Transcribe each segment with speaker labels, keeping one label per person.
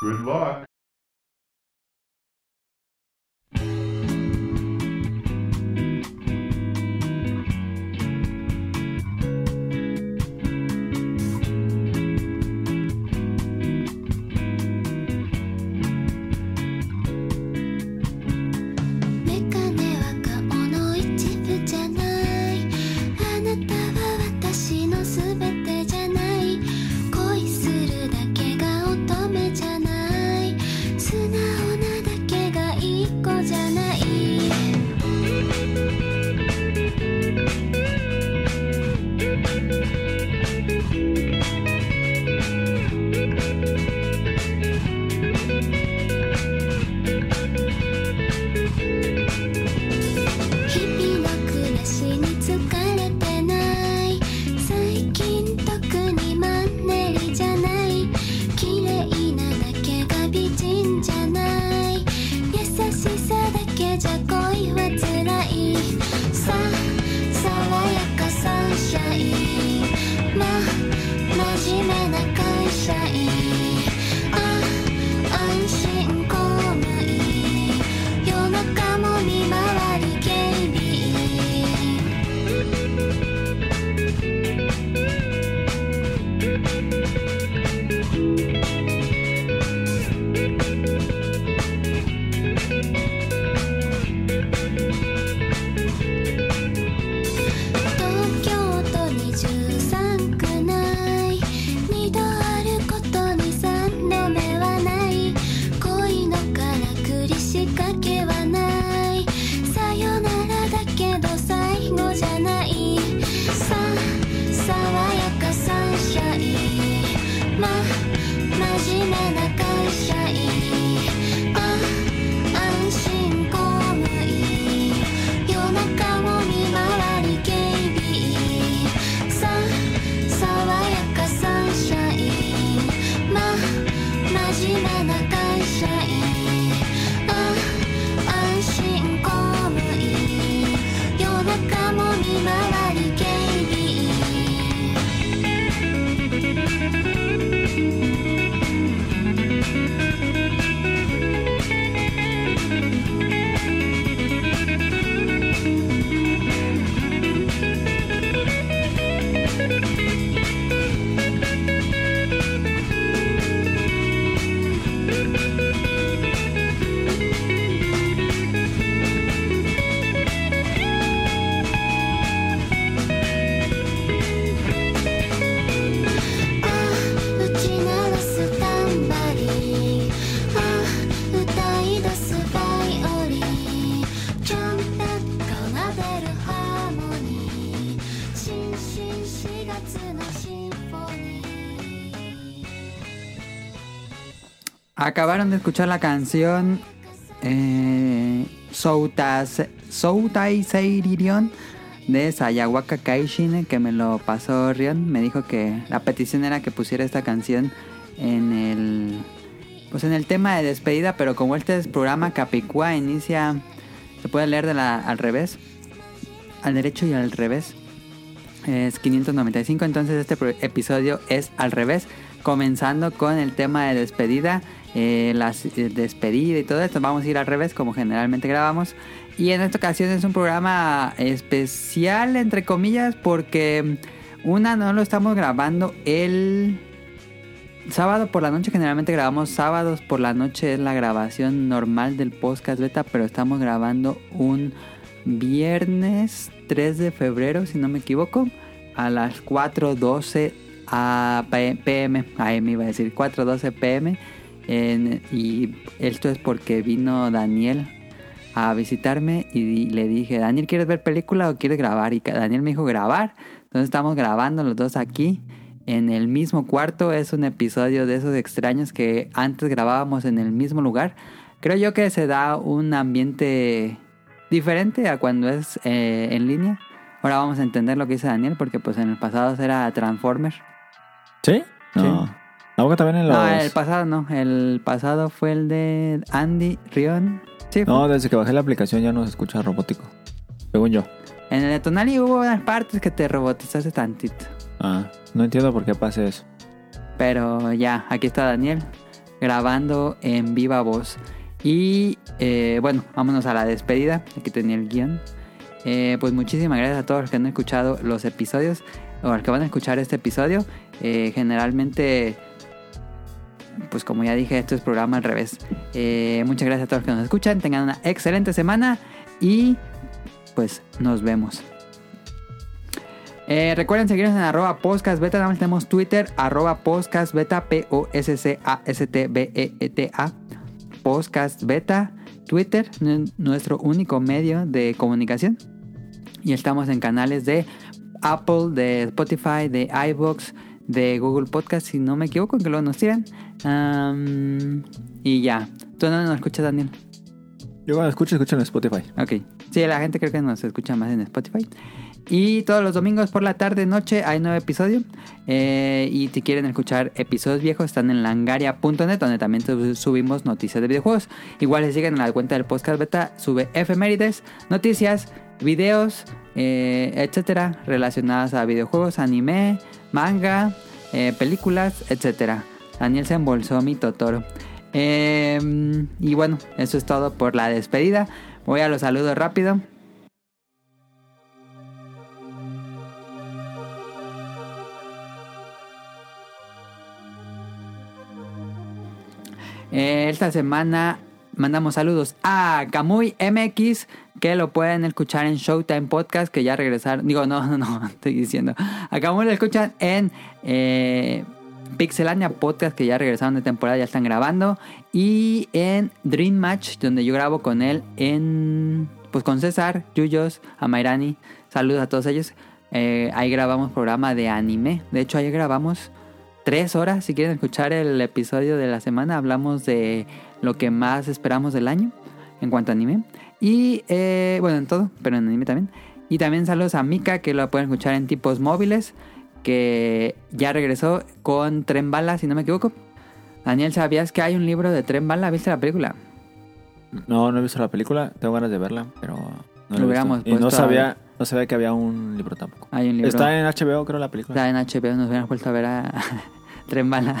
Speaker 1: Good luck.
Speaker 2: 「メガネは顔の一部じゃない」「あなたは私のすべてじゃない」「恋するだけが乙女じゃない」「素直なだけがいい子じゃない」日々の暮らしに疲れてない最近特にマンネリじゃない綺麗なだけが美人じゃない優しさだけじゃ恋はつらいさ爽やかサンシャインま真面目な会社員あ安心公務員夜中も見回り警備員東京都23区内二度あることに三度目はない恋のからくり仕掛けはないさよならだけど最後じゃないさ爽やかサンシャインま真面目な会社員あ安心公務員夜中も見回り警備員さ爽やかサンシャインま真面目な会社員あ安心公務員夜中も見回り警備員あ「打ち鳴らすタンバリン」「あ歌い出すバイオリン」「トランペットが出るハーモニー」「新進4月のシンフォニー」
Speaker 3: Acabaron de escuchar la canción eh, Soutas- Soutai Seiririon de Sayawaka Kaishin, que me lo pasó Rion. Me dijo que la petición era que pusiera esta canción en el, pues en el tema de despedida, pero como este es programa Capicúa, inicia, se puede leer de la, al revés, al derecho y al revés. Es 595, entonces este pro- episodio es al revés, comenzando con el tema de despedida, eh, las eh, despedida y todo esto. Vamos a ir al revés como generalmente grabamos. Y en esta ocasión es un programa especial, entre comillas, porque una no lo estamos grabando el sábado por la noche. Generalmente grabamos sábados por la noche, es la grabación normal del podcast beta, pero estamos grabando un viernes 3 de febrero, si no me equivoco, a las 4.12 a P- pm. AM iba a decir 4.12 pm. En- y esto es porque vino Daniel a visitarme y di- le dije, Daniel, ¿quieres ver película o quieres grabar? Y ca- Daniel me dijo, grabar. Entonces estamos grabando los dos aquí en el mismo cuarto. Es un episodio de esos extraños que antes grabábamos en el mismo lugar. Creo yo que se da un ambiente diferente a cuando es eh, en línea. Ahora vamos a entender lo que dice Daniel porque pues en el pasado era Transformer.
Speaker 4: ¿Sí? No. ¿A poco también en los...?
Speaker 3: No, el pasado no. El pasado fue el de Andy Rion. Sí, fue.
Speaker 4: No, desde que bajé la aplicación ya no se escucha robótico. Según yo.
Speaker 3: En el de Tonali hubo unas partes que te robotizaste tantito.
Speaker 4: Ah, no entiendo por qué pasa eso.
Speaker 3: Pero ya, aquí está Daniel. grabando en viva voz. Y eh, bueno, vámonos a la despedida. Aquí tenía el guión. Eh, pues muchísimas gracias a todos los que han escuchado los episodios o los que van a escuchar este episodio. Eh, generalmente, pues como ya dije, esto es programa al revés. Eh, muchas gracias a todos los que nos escuchan. Tengan una excelente semana y pues nos vemos. Eh, recuerden seguirnos en arroba podcastbeta. Nada más tenemos Twitter, arroba podcastbeta, P-O-S-C-A-S-T-B-E-T-A. E Podcastbeta, Twitter, n- nuestro único medio de comunicación. Y estamos en canales de Apple, de Spotify, de iBox, de Google Podcast, si no me equivoco, que luego nos tiran. Am, y ya. ¿Tú no nos escuchas, Daniel?
Speaker 4: Yo cuando escucho, escucho en Spotify.
Speaker 3: Ok. Sí, la gente creo que nos escucha más en Spotify. Y todos los domingos por la tarde, noche, hay nuevo episodio. Eh, y si quieren escuchar episodios viejos, están en langaria.net, donde también sub- subimos noticias de videojuegos. Igual si siguen en la cuenta del podcast beta, sube efemérides, noticias, videos, eh, etcétera, relacionadas a videojuegos, anime, manga, eh, películas, etcétera. Daniel se embolsó mi Totoro. Eh, y bueno, eso es todo por la despedida. Voy a los saludos rápido. Eh, esta semana mandamos saludos a Camuy MX, que lo pueden escuchar en Showtime Podcast, que ya regresaron. Digo, no, no, no, estoy diciendo. A Camuy lo escuchan en eh, Pixelania Podcast, que ya regresaron de temporada, ya están grabando. Y en Dream Match, donde yo grabo con él en. Pues con César, Yuyos, Amairani. Saludos a todos ellos. Eh, ahí grabamos programa de anime. De hecho, ahí grabamos tres horas. Si quieren escuchar el episodio de la semana, hablamos de lo que más esperamos del año en cuanto a anime. Y eh, bueno, en todo, pero en anime también. Y también saludos a Mika, que lo pueden escuchar en tipos móviles, que ya regresó con Tren Bala, si no me equivoco. Daniel, ¿sabías que hay un libro de Tren Bala? ¿Viste la película?
Speaker 4: No, no he visto la película. Tengo ganas de verla, pero no la
Speaker 3: Lo
Speaker 4: he
Speaker 3: hubiéramos
Speaker 4: visto. Y no
Speaker 3: puesto a-
Speaker 4: sabía, no sabía que había un libro tampoco.
Speaker 3: Hay un libro.
Speaker 4: Está en HBO, creo, la película.
Speaker 3: Está en HBO, nos hubieran vuelto a ver a Tren Bala.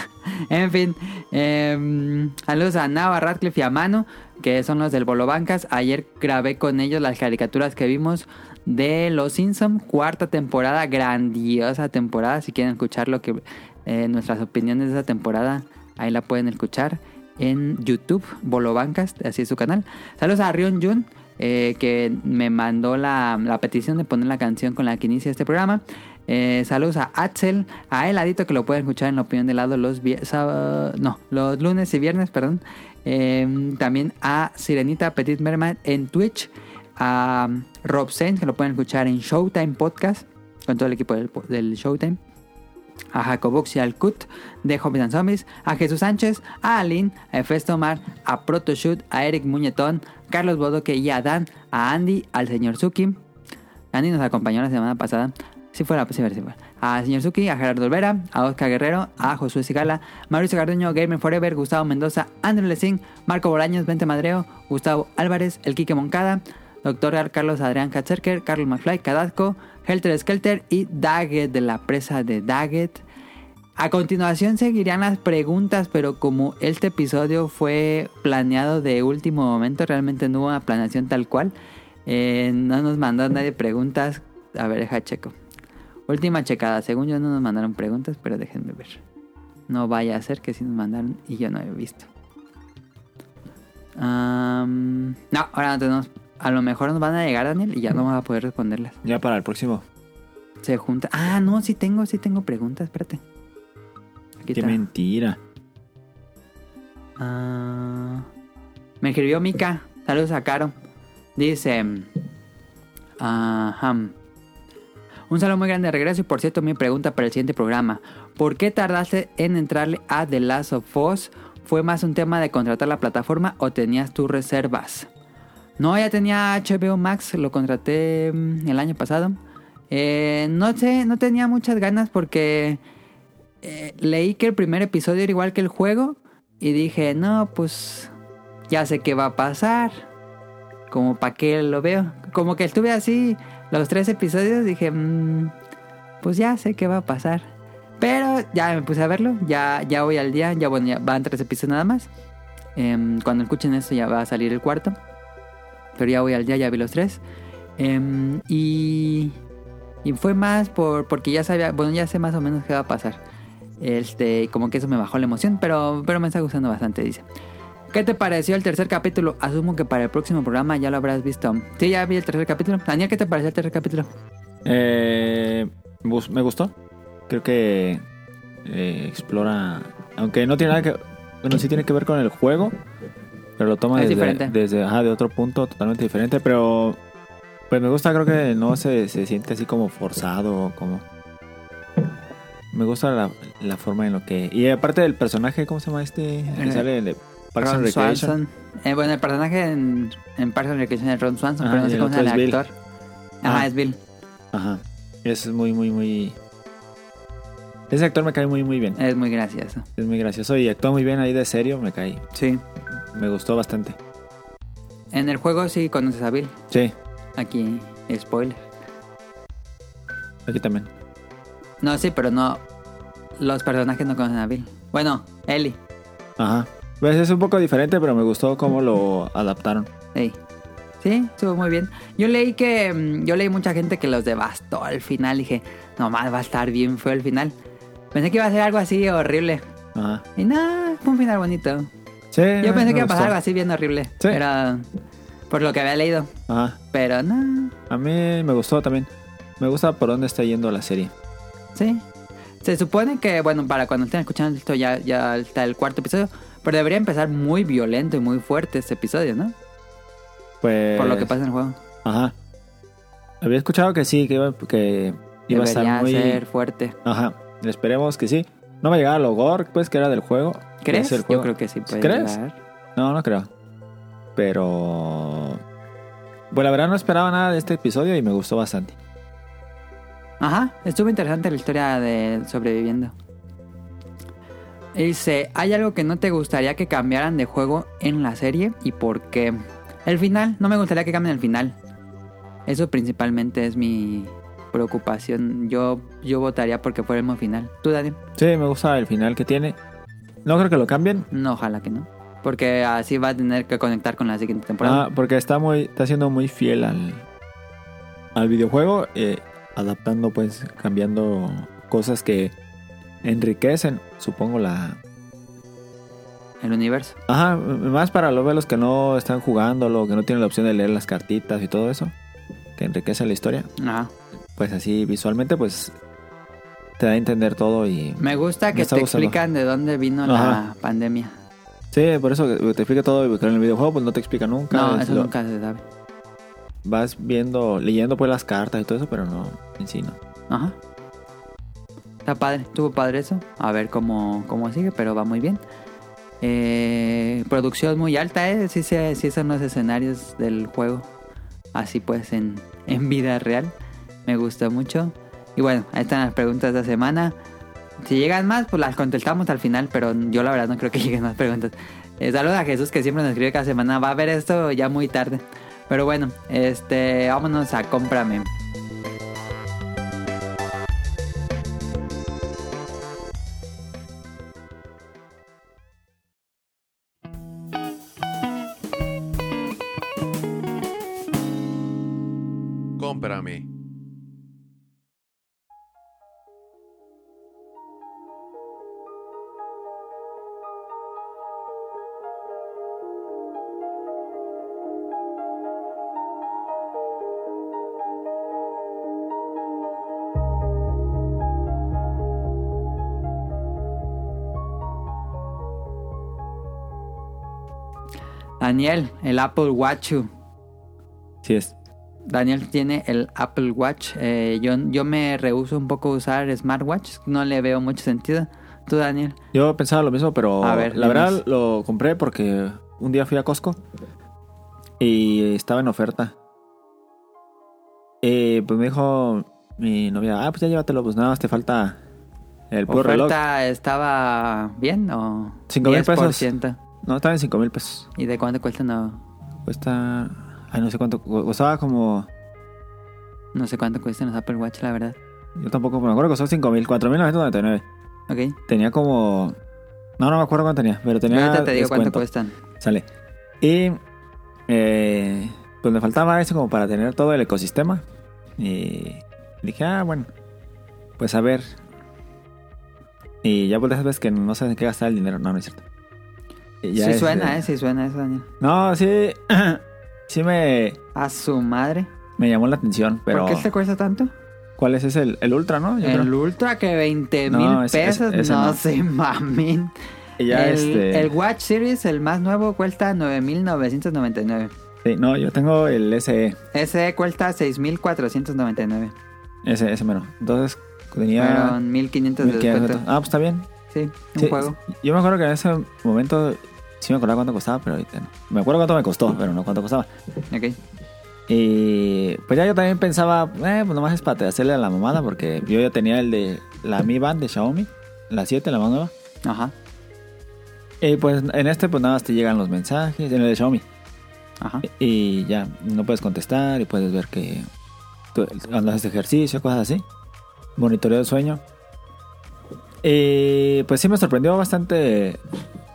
Speaker 3: en fin, eh, saludos a Nava, Radcliffe y a Mano, que son los del Bolo Bancas. Ayer grabé con ellos las caricaturas que vimos de Los Simpson, cuarta temporada, grandiosa temporada. Si quieren escuchar lo que eh, nuestras opiniones de esa temporada, ahí la pueden escuchar en YouTube, Bolo Bancas, así es su canal. Saludos a Rion Jun. eh, que me mandó la, la petición de poner la canción con la que inicia este programa. Eh, saludos a Axel, a Heladito que lo pueden escuchar en la opinión de lado los vie- sábado- no, los lunes y viernes, perdón. Eh, también a Sirenita Petit Mermaid en Twitch, a Rob Sainz que lo pueden escuchar en Showtime Podcast con todo el equipo del, po- del Showtime. A Jacobox y al Cut de Hobbits and Zombies, a Jesús Sánchez, a Alin, a Festomar, a Protoshoot, a Eric Muñetón, Carlos Bodoque y a Dan, a Andy, al señor Suki, Andy nos acompañó la semana pasada. Si fuera, pues sí, fuera, sí fuera. A señor Suki, a Gerardo Olvera, a Oscar Guerrero, a Josué Sigala, Mauricio Garduño, Gamer Forever, Gustavo Mendoza, Andrew Lezín, Marco Bolaños, Vente Madreo, Gustavo Álvarez, El Quique Moncada, Doctor Carlos Adrián Katzerker, Carlos McFly, Cadazco, Helter Skelter y Daggett de la presa de Daggett. A continuación seguirían las preguntas, pero como este episodio fue planeado de último momento, realmente no hubo una planeación tal cual. eh, no nos mandó nadie preguntas. A ver, deja checo. Última checada. Según yo no nos mandaron preguntas, pero déjenme ver. No vaya a ser que sí nos mandaron y yo no he visto. Am, no, ahora no tenemos. A lo mejor nos van a llegar, Daniel, y ya no vamos a poder responderlas.
Speaker 4: Ya para el próximo.
Speaker 3: Se junta. Ah, no, sí tengo, sí tengo preguntas, espérate. Aquí
Speaker 4: Qué
Speaker 3: está.
Speaker 4: mentira.
Speaker 3: Ah, me escribió Mika. Saludos a Caro. Dice. Ajá. Un saludo muy grande de regreso y por cierto mi pregunta para el siguiente programa. ¿Por qué tardaste en entrarle a The Last of Us? ¿Fue más un tema de contratar la plataforma o tenías tus reservas? No, ya tenía HBO Max, lo contraté mm, el año pasado. Eh, no sé, no tenía muchas ganas porque eh, leí que el primer episodio era igual que el juego y dije, no, pues ya sé qué va a pasar. Como para qué lo veo. Como que estuve así los tres episodios, dije, "Mm, pues ya sé qué va a pasar. Pero ya me puse a verlo, ya, ya voy al día, ya bueno, ya van tres episodios nada más. Em, cuando escuchen esto ya va a salir el cuarto. Pero ya voy al día, ya vi los tres. Em, y, y fue más por, porque ya sabía, bueno, ya sé más o menos qué va a pasar. Este, como que eso me bajó la emoción, pero, pero me está gustando bastante, dice. ¿Qué te pareció el tercer capítulo? Asumo que para el próximo programa ya lo habrás visto. Sí, ya vi el tercer capítulo. Daniel, ¿qué te pareció el tercer capítulo?
Speaker 4: Eh, bus- me gustó. Creo que eh, explora. Aunque no tiene nada que. Bueno, sí tiene que ver con el juego. Pero lo toma
Speaker 3: Es
Speaker 4: desde,
Speaker 3: diferente.
Speaker 4: desde ajá, de otro punto totalmente diferente. Pero. Pues me gusta, creo que no se, se siente así como forzado o como. Me gusta la, la forma en lo que. Y aparte del personaje, ¿cómo se llama este? El que
Speaker 3: Eh,
Speaker 4: sale de Parks and
Speaker 3: Ron
Speaker 4: Recreation.
Speaker 3: Swanson. Eh, bueno, el personaje en, en Parks and Recreation es Ron Swanson,
Speaker 4: Ajá,
Speaker 3: pero no
Speaker 4: Ah, y
Speaker 3: sé
Speaker 4: el
Speaker 3: cómo se
Speaker 4: otro
Speaker 3: llama el
Speaker 4: es Bill.
Speaker 3: actor. Ajá,
Speaker 4: Ah.
Speaker 3: es Bill.
Speaker 4: Ajá. Es muy, muy, muy. Ese actor me cae muy, muy bien.
Speaker 3: Es muy gracioso.
Speaker 4: Es muy gracioso y actúa muy bien ahí de serio, me caí.
Speaker 3: Sí.
Speaker 4: Me gustó bastante.
Speaker 3: En el juego sí conoces a Bill.
Speaker 4: Sí,
Speaker 3: Aquí, spoiler.
Speaker 4: aquí también.
Speaker 3: No, sí, pero no. Los personajes no conocen a Bill. Bueno, Ellie.
Speaker 4: Ajá. Pues es un poco diferente, pero me gustó cómo lo adaptaron.
Speaker 3: Sí. Sí, estuvo muy bien. Yo leí que. mm, Yo leí mucha gente que los devastó al final. Dije, nomás va a estar bien feo el final. Pensé que iba a ser algo así horrible.
Speaker 4: Ajá.
Speaker 3: Y nada, fue un final bonito.
Speaker 4: Sí.
Speaker 3: Yo pensé que iba a pasar algo
Speaker 4: algo
Speaker 3: así bien horrible.
Speaker 4: Eh, Sí.
Speaker 3: Pero. Por lo que había leído.
Speaker 4: Ajá.
Speaker 3: Pero no.
Speaker 4: A mí me gustó también. Me gusta por dónde está yendo la serie.
Speaker 3: Sí. Se supone que, bueno, para cuando estén escuchando esto ya, ya está el cuarto episodio. Pero debería empezar muy violento y muy fuerte este episodio, ¿no?
Speaker 4: Pues.
Speaker 3: Por lo que pasa en el juego.
Speaker 4: Ajá. Había escuchado que sí, que iba, que iba
Speaker 3: debería
Speaker 4: a estar muy.
Speaker 3: ser fuerte.
Speaker 4: Ajá. Esperemos que sí. No me llegaba lo gore, pues, que era del juego. que
Speaker 3: ¿Crees?
Speaker 4: es el
Speaker 3: Yo
Speaker 4: juego.
Speaker 3: creo que sí puede
Speaker 4: ¿Crees?
Speaker 3: llegar.
Speaker 4: No, no creo. Pero. Pues la verdad no esperaba nada de este episodio y me gustó bastante.
Speaker 3: Ajá, estuvo interesante la historia de sobreviviendo. Dice, ¿hay algo que no te gustaría que cambiaran de juego en la serie? ¿Y por qué? El final, no me gustaría que cambien el final. Eso principalmente es mi preocupación. Yo, yo votaría porque fuera el mismo final. ¿Tú, Dani?
Speaker 4: Sí, me gusta el final que tiene. No creo que lo cambien.
Speaker 3: No, ojalá que no. Porque así va a tener que conectar con la siguiente temporada.
Speaker 4: Ah, porque está muy, está siendo muy fiel al, al videojuego, eh, adaptando, pues, cambiando cosas que enriquecen, supongo la. Ah.
Speaker 3: El universo.
Speaker 4: Ajá, m- más para los los que no están jugando, los que no tienen la opción de leer las cartitas y todo eso, que enriquecen la historia.
Speaker 3: Ajá.
Speaker 4: Pues así visualmente, pues, te da a entender todo y
Speaker 3: Me gusta
Speaker 4: Me
Speaker 3: que
Speaker 4: está
Speaker 3: te
Speaker 4: gustando.
Speaker 3: explican de dónde vino la
Speaker 4: Ajá.
Speaker 3: pandemia.
Speaker 4: Sí, por eso que te explica todo, pero en el videojuego pues no te explica nunca.
Speaker 3: No,
Speaker 4: es
Speaker 3: eso
Speaker 4: lo-
Speaker 3: nunca se sabe.
Speaker 4: Vas viendo, leyendo pues las cartas y todo eso, pero no, en sí no.
Speaker 3: Ajá. Está padre, estuvo padre eso. A ver cómo, cómo sigue, pero va muy bien. Eh, producción muy alta, ¿eh? Sí, se- sí son los escenarios del juego. Así pues, en, en vida real. Me gustó mucho. Y bueno, ahí están las preguntas de la semana. Si llegan más, pues las contestamos al final, pero yo la verdad no creo que lleguen más preguntas. Eh, saludos a Jesús que siempre nos escribe cada semana. Va a ver esto ya muy tarde. Pero bueno, este, vámonos a cómprame.
Speaker 1: Cómprame.
Speaker 3: Daniel, el Apple Watch.
Speaker 4: Sí es.
Speaker 3: Daniel tiene el Apple Watch. Eh, yo, yo me rehuso un poco a usar smartwatch. No le veo mucho sentido. Tú, Daniel.
Speaker 4: Yo pensaba lo mismo, pero
Speaker 3: A ver, dinos.
Speaker 4: la verdad lo compré porque un día fui a Costco y estaba en oferta. Y pues me dijo mi novia, ah, pues ya llévatelo, pues nada más te falta el puro reloj.
Speaker 3: ¿Oferta estaba bien o...?
Speaker 4: Cinco mil pesos.
Speaker 3: 10%?
Speaker 4: No, estaba en 5 mil pesos.
Speaker 3: ¿Y de cuánto cuesta? No,
Speaker 4: Cuesta, ay, no sé cuánto, cu- costaba como
Speaker 3: no sé cuánto cuestan los Apple Watch, la verdad.
Speaker 4: Yo tampoco me acuerdo, costó 5.000, 4.999.
Speaker 3: Ok.
Speaker 4: Tenía como... No, no me acuerdo cuánto tenía, pero tenía...
Speaker 3: Ahorita te digo cuánto
Speaker 4: descuento.
Speaker 3: cuestan.
Speaker 4: Sale. Y eh, pues me faltaba eso como para tener todo el ecosistema. Y dije, ah, bueno, pues a ver. Y ya por esas veces que no sabes en qué gastar el dinero. No, no es cierto. Y ya
Speaker 3: sí
Speaker 4: este-
Speaker 3: suena, eh, sí suena eso, Daniel.
Speaker 4: No, sí. sí me,
Speaker 3: A su madre.
Speaker 4: me llamó la atención, pero.
Speaker 3: ¿Por qué te cuesta tanto?
Speaker 4: ¿Cuál es ese? El, el Ultra, ¿no? Yo
Speaker 3: el
Speaker 4: creo.
Speaker 3: Ultra que 20 mil
Speaker 4: No, ese- ese-
Speaker 3: pesos,
Speaker 4: ese
Speaker 3: no,
Speaker 4: no.
Speaker 3: se mamen.
Speaker 4: Y ya
Speaker 3: el,
Speaker 4: este.
Speaker 3: el Watch Series, el más nuevo, cuesta 9.999.
Speaker 4: sí, no, yo tengo el E, SE.
Speaker 3: Ese cuesta 6.499.
Speaker 4: Ese, ese E, mero. Entonces tenía.
Speaker 3: Fueron 1.500 de
Speaker 4: 1500.
Speaker 3: descuento.
Speaker 4: Ah, pues está bien.
Speaker 3: Sí, un
Speaker 4: Sí,
Speaker 3: juego.
Speaker 4: Yo me acuerdo que en ese momento sí me acordaba cuánto costaba, pero ahorita no. Me acuerdo cuánto me costó, pero no cuánto costaba.
Speaker 3: Ok.
Speaker 4: Y pues ya yo también pensaba, eh, pues nomás es para hacerle a la mamada, porque yo ya tenía el de la Mi Band de Xiaomi, la 7, la más nueva.
Speaker 3: Ajá.
Speaker 4: Y pues en este, pues nada más te llegan los mensajes, en el de Xiaomi.
Speaker 3: Ajá.
Speaker 4: Y ya, no puedes contestar y puedes ver que tú- cuando haces ejercicio, cosas así. Monitoreo del sueño. Y pues sí me sorprendió bastante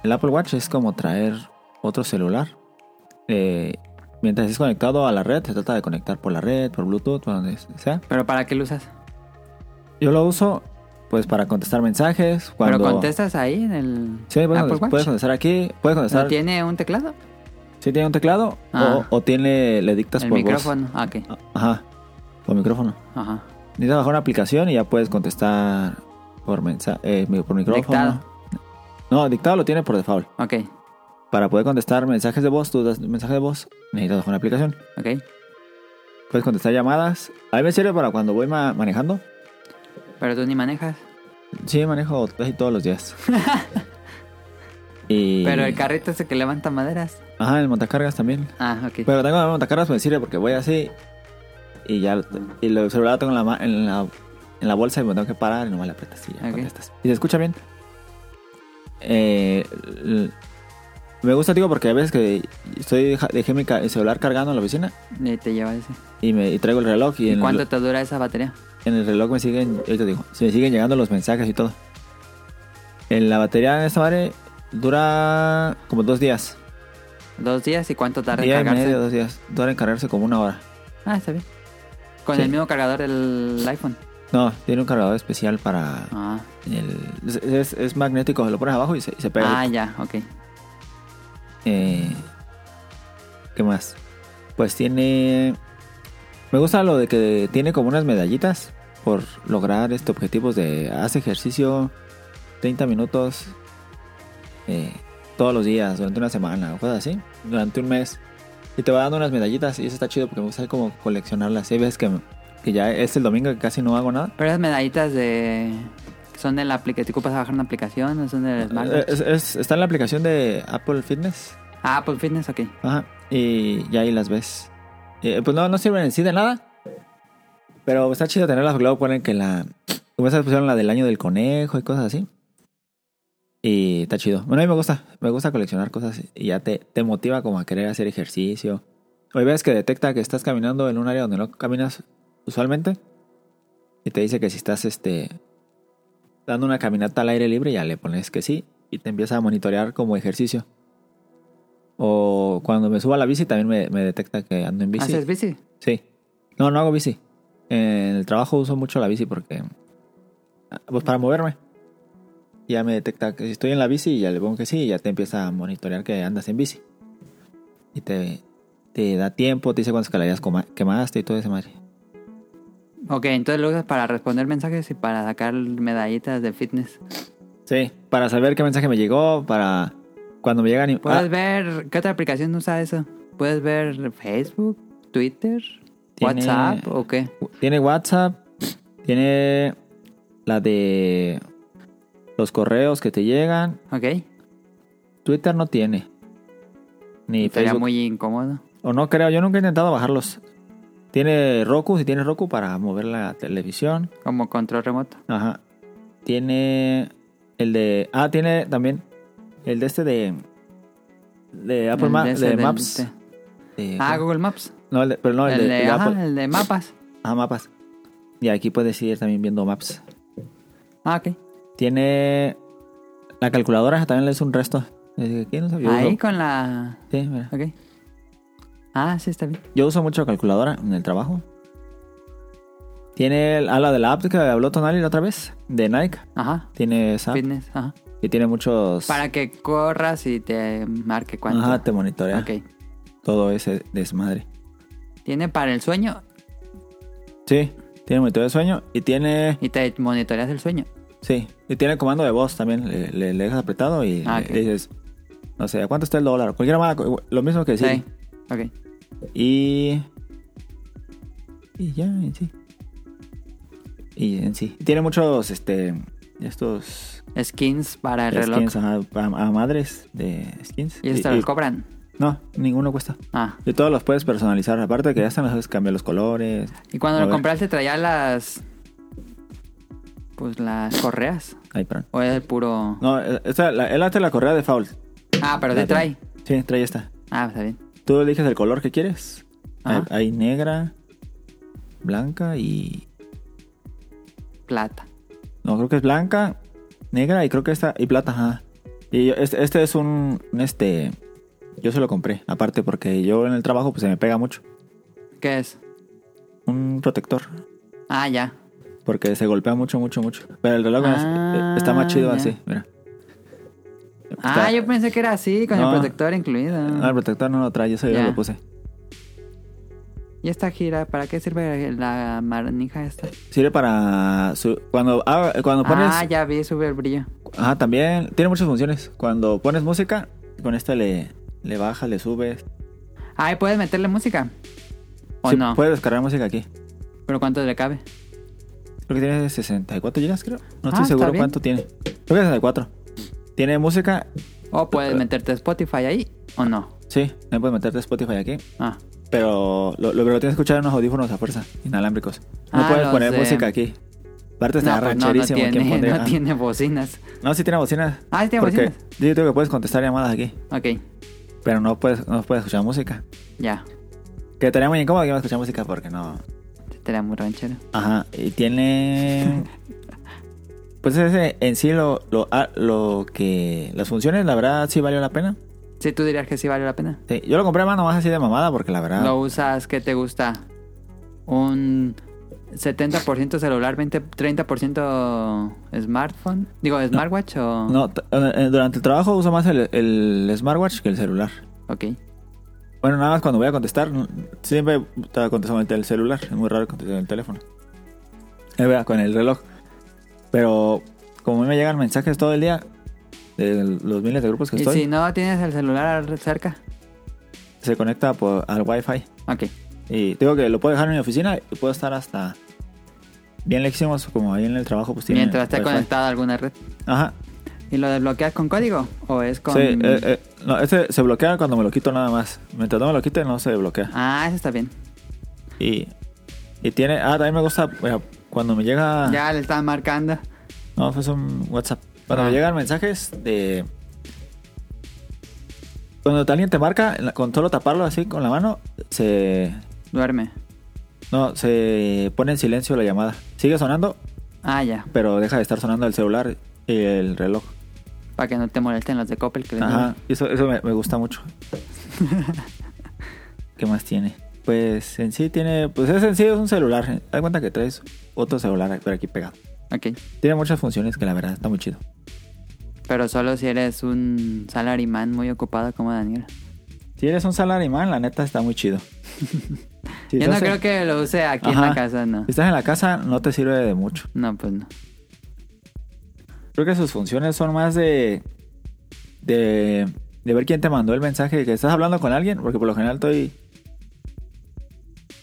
Speaker 4: el Apple Watch. Es como traer otro celular. Eh, mientras estés conectado a la red, se trata de conectar por la red, por Bluetooth, por donde sea.
Speaker 3: ¿Pero para qué lo usas?
Speaker 4: Yo lo uso pues para contestar mensajes. Cuando...
Speaker 3: ¿Pero contestas ahí en el
Speaker 4: Sí, puedes,
Speaker 3: Apple Watch?
Speaker 4: puedes contestar aquí, puedes contestar.
Speaker 3: ¿No tiene un teclado?
Speaker 4: Sí, tiene un teclado
Speaker 3: Ah.
Speaker 4: o, o tiene, le dictas
Speaker 3: El
Speaker 4: por
Speaker 3: micrófono. Ah, ok.
Speaker 4: voz. Ajá, por micrófono.
Speaker 3: Ajá.
Speaker 4: Necesitas bajar una aplicación y ya puedes contestar por mensaje, por micrófono.
Speaker 3: Dictado.
Speaker 4: No, dictado lo tiene por default.
Speaker 3: Ok.
Speaker 4: Para poder contestar mensajes de voz, tú das mensaje de voz, necesitas bajar una aplicación.
Speaker 3: Ok.
Speaker 4: Puedes contestar llamadas. A mí me sirve para cuando voy ma- manejando.
Speaker 3: Pero tú ni manejas.
Speaker 4: Sí, manejo casi todos los días. y...
Speaker 3: Pero el carrito ese que levanta maderas.
Speaker 4: Ajá, el montacargas también.
Speaker 3: Ah, ok.
Speaker 4: Pero tengo el montacargas, me sirve porque voy así y ya lo- y lo- el celular lo tengo en la, ma- en la, en la bolsa y me tengo que parar y nomás le apretas y ya
Speaker 3: Ok.
Speaker 4: contestas. Y se escucha bien. Eh, l- me gusta, digo, porque a veces que estoy, ja- dejé mi ca- el celular cargando en la oficina
Speaker 3: Y te lleva ese.
Speaker 4: y, me, y traigo el reloj y,
Speaker 3: ¿Y
Speaker 4: en, el-
Speaker 3: cuánto te dura esa batería?
Speaker 4: en el reloj me siguen, ahorita digo, se me siguen llegando los mensajes y todo. En la batería de esta madre dura como dos días.
Speaker 3: ¿Dos días? ¿Y cuánto tarda en
Speaker 4: Día y
Speaker 3: cargarse?
Speaker 4: medio, dos días. Dura en cargarse como una hora.
Speaker 3: Ah, está bien. Con
Speaker 4: Sí.
Speaker 3: el mismo cargador del iPhone.
Speaker 4: No, tiene un cargador especial para
Speaker 3: Ah,
Speaker 4: el... Es, es- es magnético, lo pones abajo y se, y se pega.
Speaker 3: ah ya, ok.
Speaker 4: Eh, ¿Qué más? Pues tiene... Me gusta lo de que tiene como unas medallitas por lograr este objetivos de... Haz ejercicio 30 minutos eh, todos los días, durante una semana o cosas así, durante un mes. Y te va dando unas medallitas y eso está chido porque me gusta como coleccionarlas. Hay veces que, que ya es el domingo que casi no hago nada.
Speaker 3: Pero esas medallitas de... ¿Son de la aplicación? ¿Te ocupas a bajar una aplicación o son del smartwatch?
Speaker 4: Eh, Es- es- está en la aplicación de Apple Fitness.
Speaker 3: Ah, Apple Fitness, ok.
Speaker 4: Ajá. Y ya ahí las ves. Eh, pues no, no sirven en sí de nada. Pero está chido tenerlas porque luego ponen que la. Como esas pusieron la del año del conejo y cosas así. Y está chido. Bueno, a mí me gusta. Me gusta coleccionar cosas y ya te, te motiva como a querer hacer ejercicio. O hay veces que detecta que estás caminando en un área donde no caminas usualmente. Y te dice que si estás este dando una caminata al aire libre, ya le pones que sí. Y te empieza a monitorear como ejercicio. O cuando me subo a la bici también me, me detecta que ando en bici.
Speaker 3: ¿Haces Ah, bici?
Speaker 4: Sí. No, no hago bici. En el trabajo uso mucho la bici porque. ah, Pues para moverme. Ya me detecta que si estoy en la bici, ya le pongo que sí, y ya te empieza a monitorear que andas en bici. Y te, te da tiempo, te dice cuántas calorías coma- quemaste y todo ese madre.
Speaker 3: Ok, entonces lo usas para responder mensajes y para sacar medallitas de fitness.
Speaker 4: Sí, para saber qué mensaje me llegó, para cuando me llegan. y-
Speaker 3: ¿Puedes
Speaker 4: ah,
Speaker 3: ver qué otra aplicación usa eso? ¿Puedes ver Facebook, Twitter,
Speaker 4: Tiene-
Speaker 3: WhatsApp o qué?
Speaker 4: Tiene WhatsApp, tiene la de los correos que te llegan.
Speaker 3: Ok.
Speaker 4: Twitter no tiene. Ni
Speaker 3: Sería
Speaker 4: Facebook.
Speaker 3: muy incómodo.
Speaker 4: O no creo, yo nunca he intentado bajarlos. Tiene Roku, si tiene Roku para mover la televisión.
Speaker 3: Como control remoto.
Speaker 4: Ajá. Tiene el de. Ah, tiene también el de este de. De Apple
Speaker 3: El
Speaker 4: Ma-
Speaker 3: ese
Speaker 4: de
Speaker 3: del-
Speaker 4: Maps.
Speaker 3: de-
Speaker 4: De-
Speaker 3: Ah, Google Maps.
Speaker 4: no, el de- pero no, el,
Speaker 3: el,
Speaker 4: de,
Speaker 3: de,
Speaker 4: el de
Speaker 3: ajá,
Speaker 4: Apple.
Speaker 3: el de mapas.
Speaker 4: Ah, mapas. Y aquí puedes ir también viendo maps.
Speaker 3: Ah, ok.
Speaker 4: Tiene. La calculadora también le es un resto. Eh, ¿Quién no sabía?
Speaker 3: Ahí
Speaker 4: Yo-
Speaker 3: con la...
Speaker 4: Sí, mira.
Speaker 3: Ok. Ah, sí, está bien.
Speaker 4: Yo uso mucho calculadora en el trabajo. Tiene el ala de la app que habló Tonali la otra vez, de Nike.
Speaker 3: Ajá.
Speaker 4: Tiene esa app
Speaker 3: Fitness, ajá.
Speaker 4: y tiene muchos.
Speaker 3: Para que corras y te marque cuánto.
Speaker 4: Ajá, te monitorea
Speaker 3: Ok.
Speaker 4: todo ese desmadre.
Speaker 3: Tiene para el sueño
Speaker 4: Sí, tiene monitor de sueño y tiene.
Speaker 3: y te monitoreas el sueño.
Speaker 4: Sí, y tiene comando de voz también. Le, le- le dejas apretado y
Speaker 3: Ah,
Speaker 4: le-
Speaker 3: ok.
Speaker 4: le dices, no sé, ¿a cuánto está el dólar? Cualquier mala, co- lo mismo que
Speaker 3: Sí.
Speaker 4: decir.
Speaker 3: Ok.
Speaker 4: Y. Y ya, en sí. Y en sí. Tiene muchos, este. Estos.
Speaker 3: Skins para el reloj.
Speaker 4: skins, ajá, a, a madres de skins.
Speaker 3: Y esto lo cobran.
Speaker 4: No, ninguno cuesta.
Speaker 3: Ah.
Speaker 4: Y todos los puedes personalizar. Aparte de que ya están los cambiar los colores.
Speaker 3: Y cuando
Speaker 4: A
Speaker 3: lo
Speaker 4: ver.
Speaker 3: compraste traía las... Pues las correas.
Speaker 4: Ay, perdón.
Speaker 3: O era el puro...
Speaker 4: No, eh, esta, la, él hace la correa de foul.
Speaker 3: Ah, pero te
Speaker 4: La
Speaker 3: trae.
Speaker 4: Sí, trae esta.
Speaker 3: Ah, está bien.
Speaker 4: Tú eliges el color que quieres. Hay,
Speaker 3: Ajá.
Speaker 4: hay negra, blanca y.
Speaker 3: Plata.
Speaker 4: No, creo que es blanca, negra y creo que esta. Y plata, ajá. Y yo- este, este es un. un, Este. Yo se lo compré. Aparte, porque yo en el trabajo pues se me pega mucho.
Speaker 3: ¿Qué es?
Speaker 4: Un protector.
Speaker 3: Ah, ya.
Speaker 4: Porque se golpea mucho, mucho, mucho. Pero el reloj es- eh,
Speaker 3: Ah,
Speaker 4: está más chido
Speaker 3: ya.
Speaker 4: así, mira.
Speaker 3: Ah,
Speaker 4: Está-
Speaker 3: yo pensé que era así, con
Speaker 4: No. Ah,
Speaker 3: el protector incluido.
Speaker 4: No, el protector no lo trae, yo se yo
Speaker 3: Ya.
Speaker 4: lo puse.
Speaker 3: ¿Y esta gira? ¿Para qué sirve la manija esta?
Speaker 4: Sirve para. su- cuando, ah, cuando pones.
Speaker 3: Ah, ya vi, sube el brillo.
Speaker 4: Ajá, también tiene muchas funciones. Cuando pones música, con esta le, le bajas, le subes.
Speaker 3: Ah, ¿y puedes meterle música? ¿O
Speaker 4: Sí,
Speaker 3: no?
Speaker 4: Puedes descargar música aquí.
Speaker 3: ¿Pero cuánto le cabe?
Speaker 4: Creo que tiene 64 gigas, creo.
Speaker 3: Ah,
Speaker 4: No estoy
Speaker 3: está
Speaker 4: seguro
Speaker 3: bien.
Speaker 4: cuánto tiene. Creo que 64. Tiene música,
Speaker 3: ¿O puedes
Speaker 4: Eh.
Speaker 3: meterte Spotify ahí? ¿O no?
Speaker 4: sí. También puedes meterte Spotify aquí.
Speaker 3: Ah,
Speaker 4: Pero lo, lo, pero lo tienes que escuchar en unos audífonos a fuerza, inalámbricos. No
Speaker 3: Ah,
Speaker 4: puedes
Speaker 3: los
Speaker 4: poner
Speaker 3: de-
Speaker 4: música aquí. Aparte está
Speaker 3: no, pues no, no
Speaker 4: rancherísimo quién
Speaker 3: tiene,
Speaker 4: pondría-
Speaker 3: no
Speaker 4: ah,
Speaker 3: tiene bocinas.
Speaker 4: no, sí tiene bocinas.
Speaker 3: Ah, sí tiene
Speaker 4: Porque
Speaker 3: bocinas.
Speaker 4: Yo creo que puedes contestar llamadas aquí,
Speaker 3: Ok,
Speaker 4: pero no puedes, no puedes escuchar música.
Speaker 3: ya.
Speaker 4: Que estaría muy incómodo que iba a escuchar música porque no.
Speaker 3: Estaría muy ranchero.
Speaker 4: Ajá, y tiene. Pues ese en sí lo, lo, ah, lo que. Las funciones, la verdad, sí valió la pena.
Speaker 3: Sí, tú dirías que sí vale la pena.
Speaker 4: Sí, yo lo compré más nomás así de mamada porque la verdad.
Speaker 3: Lo usas, ¿qué te gusta? Un 70% celular, 20, 30% smartphone. Digo, smartwatch o...
Speaker 4: No, t- eh, durante el trabajo uso más el, el smartwatch que el celular.
Speaker 3: Ok.
Speaker 4: Bueno, nada más cuando voy a contestar, n- siempre estaba contestando el celular. Es muy raro contestar el teléfono. Es verdad, con el reloj. Pero como a mí me llegan mensajes todo el día de los miles de grupos que
Speaker 3: ¿Y
Speaker 4: estoy,
Speaker 3: si no tienes el celular cerca?
Speaker 4: se conecta por, al Wi-Fi.
Speaker 3: Ok.
Speaker 4: Y te digo que lo puedo dejar en mi oficina y puedo estar hasta bien lejos, como ahí en el trabajo. Pues tiene
Speaker 3: Mientras esté
Speaker 4: wifi.
Speaker 3: conectado a alguna red.
Speaker 4: Ajá.
Speaker 3: ¿Y lo desbloqueas con código? ¿O es con...?
Speaker 4: Sí, eh, eh, no, este se bloquea cuando me lo quito nada más. Mientras no me lo quite, no se bloquea.
Speaker 3: Ah, eso está bien.
Speaker 4: Y, y tiene. Ah, también me gusta mira, cuando me llega.
Speaker 3: Ya le están marcando.
Speaker 4: No, fue un WhatsApp. Cuando
Speaker 3: Ah.
Speaker 4: me llegan mensajes de. Cuando alguien te marca, en la- con solo taparlo así con la mano, se.
Speaker 3: Duerme.
Speaker 4: No, se pone en silencio la llamada. Sigue sonando,
Speaker 3: Ah, ya.
Speaker 4: pero deja de estar sonando el celular y el reloj.
Speaker 3: Para que no te molesten los de Coppel. Que les
Speaker 4: Ajá, eso, eso me, me gusta mucho. ¿Qué más tiene? Pues en sí tiene, pues es en sí es un celular. Da cuenta que traes otro celular pero aquí pegado.
Speaker 3: duele. Ok.
Speaker 4: Tiene muchas funciones que la verdad está muy chido.
Speaker 3: Pero solo si eres un salarimán muy ocupado como Daniel.
Speaker 4: Si eres un salarimán, la neta está muy chido. Si
Speaker 3: Yo no
Speaker 4: estás en-
Speaker 3: creo que lo use aquí en
Speaker 4: Ajá.
Speaker 3: la casa, no.
Speaker 4: Si estás en la casa, no te sirve de mucho.
Speaker 3: No, pues no.
Speaker 4: Creo que sus funciones son más de, de, de ver quién te mandó el mensaje, que estás hablando con alguien, porque por lo general estoy,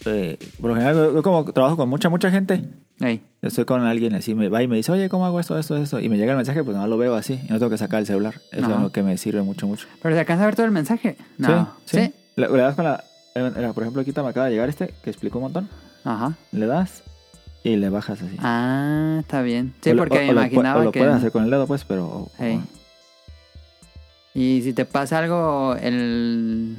Speaker 4: eh, por lo general yo, yo como trabajo con mucha, mucha gente,
Speaker 3: Ey,
Speaker 4: yo estoy con alguien así, me va y me dice, oye, ¿cómo hago esto, esto, esto? Y me llega el mensaje, pues no lo veo así, y no tengo que sacar el celular. Eso
Speaker 3: Ajá.
Speaker 4: es lo que me sirve mucho, mucho.
Speaker 3: Pero se alcanza a ver todo el mensaje. No.
Speaker 4: Sí, sí. Le, le das con la, eh, eh, por ejemplo, aquí te me acaba de llegar este, que explicó un montón,
Speaker 3: Ajá.
Speaker 4: le das y le bajas así.
Speaker 3: Ah, está bien. Sí,
Speaker 4: O lo-
Speaker 3: porque
Speaker 4: o-
Speaker 3: me
Speaker 4: o lo pu-
Speaker 3: imaginaba
Speaker 4: o lo
Speaker 3: que.
Speaker 4: puedes hacer con el dedo, pues, pero... o-
Speaker 3: Ey. Y si te pasa algo, el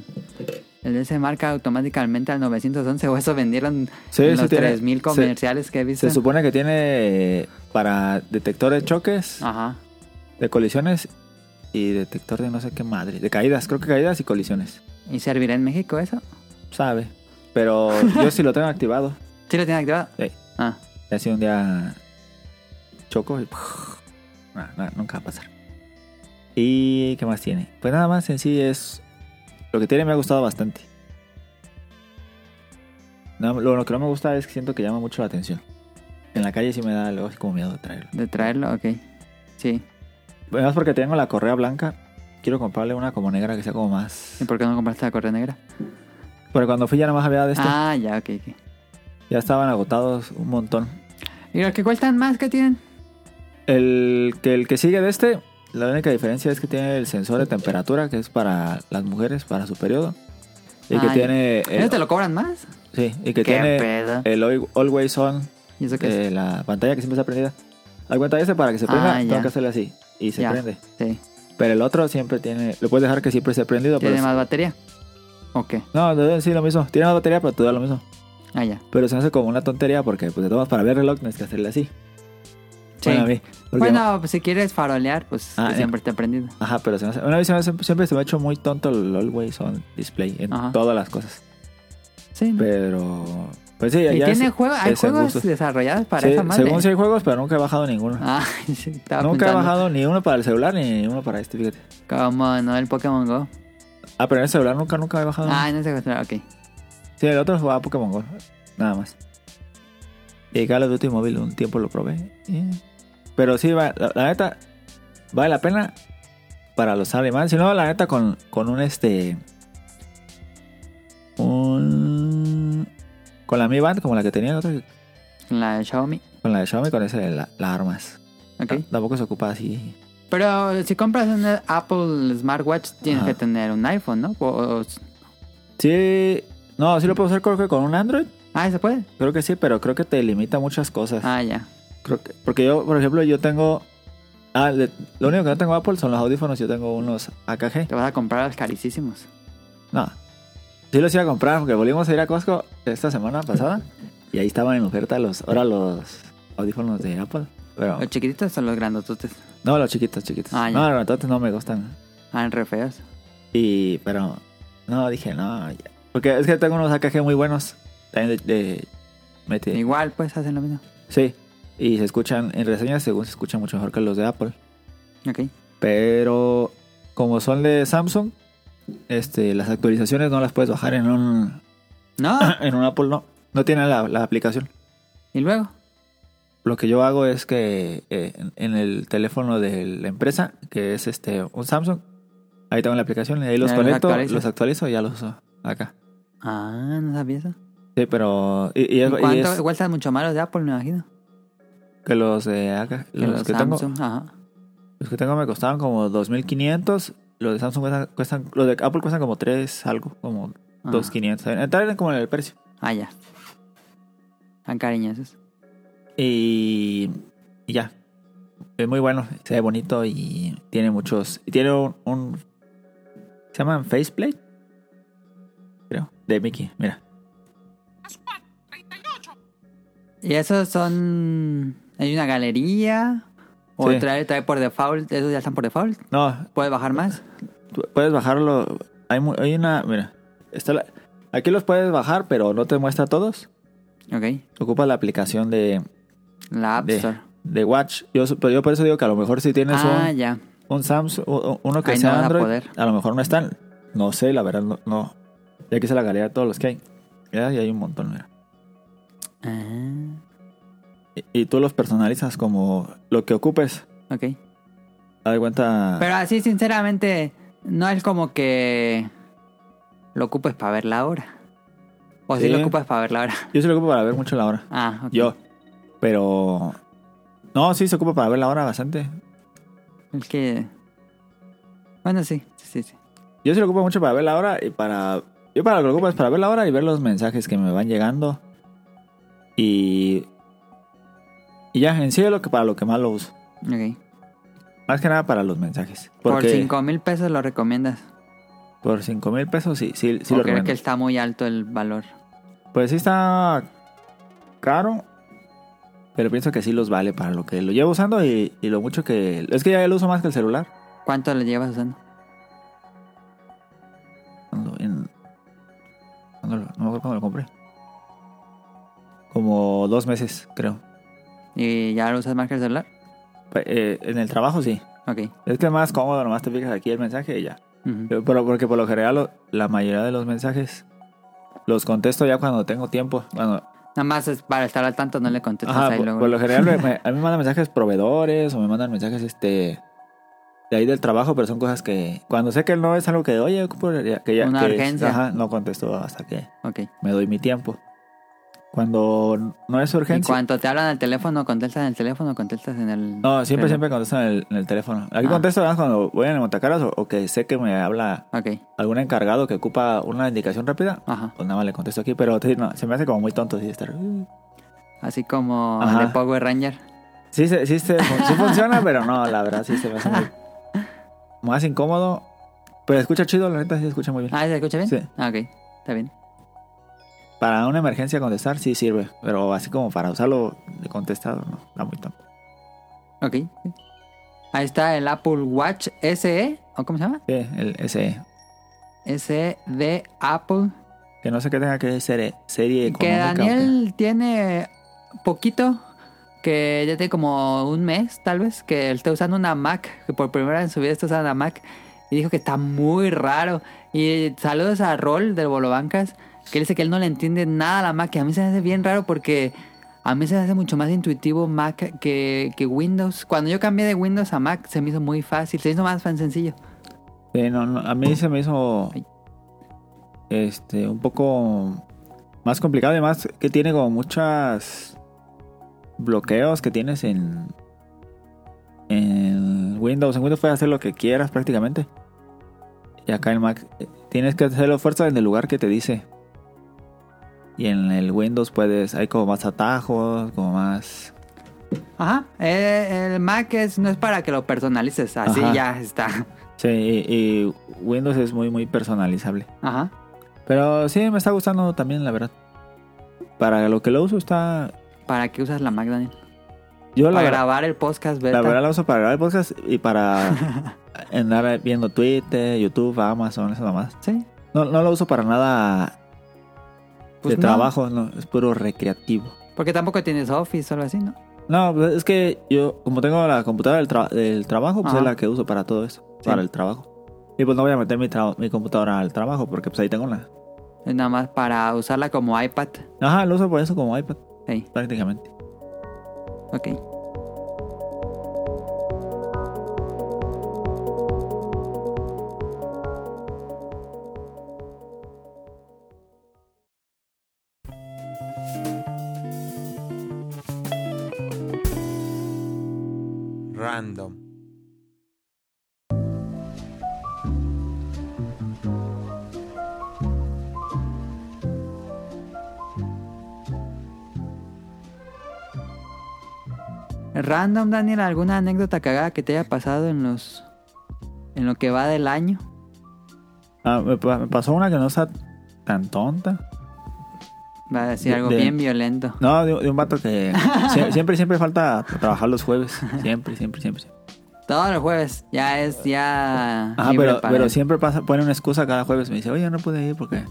Speaker 3: El de se marca automáticamente al 911 o eso vendieron
Speaker 4: Sí,
Speaker 3: en
Speaker 4: sí
Speaker 3: los
Speaker 4: tiene-
Speaker 3: 3000
Speaker 4: se-
Speaker 3: comerciales que he visto.
Speaker 4: Se supone que tiene para detector de choques,
Speaker 3: Ajá.
Speaker 4: de colisiones y detector de no sé qué madre. De caídas, creo que caídas y colisiones.
Speaker 3: ¿Y servirá en México eso?
Speaker 4: Sabe. Pero yo sí lo tengo activado.
Speaker 3: ¿Sí lo tiene activado?
Speaker 4: Sí.
Speaker 3: Ah,
Speaker 4: Y así un día choco y... Nah, nah, nunca va a pasar. ¿Y qué más tiene? Pues nada más en sí es... Lo que tiene me ha gustado bastante. No, lo, lo que no me gusta es que siento que llama mucho la atención. En la calle sí me da luego así como miedo de traerlo.
Speaker 3: de traerlo, ok. Sí.
Speaker 4: Además porque tengo la correa blanca. Quiero comprarle una como negra que sea como más...
Speaker 3: ¿Y por qué no compraste la correa negra?
Speaker 4: Pero cuando fui ya nada más había de esto.
Speaker 3: Ah, ya, ok, ok.
Speaker 4: Ya estaban agotados un montón.
Speaker 3: ¿Y los que cuestan más que tienen?
Speaker 4: El que, el que sigue de este, la única diferencia es que tiene el sensor de temperatura, que es para las mujeres, para su periodo. Y que
Speaker 3: Ah,
Speaker 4: tiene.
Speaker 3: ¿Ellos
Speaker 4: El,
Speaker 3: te lo cobran más?
Speaker 4: sí, y Eh, que
Speaker 3: ¿Qué
Speaker 4: tiene eh,
Speaker 3: pedo?
Speaker 4: el al- Always On
Speaker 3: ¿Y eso qué
Speaker 4: de la pantalla que siempre está prendida. Al cuenta ese para que se prenda,
Speaker 3: Ah,
Speaker 4: tengo
Speaker 3: ya.
Speaker 4: que hacerle así. Y se
Speaker 3: Ya.
Speaker 4: prende.
Speaker 3: es? Sí.
Speaker 4: Pero el otro siempre tiene. Lo puedes dejar que siempre esté prendido, pero.
Speaker 3: ¿Tiene más batería? ¿O qué?
Speaker 4: No, no, sí, lo mismo. Tiene una batería, pero te da lo mismo.
Speaker 3: Ah, ya.
Speaker 4: Pero se me hace como una tontería porque, pues, de tomas para ver reloj, tienes que hacerle así.
Speaker 3: Sí.
Speaker 4: Bueno, a mí. porque-
Speaker 3: Bueno, pues, si quieres farolear, pues
Speaker 4: Ah,
Speaker 3: que
Speaker 4: ya.
Speaker 3: siempre está prendido.
Speaker 4: Ajá, pero se me hace- una vez se me hace- siempre se me ha hecho muy tonto el Always On Display en
Speaker 3: Ajá.
Speaker 4: todas las cosas.
Speaker 3: Sí. ¿no?
Speaker 4: Pero. Pues sí, ya.
Speaker 3: y
Speaker 4: ya
Speaker 3: tiene
Speaker 4: se-
Speaker 3: juego, hay
Speaker 4: es en
Speaker 3: juegos
Speaker 4: gustos.
Speaker 3: desarrollados para
Speaker 4: Sí,
Speaker 3: esa madre.
Speaker 4: Según si hay juegos, pero nunca he bajado ninguno.
Speaker 3: Ah, sí, estaba
Speaker 4: nunca he
Speaker 3: pensando.
Speaker 4: bajado ni uno para el celular ni uno para este, fíjate.
Speaker 3: Como no el Pokémon Go.
Speaker 4: Ah, pero en el celular nunca, nunca he bajado.
Speaker 3: Ah, no se encuentra, ok.
Speaker 4: Sí, el otro jugaba Pokémon Go. Nada más. Y Call of Duty Mobile un tiempo lo probé. y- Pero sí, va- la, la neta, vale la pena para los alemanes. Si no, la neta, con, con un este. Un. Con la Mi Band, como la que tenía el otro.
Speaker 3: La de Xiaomi,
Speaker 4: Con la de Xiaomi, con esa de la- las armas.
Speaker 3: ok.
Speaker 4: T- Tampoco se ocupa así.
Speaker 3: Pero si compras un Apple Smartwatch, tienes
Speaker 4: Ajá.
Speaker 3: que tener un iPhone, ¿no? O- o-
Speaker 4: Sí. No, sí lo puedo usar creo que con un Android.
Speaker 3: Ah, ¿se puede?
Speaker 4: Creo que sí, pero creo que te limita muchas cosas.
Speaker 3: Ah, ya.
Speaker 4: Creo que- porque yo, por ejemplo, yo tengo. Ah, de- lo único que no tengo Apple son los audífonos. Yo tengo unos AKG.
Speaker 3: Te vas a comprar los carísimos.
Speaker 4: No. Sí los iba a comprar porque volvimos a ir a Costco esta semana pasada. Y ahí estaban en oferta los. Ahora los audífonos de Apple. Pero.
Speaker 3: ¿Los chiquititos o los grandototes?
Speaker 4: No, los chiquitos, chiquitos.
Speaker 3: Ah, ya.
Speaker 4: no, los grandotes no me gustan.
Speaker 3: Ah, re feos.
Speaker 4: Y. Pero. No, dije, no. ya. Porque es que tengo unos AKG muy buenos. También de. de- mete-
Speaker 3: Igual, pues, hacen lo mismo.
Speaker 4: Sí. Y se escuchan. En reseñas, según se escuchan mucho mejor que los de Apple.
Speaker 3: Ok.
Speaker 4: Pero como son de Samsung, este, las actualizaciones no las puedes bajar en un,
Speaker 3: No,
Speaker 4: en un Apple, no. No tiene la, la aplicación.
Speaker 3: y luego.
Speaker 4: Lo que yo hago es que eh, en, en el teléfono de la empresa, que es este un Samsung, ahí tengo la aplicación y ahí los
Speaker 3: Ya los
Speaker 4: conecto,
Speaker 3: actualizas.
Speaker 4: los actualizo y ya los uso acá.
Speaker 3: Ah, no sabía eso.
Speaker 4: Sí, pero... Y, y
Speaker 3: ¿Y
Speaker 4: es, y
Speaker 3: cuánto?
Speaker 4: es
Speaker 3: Igual están mucho más los de Apple, me imagino.
Speaker 4: que los de acá,
Speaker 3: Que
Speaker 4: los,
Speaker 3: los
Speaker 4: que tengo,
Speaker 3: Samsung. Ajá.
Speaker 4: los que tengo me costaban como 2.500, los de Samsung cuestan, cuestan- los de Apple cuestan como 3 algo, como
Speaker 3: Ajá.
Speaker 4: 2.500. Entraron como en el precio.
Speaker 3: Ah, ya. Tan cariñosos.
Speaker 4: Y, y ya. Es muy bueno, se ve bonito y tiene muchos. y tiene un. un- se llaman Faceplate. Creo. De Mickey, mira.
Speaker 3: ¿Y esos son. ¿Hay una galería? ¿O
Speaker 4: Sí.
Speaker 3: trae, trae por default? ¿Esos ya están por default?
Speaker 4: No,
Speaker 3: ¿Puedes bajar más?
Speaker 4: tú puedes bajarlo. Hay, mu- hay una. Mira. Está la- aquí los puedes bajar, pero no te muestra todos.
Speaker 3: Ok.
Speaker 4: Ocupa la aplicación de,
Speaker 3: La App
Speaker 4: De-
Speaker 3: Store.
Speaker 4: de Watch. Yo, su- pero yo por eso digo que a lo mejor si tienes
Speaker 3: Ah,
Speaker 4: un,
Speaker 3: ya.
Speaker 4: un Samsung, u- u- uno que
Speaker 3: Ahí no
Speaker 4: sea
Speaker 3: van a
Speaker 4: Android,
Speaker 3: poder.
Speaker 4: a lo mejor no están. No sé, la verdad, no. no. Ya quise la galería de todos los que hay. Ya, y hay un montón, mira.
Speaker 3: Ah,
Speaker 4: Y, y tú los personalizas como lo que ocupes.
Speaker 3: ok.
Speaker 4: Haz de cuenta.
Speaker 3: Pero así, sinceramente, no es como que lo ocupes para ver la hora. O si
Speaker 4: Sí.
Speaker 3: lo ocupas para ver la hora.
Speaker 4: Yo se lo ocupo para ver mucho la hora.
Speaker 3: Ah, ok.
Speaker 4: Yo. Pero. No, sí se ocupa para ver la hora bastante.
Speaker 3: Es que. Bueno, sí, sí, sí, sí.
Speaker 4: Yo se lo ocupo mucho para ver la hora y para. Yo para lo que lo ocupo es para ver la hora y ver los mensajes que me van llegando. Y. Y ya, en sí es lo que para lo que más lo uso.
Speaker 3: Ok.
Speaker 4: Más que nada para los mensajes.
Speaker 3: Por
Speaker 4: Porque
Speaker 3: 5 mil pesos lo recomiendas.
Speaker 4: Por 5 mil pesos, sí, sí, sí
Speaker 3: ¿O
Speaker 4: lo
Speaker 3: crees
Speaker 4: recomiendo.
Speaker 3: que está muy alto el valor?
Speaker 4: Pues sí está caro, pero pienso que sí los vale para lo que lo llevo usando y, y lo mucho que... Es que ya lo uso más que el celular.
Speaker 3: ¿Cuánto le llevas usando?
Speaker 4: Cuando- en- cuando lo- no me acuerdo cuando lo compré. Como dos meses, creo.
Speaker 3: ¿Y ya lo usas más que el celular?
Speaker 4: Pe- eh, en el trabajo sí.
Speaker 3: Ok.
Speaker 4: Es que es más cómodo, nomás te fijas aquí el mensaje y ya.
Speaker 3: Ujú.
Speaker 4: Pero pero porque por lo general lo- la mayoría de los mensajes los contesto ya cuando tengo tiempo. Bueno,
Speaker 3: Nada más es para estar al tanto, no le contestas
Speaker 4: ajá,
Speaker 3: ahí
Speaker 4: por,
Speaker 3: luego.
Speaker 4: por lo general me- me- a mí me mandan mensajes proveedores o me mandan mensajes este de ahí del trabajo, pero son cosas que cuando sé que no es algo que oye, ocupo ya- que ya
Speaker 3: Una
Speaker 4: que es-
Speaker 3: urgencia.
Speaker 4: ajá, no contesto hasta que
Speaker 3: Ok.
Speaker 4: me doy mi tiempo. Cuando no es
Speaker 3: Y
Speaker 4: urgencia.
Speaker 3: cuando te hablan al teléfono, contestas en el teléfono, contestas en el.
Speaker 4: No, siempre,
Speaker 3: reloj?
Speaker 4: siempre contesto en el, en el teléfono. Aquí
Speaker 3: Ah.
Speaker 4: contesto nada más cuando voy en el montacaras o, o que sé que me habla
Speaker 3: Ok,
Speaker 4: algún encargado que ocupa una indicación rápida.
Speaker 3: ajá.
Speaker 4: Pues nada más le contesto aquí, pero sí, no, se me hace como muy tonto sí, estar.
Speaker 3: Así como
Speaker 4: Ajá.
Speaker 3: de Power Ranger.
Speaker 4: Sí, se- sí, se- sí funciona, pero no, la verdad sí se me hace muy- más incómodo. Pero escucha chido, la neta sí escucha muy bien.
Speaker 3: Ah, ¿se escucha bien?
Speaker 4: Sí.
Speaker 3: Ah, ok, está bien.
Speaker 4: Para una emergencia contestar sí sirve, pero así como para usarlo de contestado, no, está muy tonto.
Speaker 3: Ok. Ahí está el Apple Watch SE, ¿o cómo se llama?
Speaker 4: Sí, el SE.
Speaker 3: SE de Apple.
Speaker 4: Que no sé qué tenga que ser eh, serie
Speaker 3: Que
Speaker 4: económica. o qué.
Speaker 3: Daniel tiene poquito, que ya tiene como un mes tal vez, que él está usando una Mac, que por primera vez en su vida está usando una Mac, y dijo que está muy raro. Y saludos a Rol del Bolobancas, que él dice que él no le entiende nada a la Mac, que a mí se me hace bien raro porque a mí se me hace mucho más intuitivo Mac que, que Windows. Cuando yo cambié de Windows a Mac se me hizo muy fácil, se hizo más fan sencillo.
Speaker 4: Sí, Eh, no, no, a mí se me hizo
Speaker 3: Ay.
Speaker 4: este un poco más complicado, además que tiene como muchas bloqueos que tienes en en Windows, en Windows puedes hacer lo que quieras prácticamente. Y acá en Mac eh, tienes que hacerlo fuerza en el lugar que te dice. Y en el Windows puedes hay como más atajos, como más
Speaker 3: Ajá, eh, el Mac es, no es para que lo personalices, así
Speaker 4: Ajá.
Speaker 3: ya está.
Speaker 4: Sí, y- y Windows es muy muy personalizable.
Speaker 3: Ajá.
Speaker 4: Pero sí, me está gustando también, la verdad. Para lo que lo uso está...
Speaker 3: ¿Para qué usas la Mac, Daniel?
Speaker 4: Yo la,
Speaker 3: Para
Speaker 4: verdad,
Speaker 3: grabar el podcast beta.
Speaker 4: la verdad la uso para grabar podcast y para andar viendo Twitter, YouTube, Amazon, eso nomás.
Speaker 3: sí.
Speaker 4: No, no lo uso para nada
Speaker 3: Pues
Speaker 4: de
Speaker 3: no,
Speaker 4: trabajo, no, es puro recreativo.
Speaker 3: Porque tampoco tienes Office o algo así, ¿no?
Speaker 4: No, pues es que yo, como tengo la computadora del, tra- del trabajo, pues
Speaker 3: Ajá.
Speaker 4: es la que uso para todo eso,
Speaker 3: Sí.
Speaker 4: para el trabajo. Y pues no voy a meter mi, tra- mi computadora al trabajo porque pues ahí tengo una.
Speaker 3: Es nada más para usarla como iPad.
Speaker 4: Ajá, lo uso por eso como iPad
Speaker 3: Ey,
Speaker 4: prácticamente.
Speaker 3: ok.
Speaker 1: Random.
Speaker 3: Random, Daniel, ¿alguna anécdota cagada que te haya pasado en los. en lo que va del año?
Speaker 4: Ah, me, pa- me pasó una que no está tan tonta.
Speaker 3: Va a decir
Speaker 4: De-
Speaker 3: algo
Speaker 4: de-
Speaker 3: bien violento.
Speaker 4: No, de, de un vato que sie- siempre, siempre falta trabajar los jueves. Siempre, siempre, siempre. siempre.
Speaker 3: Todos los jueves. Ya es, ya.
Speaker 4: Ajá,
Speaker 3: libre
Speaker 4: Ah, pero,
Speaker 3: para
Speaker 4: pero
Speaker 3: él.
Speaker 4: siempre pasa, pone una excusa cada jueves. Me dice, oye, no pude ir porque...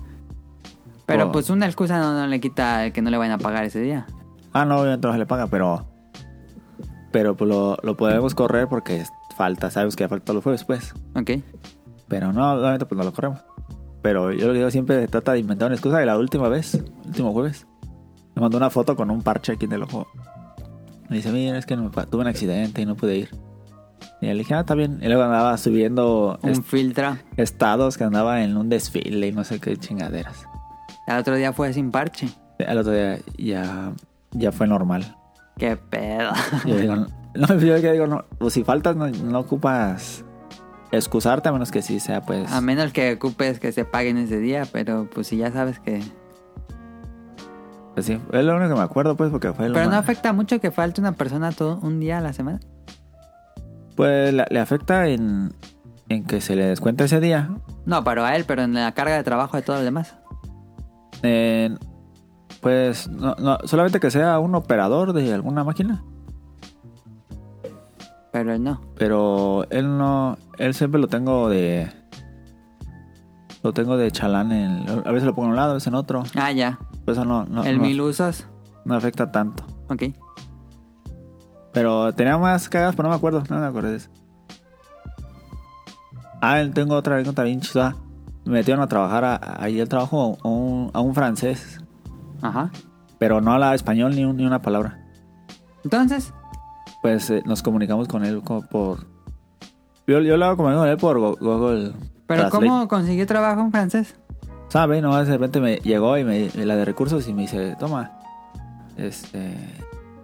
Speaker 3: Pero
Speaker 4: Oh.
Speaker 3: pues una excusa no, no le quita el que no le vayan a pagar ese día.
Speaker 4: Ah, no, obviamente no se le paga, pero... Pero pues, lo, lo podemos correr porque es- falta, sabes que falta los jueves, pues.
Speaker 3: Ok.
Speaker 4: Pero no, obviamente pues no lo corremos. Pero yo lo digo siempre, trata de inventar una excusa. Y la última vez, el último jueves, me mandó una foto con un parche aquí en el ojo. Me dice, mira, es que no- tuve un accidente y no pude ir. Y le dije, ah, está bien. Y luego andaba subiendo
Speaker 3: Un
Speaker 4: est-
Speaker 3: filtro.
Speaker 4: estados que andaba en un desfile y no sé qué chingaderas.
Speaker 3: Al otro día fue sin parche.
Speaker 4: Al otro día ya, ya fue normal.
Speaker 3: Qué pedo.
Speaker 4: Yo digo, no, yo que digo, no, pues si faltas, no, no ocupas excusarte a menos que sí sea, pues.
Speaker 3: A menos que ocupes que se paguen ese día, pero pues si ya sabes que...
Speaker 4: pues sí, es lo único que me acuerdo, pues, porque fue lo
Speaker 3: Pero no
Speaker 4: más-
Speaker 3: afecta mucho que falte una persona todo un día a la semana.
Speaker 4: Pues la- le afecta en, en que se le descuenta ese día,
Speaker 3: No, para él, pero en la carga de trabajo de todos los demás.
Speaker 4: Eh, pues no, no, solamente que sea un operador de alguna máquina.
Speaker 3: Pero él no.
Speaker 4: Pero él no. Él siempre lo tengo de. Lo tengo de chalán. En, a veces lo pongo en un lado, a veces en otro.
Speaker 3: Ah, ya.
Speaker 4: Por eso no, no,
Speaker 3: el
Speaker 4: no-
Speaker 3: mil usas.
Speaker 4: no afecta tanto.
Speaker 3: Ok.
Speaker 4: Pero tenía más cagas, pero no me acuerdo. No me acuerdo de eso. Ah, tengo otra vez contra bien chistosa. Me metieron a trabajar a- ahí al trabajo a un, a un francés.
Speaker 3: Ajá.
Speaker 4: Pero no hablaba español ni, un- ni una palabra.
Speaker 3: Entonces,
Speaker 4: pues eh, nos comunicamos con él como por. Yo, yo hago con él por Go- Google.
Speaker 3: ¿pero
Speaker 4: Translate.
Speaker 3: cómo consiguió trabajo en francés?
Speaker 4: ¿Sabe? Nomás de repente me llegó y me la de recursos y me dice: Toma, este.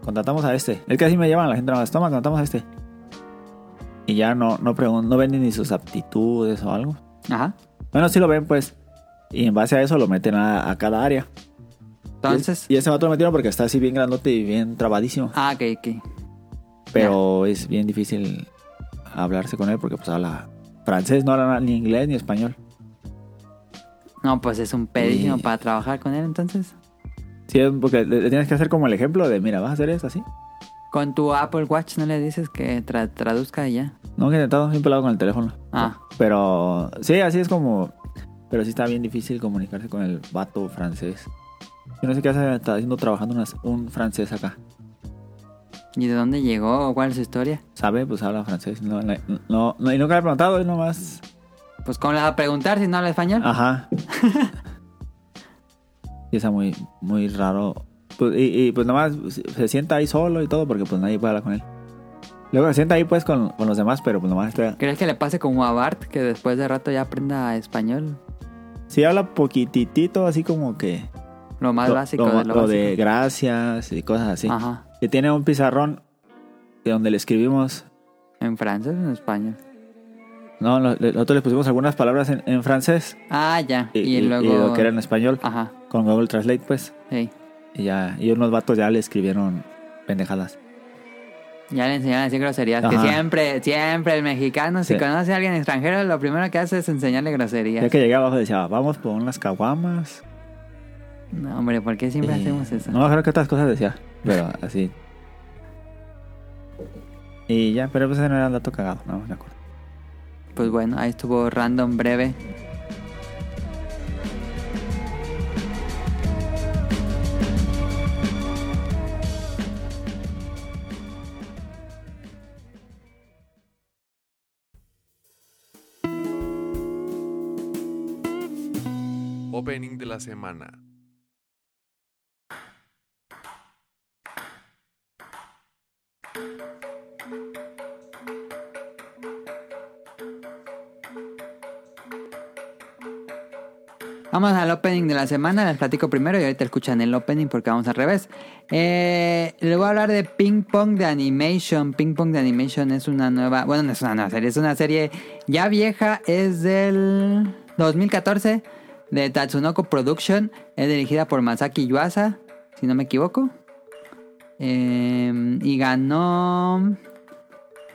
Speaker 4: Contratamos a este. Es que así me llevan la gente nomás: Toma, contratamos a este. Y ya no, no, pregun- no ven ni sus aptitudes o algo.
Speaker 3: Ajá.
Speaker 4: Bueno, sí lo ven, pues. Y en base a eso lo meten a, a cada área.
Speaker 3: Entonces.
Speaker 4: Y, y ese vato lo metieron porque está así bien grandote y bien trabadísimo.
Speaker 3: Ah, ok, ok.
Speaker 4: Pero es bien difícil hablarse con él porque pues habla francés, no habla ni inglés ni español.
Speaker 3: No, pues es un pedísimo
Speaker 4: Y-
Speaker 3: para trabajar con él entonces.
Speaker 4: Sí, es porque le, le tienes que hacer como el ejemplo de, mira, vas a hacer esto así.
Speaker 3: Con tu Apple Watch no le dices que tra- traduzca y ya.
Speaker 4: No he intentado, siempre lo hago con el teléfono.
Speaker 3: Ah,
Speaker 4: Pero sí, así es como... Pero sí está bien difícil comunicarse con el vato francés. Yo no sé qué hace, está haciendo trabajando unas- un francés acá.
Speaker 3: ¿y de dónde llegó o cuál es su historia?
Speaker 4: ¿Sabe? Pues habla francés. No, no, no- no- y nunca le he preguntado, es nomás...
Speaker 3: Pues ¿cómo le vas a preguntar si no habla español?
Speaker 4: Ajá. y está muy, muy raro. Pues, y, y, pues nomás se sienta ahí solo y todo porque pues nadie puede hablar con él. Luego se sienta ahí pues con, con los demás, pero pues nomás está...
Speaker 3: ¿Crees que le pase como a Bart que después de rato ya aprenda español?
Speaker 4: Sí habla poquititito así como que...
Speaker 3: Lo más
Speaker 4: lo-
Speaker 3: básico
Speaker 4: lo,
Speaker 3: de lo,
Speaker 4: lo
Speaker 3: básico.
Speaker 4: de gracias y cosas así.
Speaker 3: Ajá.
Speaker 4: Que tiene un pizarrón de donde le escribimos...
Speaker 3: ¿En francés o en español?
Speaker 4: No, lo- le- nosotros le pusimos algunas palabras en, en francés
Speaker 3: Ah, ya.
Speaker 4: y,
Speaker 3: Y,
Speaker 4: y- y
Speaker 3: luego... Ah.
Speaker 4: lo que era en español
Speaker 3: Ajá,
Speaker 4: con Google Translate pues.
Speaker 3: sí.
Speaker 4: Y ya, y unos vatos ya le escribieron pendejadas.
Speaker 3: Ya le enseñaron a decir groserías. Que
Speaker 4: Ajá.
Speaker 3: siempre, siempre el mexicano, si
Speaker 4: Sí.
Speaker 3: conoce a alguien extranjero, lo primero que hace es enseñarle groserías.
Speaker 4: Ya que llegué abajo decía, vamos por unas caguamas.
Speaker 3: No, hombre, ¿por qué siempre
Speaker 4: Y-
Speaker 3: hacemos eso?
Speaker 4: Eh, No me acuerdo qué otras cosas decía, pero así. Y ya, pero pues ese no era el dato cagado, no me acuerdo.
Speaker 3: Pues bueno, ahí estuvo random breve.
Speaker 5: Opening de la semana.
Speaker 3: Vamos al opening de la semana, les platico primero y ahorita escuchan el opening porque vamos al revés. Eh, le voy a hablar de Ping Pong de Animation. Ping Pong de Animation es una nueva, bueno, no es una nueva serie, es una serie ya vieja, es del 2014 de Tatsunoko Production, es dirigida por Masaki Yuasa, si no me equivoco. Eh, y ganó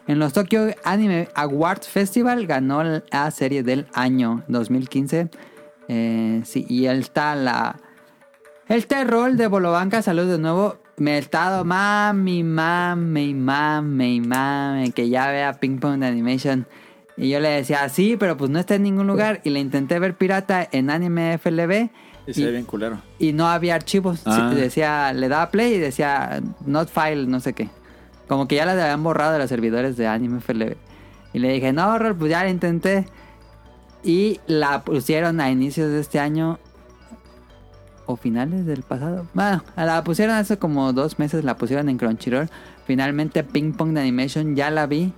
Speaker 3: en los Tokyo Anime Awards Festival ganó la serie del año 2015. Eh, sí, y él está la. Este rol de Bolobanca, salud de nuevo. Me he estado mami, mami, mami, mami, que ya vea Ping Pong de Animation. Y yo le decía, sí, pero pues no está en ningún lugar. Y le intenté ver pirata en anime FLB.
Speaker 4: Y
Speaker 3: se ve
Speaker 4: bien culero.
Speaker 3: Y no había archivos.
Speaker 4: Ah.
Speaker 3: Sí, decía, le daba play y decía not file, no sé qué. Como que ya las habían borrado de los servidores de Anime FLB. Y le dije, no, Rol, pues ya la intenté. Y la pusieron a inicios de este año. O finales del pasado. Bueno, la pusieron hace como dos meses, la pusieron en Crunchyroll. Finalmente Ping Pong de Animation, ya la vi.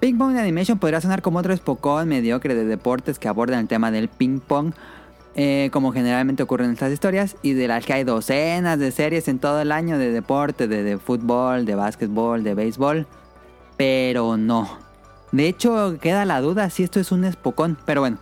Speaker 3: Ping Pong de Animation podría sonar como otro espocón mediocre de deportes que abordan el tema del ping pong, eh, como generalmente ocurre en estas historias, y de las que hay docenas de series en todo el año de deporte, de, de fútbol, de básquetbol, de béisbol, pero no. De hecho, queda la duda si esto es un espocón, pero bueno.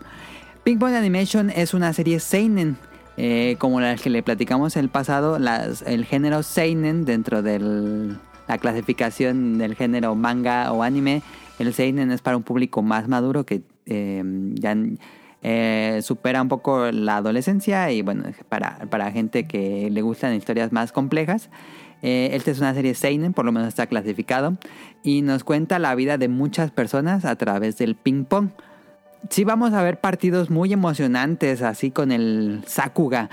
Speaker 3: Ping Pong Animation es una serie seinen. eh, como las que le platicamos en el pasado, las- el género seinen dentro de la clasificación del género manga o anime, el seinen es para un público más maduro que eh, ya eh, supera un poco la adolescencia y bueno, para, para gente que le gustan historias más complejas. Eh, esta es una serie Seinen, por lo menos está clasificado, y nos cuenta la vida de muchas personas a través del ping pong. Sí vamos a ver partidos muy emocionantes, así con el Sakuga,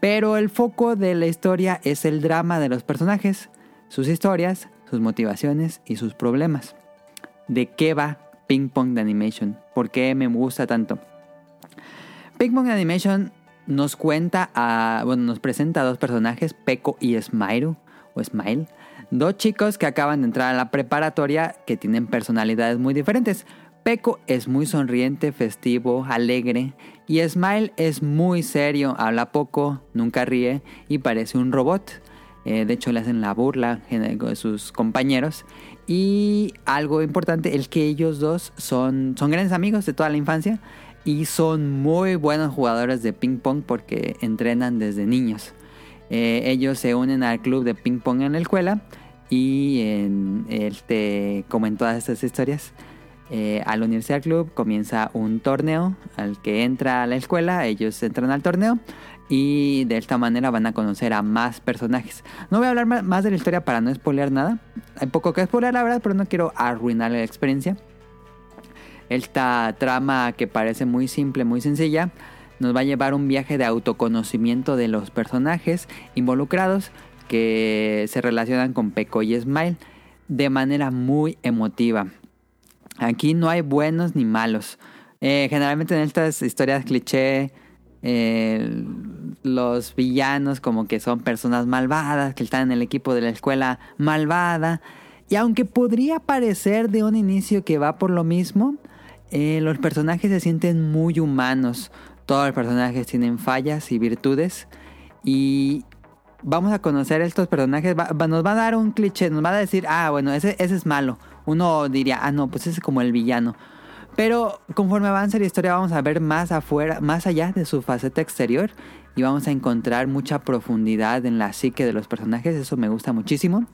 Speaker 3: pero el foco de la historia es el drama de los personajes, sus historias, sus motivaciones y sus problemas. ¿De qué va Ping Pong de Animation? ¿Por qué me gusta tanto? Ping Pong Animation nos cuenta a. Bueno, nos presenta a dos personajes, Peco y Smile, o Smile. Dos chicos que acaban de entrar a la preparatoria que tienen personalidades muy diferentes. Peco es muy sonriente, festivo, alegre. Y Smile es muy serio, habla poco, nunca ríe y parece un robot. Eh, de hecho, le hacen la burla gen- con sus compañeros. Y algo importante, el que ellos dos son, son grandes amigos de toda la infancia y son muy buenos jugadores de ping pong porque entrenan desde niños. Eh, ellos se unen al club de ping pong en la escuela y en este, como en todas estas historias, eh, al unirse al club comienza un torneo al que entra a la escuela, ellos entran al torneo y de esta manera van a conocer a más personajes. No voy a hablar ma- más de la historia para no spoilear nada. Hay poco que spoilear, la verdad, pero no quiero arruinar la experiencia. Esta trama que parece muy simple, muy sencilla, nos va a llevar un viaje de autoconocimiento de los personajes involucrados que se relacionan con Peco y Smile de manera muy emotiva. Aquí no hay buenos ni malos. Eh, generalmente en estas historias cliché, eh, los villanos como que son personas malvadas, que están en el equipo de la escuela malvada. Y aunque podría parecer de un inicio que va por lo mismo, eh, los personajes se sienten muy humanos. Todos los personajes tienen fallas y virtudes. Y vamos a conocer estos personajes. va- va- nos va a dar un cliché, nos va a decir, ah, bueno, ese, ese es malo. Uno diría, ah, no, pues ese es como el villano. Pero conforme avance la historia vamos a ver más afuera, más allá de su faceta exterior y vamos a encontrar mucha profundidad en la psique de los personajes, eso me gusta muchísimo.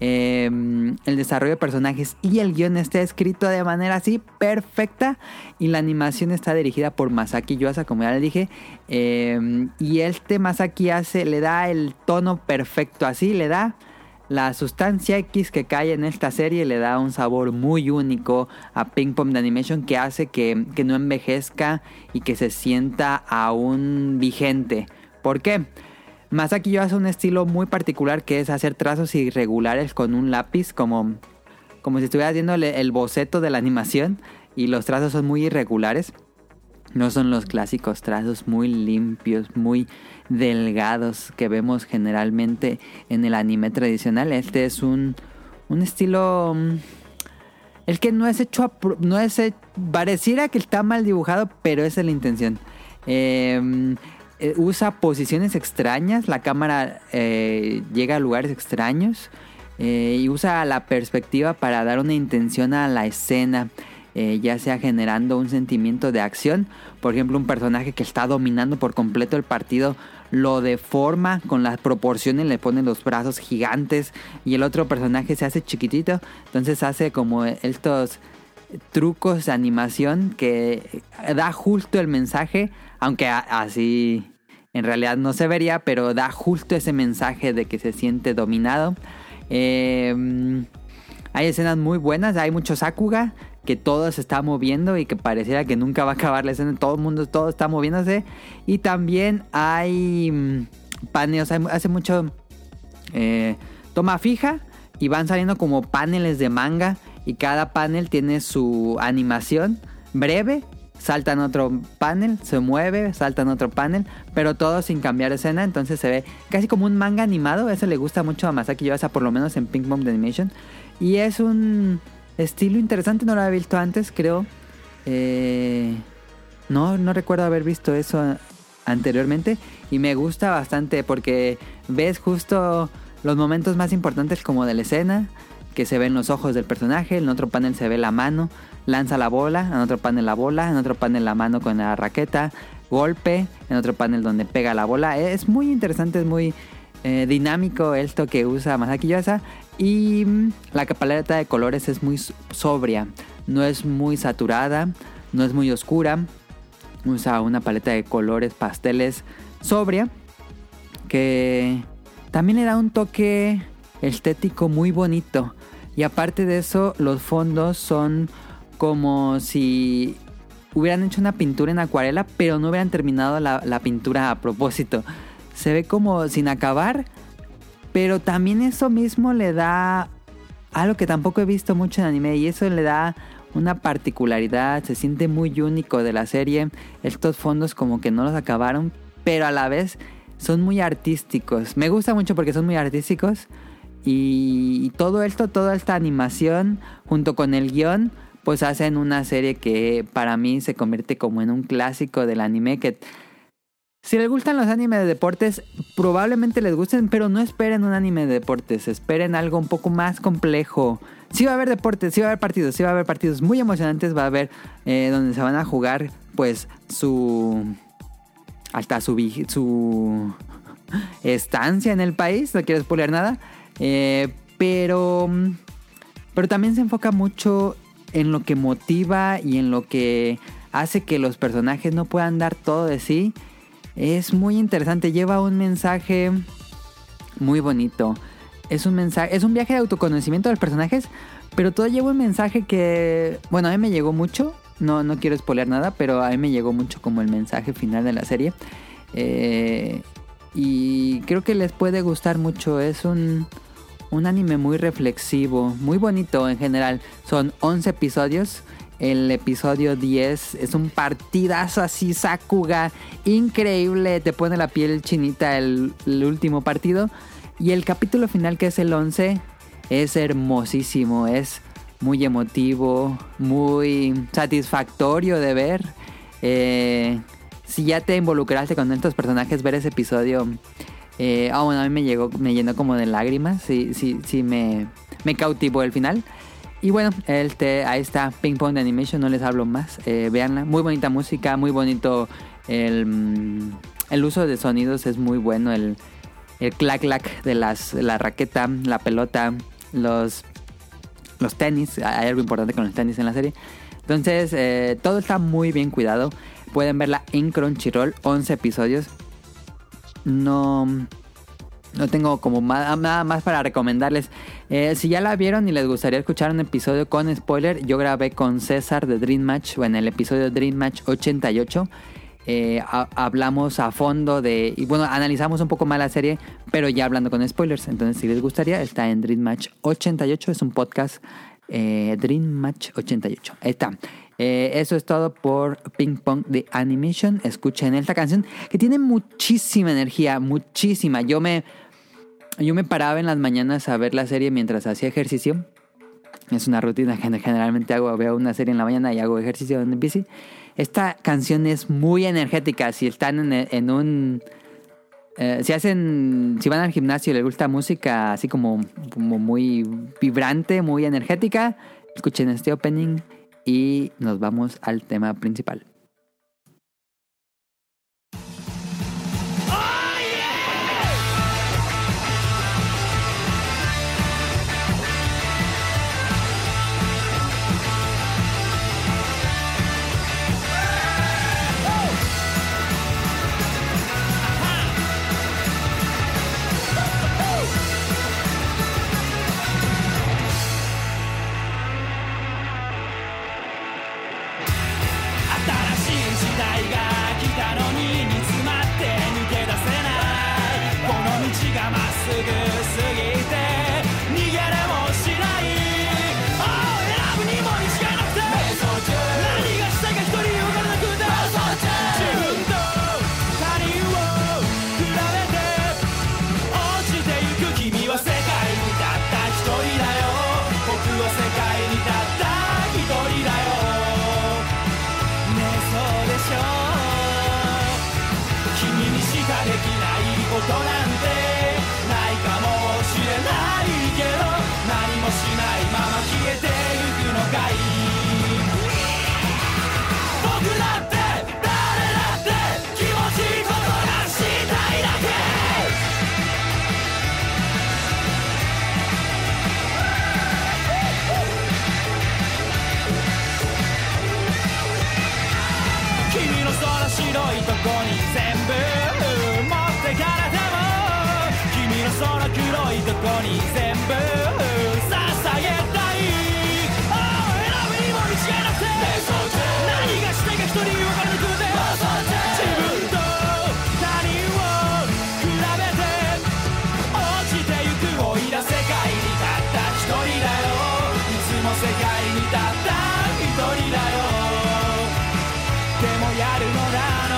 Speaker 3: Eh, el desarrollo de personajes y el guión está escrito de manera así perfecta y la animación está dirigida por Masaki Yuasa, como ya le dije, Eh, y este Masaki hace, le da el tono perfecto así, le da la sustancia X que cae en esta serie le da un sabor muy único a Ping Pong de Animation que hace que, que no envejezca y que se sienta aún vigente. ¿Por qué? Masaki yo hace un estilo muy particular que es hacer trazos irregulares con un lápiz, como, como si estuviera haciendo el- el boceto de la animación y los trazos son muy irregulares. No son los clásicos trazos muy limpios, muy delgados que vemos generalmente en el anime tradicional. Este es un, un estilo... mm, El que no es hecho... a pro- No es he- pareciera que está mal dibujado, pero esa es la intención. Eh, eh, usa posiciones extrañas, la cámara eh, llega a lugares extraños eh, y usa la perspectiva para dar una intención a la escena, eh, ya sea generando un sentimiento de acción, por ejemplo un personaje que está dominando por completo el partido lo deforma con las proporciones, le pone los brazos gigantes y el otro personaje se hace chiquitito, entonces hace como estos trucos de animación que da justo el mensaje, aunque a- así en realidad no se vería, pero da justo ese mensaje de que se siente dominado. Eh, hay escenas muy buenas, hay mucho Sakuga que todo se está moviendo y que pareciera que nunca va a acabar la escena, todo el mundo, todo está moviéndose. Y también hay mm, paneos, hay- hace mucho eh, toma fija y van saliendo como paneles de manga y cada panel tiene su animación breve. Saltan otro panel, se mueve, saltan otro panel, pero todo sin cambiar de escena, entonces se ve casi como un manga animado, eso le gusta mucho a Masaki Yuasa, por lo menos en Pink Bomb Animation, y es un estilo interesante, no lo había visto antes, creo, eh, no, no recuerdo haber visto eso anteriormente y me gusta bastante porque ves justo los momentos más importantes como de la escena, que se ven los ojos del personaje, en otro panel se ve la mano, lanza la bola, en otro panel la bola, en otro panel la mano con la raqueta, golpe, en otro panel donde pega la bola. E, Es muy interesante, es muy eh, dinámico esto que usa Masaki Yuasa y mm, la paleta de colores es muy s- sobria, no es muy saturada, no es muy oscura. usa una paleta de colores pasteles sobria que también le da un toque estético muy bonito. Y aparte de eso, los fondos son como si hubieran hecho una pintura en acuarela, pero no hubieran terminado la, la pintura a propósito. Se ve como sin acabar, pero también eso mismo le da algo que tampoco he visto mucho en anime y eso le da una particularidad, se siente muy único de la serie. Estos fondos como que no los acabaron, pero a la vez son muy artísticos. Me gusta mucho porque son muy artísticos y, y todo esto, toda esta animación junto con el guión, pues hacen una serie que para mí se convierte como en un clásico del anime que si les gustan los animes de deportes, probablemente les gusten, pero no esperen un anime de deportes, esperen algo un poco más complejo. Sí va a haber deportes, sí va a haber partidos, sí va a haber partidos muy emocionantes, va a haber eh, donde se van a jugar pues su... hasta su... vi- su estancia en el país, no quiero spoiler nada, eh, pero... mm, pero también se enfoca mucho en lo que motiva y en lo que hace que los personajes no puedan dar todo de sí. Es muy interesante, lleva un mensaje muy bonito. Es un mensaje, es un viaje de autoconocimiento de los personajes, pero todo lleva un mensaje que, bueno, a mí me llegó mucho. No, no quiero spoiler nada, pero a mí me llegó mucho como el mensaje final de la serie. Eh, y creo que les puede gustar mucho. Es un, un anime muy reflexivo, muy bonito en general. Son 11 episodios. El episodio 10 es un partidazo así, Sakuga, increíble. Te pone la piel chinita el, el último partido. Y el capítulo final, que es el 11, es hermosísimo. Es muy emotivo, muy satisfactorio de ver. Eh, si ya te involucraste con estos personajes, ver ese episodio eh, ah, bueno, a mí me llegó, me llenó como de lágrimas. Sí, sí, sí, me, me cautivó el final. Y bueno, este, ahí está Ping Pong de Animation, no les hablo más. Eh, véanla. Muy bonita música, muy bonito. El, mm, el uso de sonidos es muy bueno. El, el clac clac de las, la raqueta, la pelota, los, los tenis. Hay algo importante con los tenis en la serie. Entonces, eh, todo está muy bien cuidado. Pueden verla en Crunchyroll, 11 episodios no, no tengo como ma- ah, nada más para recomendarles. Eh, si ya la vieron y les gustaría escuchar un episodio con spoiler, yo grabé con César de Dream Match o en el episodio Dream Match 88. Eh, ha- hablamos a fondo de. Y bueno, analizamos un poco más la serie, pero ya hablando con spoilers. Entonces, si les gustaría, está en Dream Match 88. Es un podcast eh, Dream Match 88. Ahí está. Eh, eso es todo por Ping Pong de Animation. Escuchen esta canción que tiene muchísima energía, muchísima. Yo me, yo me paraba en las mañanas a ver la serie mientras hacía ejercicio. Es una rutina que generalmente hago. Veo una serie en la mañana y hago ejercicio en bici. Esta canción es muy energética. Si están en, en un. eh, si hacen. Si van al gimnasio y les gusta música así como, como muy vibrante, muy energética, escuchen este opening y nos vamos al tema principal.
Speaker 6: 「新とこに全部捧げたいああ選びにも違いなくて何がしたいか一人分からなくて自分と他人を比べて落ちてゆくおいな世界にたった一人だよいつも世界にたった一人だよでもやるのだあ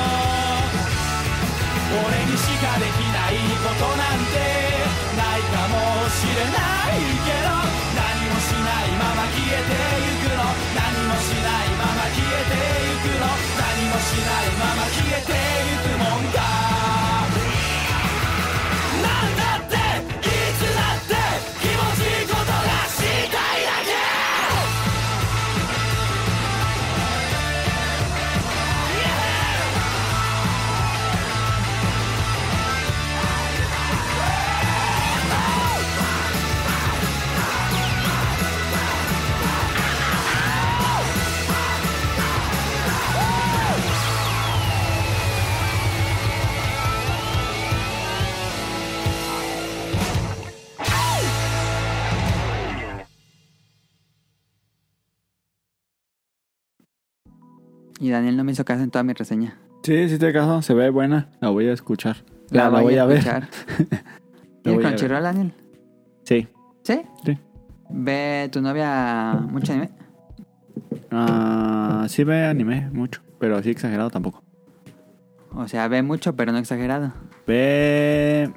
Speaker 6: の俺にしかできないことなんてないかもしれないけど何もしないまま消えてゆくの何もしないまま消えてゆくの何もしないまま消えてゆくもんかなんだっていつだって気持ちいいことがしたいだけ
Speaker 3: Y Daniel no me hizo caso en toda mi reseña.
Speaker 4: Sí, sí te caso, se ve buena. La voy a escuchar. La, la
Speaker 3: voy
Speaker 4: voy a ver.
Speaker 3: escuchar.
Speaker 4: La
Speaker 3: ¿Tienes
Speaker 4: voy a
Speaker 3: Crunchyroll, Daniel?
Speaker 4: Sí.
Speaker 3: ¿Sí?
Speaker 4: Sí.
Speaker 3: ¿Ve tu novia mucho anime?
Speaker 4: Ah, sí me animé mucho, pero así exagerado tampoco.
Speaker 3: O sea, ve mucho, pero no exagerado.
Speaker 4: Ve...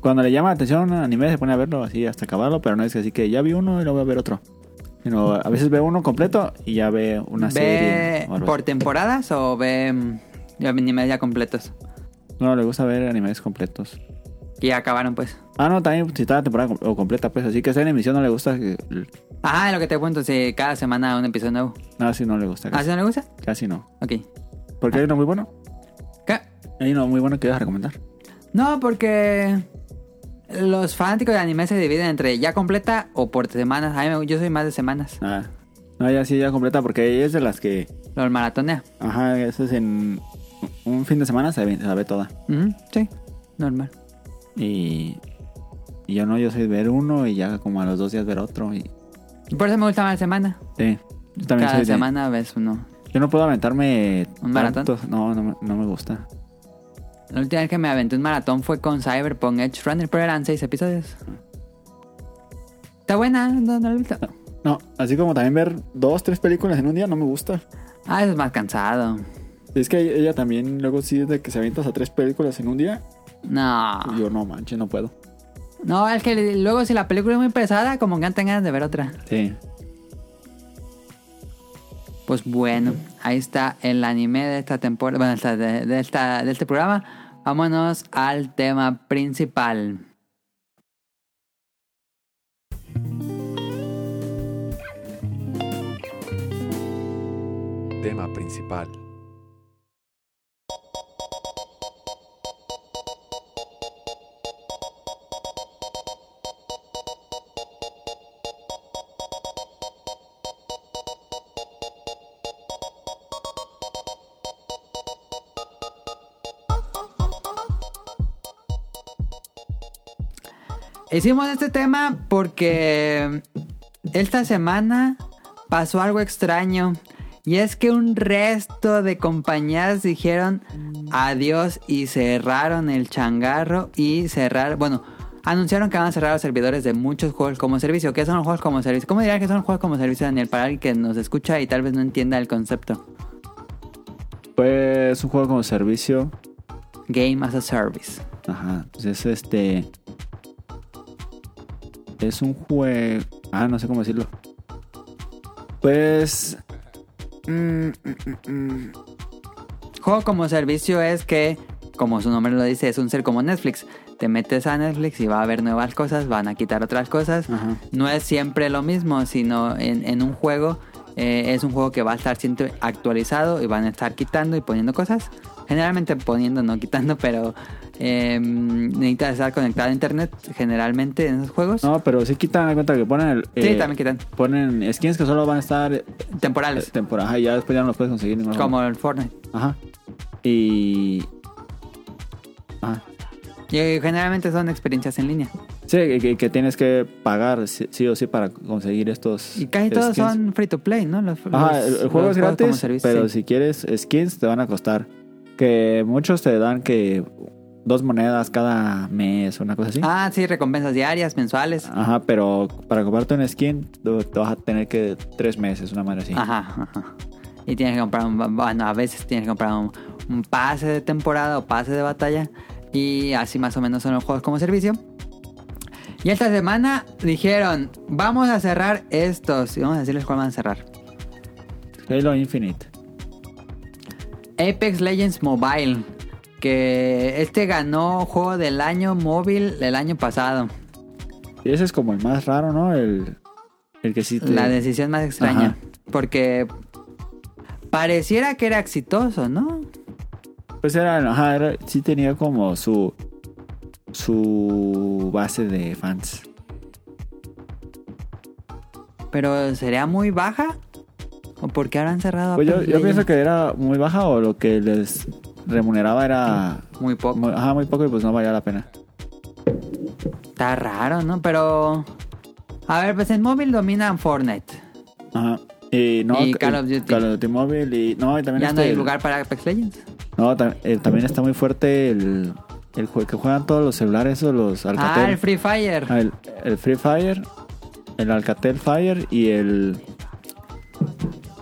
Speaker 4: Cuando le llama la atención a un anime se pone a verlo así hasta acabarlo, pero no es así que ya vi uno y luego voy a ver otro. Sino a veces ve uno completo y ya ve una
Speaker 3: ¿Ve
Speaker 4: serie. o algo
Speaker 3: por
Speaker 4: así.
Speaker 3: temporadas o ve mm, ya animes ya completos?
Speaker 4: No, le gusta ver animes completos.
Speaker 3: Y ya acabaron, pues.
Speaker 4: Ah, no, también si está la temporada com- o completa, pues así que esa en emisión no le gusta. eh, que-
Speaker 3: Ah, lo que te cuento, si cada semana un episodio nuevo.
Speaker 4: Ah, sí, no le gusta.
Speaker 3: ¿Ah,
Speaker 4: Casi,
Speaker 3: si no le gusta?
Speaker 4: casi no.
Speaker 3: Ok.
Speaker 4: Porque hay uno muy bueno.
Speaker 3: ¿Qué?
Speaker 4: Hay uno muy bueno que ibas a recomendar.
Speaker 3: No, porque los fanáticos de anime se dividen entre ya completa o por semanas. A mí me- yo soy más de semanas.
Speaker 4: Ah, no, ya sí, ya completa, porque es de las que.
Speaker 3: Los maratonea.
Speaker 4: Ajá, eso es en un fin de semana, se ve, se la ve toda.
Speaker 3: Ujú, sí, normal.
Speaker 4: Y, y yo no, yo soy ver uno y ya como a los dos días ver otro. Y,
Speaker 3: Y por eso me gusta más la semana.
Speaker 4: sí, yo también
Speaker 3: Cada
Speaker 4: soy de-
Speaker 3: semana ves uno.
Speaker 4: Yo no puedo aventarme.
Speaker 3: ¿Un maratón?
Speaker 4: tantos- No, no, me- no me gusta.
Speaker 3: La última vez que me aventé un maratón fue con Cyberpunk Edge Runner, pero eran seis episodios. Está buena, no, no la he visto.
Speaker 4: No, así como también ver dos, tres películas en un día no me gusta.
Speaker 3: Ah, eso es más cansado.
Speaker 4: Es que ella también luego sí es de que se avientas a tres películas en un día.
Speaker 3: No.
Speaker 4: Y yo no manches, no puedo.
Speaker 3: No, es que luego si la película es muy pesada, como que tengan ganas de ver otra.
Speaker 4: Sí.
Speaker 3: Pues bueno, ahí está el anime de esta temporada, bueno, esta- de, de esta, de este programa. Vámonos al tema principal.
Speaker 5: Tema principal.
Speaker 3: Hicimos este tema porque esta semana pasó algo extraño. Y es que un resto de compañías dijeron adiós y cerraron el changarro y cerraron, bueno, anunciaron que van a cerrar los servidores de muchos juegos como servicio. ¿Qué son los juegos como servicio? ¿Cómo dirían que son los juegos como servicio, Daniel? Para alguien que nos escucha y tal vez no entienda el concepto.
Speaker 4: Pues un juego como servicio.
Speaker 3: Game as a Service.
Speaker 4: Ajá. Pues es este. Es un juego. Ah, no sé cómo decirlo. Pues. mm, mm, mm, mm.
Speaker 3: Juego como servicio es que, como su nombre lo dice, es un ser como Netflix. Te metes a Netflix y va a haber nuevas cosas, van a quitar otras cosas.
Speaker 4: Ajá.
Speaker 3: No es siempre lo mismo, sino en, en un juego eh, es un juego que va a estar siempre actualizado y van a estar quitando y poniendo cosas. Generalmente poniendo, no quitando, pero eh, necesitas estar conectado a internet generalmente en esos juegos.
Speaker 4: No, pero sí quitan la cuenta que ponen. El,
Speaker 3: sí,
Speaker 4: eh,
Speaker 3: también quitan.
Speaker 4: Ponen skins que solo van a estar eh,
Speaker 3: Temporales,
Speaker 4: temporada. Ajá, y ya después ya no los puedes conseguir ningún
Speaker 3: como el Fortnite.
Speaker 4: Ajá. Y. Ajá.
Speaker 3: Y generalmente son eh, experiencias en línea.
Speaker 4: Sí, y que, que tienes que pagar sí, sí o sí para conseguir estos.
Speaker 3: Y casi todos
Speaker 4: skins.
Speaker 3: son free to play, ¿no? Los,
Speaker 4: Ajá,
Speaker 3: los-
Speaker 4: el, el
Speaker 3: los
Speaker 4: juego
Speaker 3: juegos
Speaker 4: es
Speaker 3: como
Speaker 4: gratis,
Speaker 3: servicio,
Speaker 4: pero
Speaker 3: sí.
Speaker 4: si quieres skins te van a costar. Que muchos te dan que dos monedas cada mes, una cosa así.
Speaker 3: Ah, sí, recompensas diarias, mensuales.
Speaker 4: Ajá, pero para comprarte un skin tú- te vas a tener que tres meses, una madre así.
Speaker 3: Ajá, ajá. Y tienes que comprar un... Bueno, a veces tienes que comprar un, un pase de temporada o pase de batalla. Y así más o menos son los juegos como servicio. Y esta semana dijeron, vamos a cerrar estos. Y vamos a decirles cuál van a cerrar.
Speaker 4: Halo Infinite.
Speaker 3: Apex Legends Mobile. Que este ganó juego del año móvil del año pasado.
Speaker 4: Y ese es como el más raro, ¿no? El, el que sí te...
Speaker 3: La decisión más extraña.
Speaker 4: Ajá.
Speaker 3: Porque pareciera que era exitoso, ¿no?
Speaker 4: Pues era, ajá, era- sí tenía como su... Su base de fans.
Speaker 3: Pero ¿sería muy baja? ¿O por qué habrán cerrado
Speaker 4: Pues yo,
Speaker 3: Apex
Speaker 4: yo pienso
Speaker 3: Legends?
Speaker 4: que era muy baja o lo que les remuneraba era...
Speaker 3: Muy poco.
Speaker 4: Muy, ajá, muy poco y pues no valía la pena.
Speaker 3: Está raro, ¿no? Pero... A ver, pues en móvil dominan Fortnite.
Speaker 4: Ajá. Y, no,
Speaker 3: Y
Speaker 4: el-
Speaker 3: Call of Duty.
Speaker 4: Call of Duty Mobile y... No, y también
Speaker 3: Ya no
Speaker 4: este-
Speaker 3: hay lugar para Apex Legends.
Speaker 4: No, ta- eh, también está muy fuerte el, el jue- que juegan todos los celulares o los Alcatel.
Speaker 3: Ah, el Free Fire.
Speaker 4: Ah, el, el Free Fire, el Alcatel Fire y el...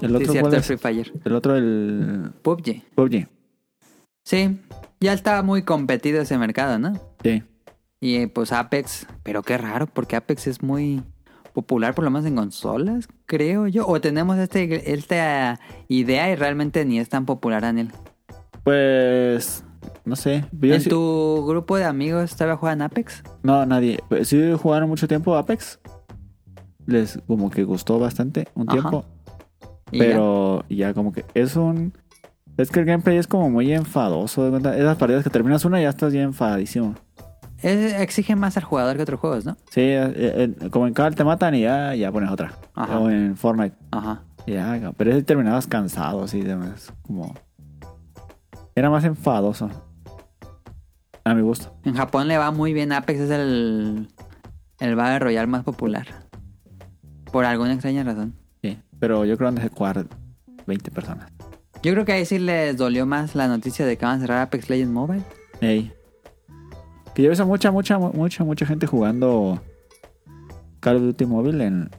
Speaker 4: El
Speaker 3: sí,
Speaker 4: otro,
Speaker 3: cierto,
Speaker 4: ¿cuál
Speaker 3: el
Speaker 4: es?
Speaker 3: Free Fire.
Speaker 4: El otro, el
Speaker 3: PUBG.
Speaker 4: PUBG.
Speaker 3: Sí, ya está muy competido ese mercado, ¿no?
Speaker 4: Sí.
Speaker 3: Y eh, pues Apex, pero qué raro, porque Apex es muy popular por lo menos en consolas, creo yo. O tenemos este, esta idea y realmente ni es tan popular, Daniel.
Speaker 4: Pues... No sé. Yo
Speaker 3: ¿En
Speaker 4: sí-
Speaker 3: tu grupo de amigos todavía juegan Apex?
Speaker 4: No, nadie. Pues, Sí jugaron mucho tiempo Apex. Les como que gustó bastante un
Speaker 3: Ajá.
Speaker 4: tiempo.
Speaker 3: Y ya.
Speaker 4: Pero ya. como que es un... Es que el gameplay es como muy enfadoso. de cuenta. Esas partidas que terminas una y ya estás bien enfadadísimo.
Speaker 3: Es- exige más al jugador que otros juegos, ¿no?
Speaker 4: Sí, eh, eh, como en Call te matan y ya, ya pones otra.
Speaker 3: Ajá.
Speaker 4: O en Fortnite.
Speaker 3: Ajá.
Speaker 4: Ya, ca- pero ese terminabas cansado, así demás. Como... Era más enfadoso. A mi gusto.
Speaker 3: En Japón le va muy bien. Apex es el, el Battle Royale más popular. Por alguna extraña razón.
Speaker 4: Sí. Pero yo creo que han de jugar 20 personas.
Speaker 3: Yo creo que ahí sí les dolió más la noticia de que van a cerrar Apex Legends Mobile.
Speaker 4: Ey. Que yo ves a mucha, mucha, mu- mucha, mucha gente jugando Call of Duty Mobile en,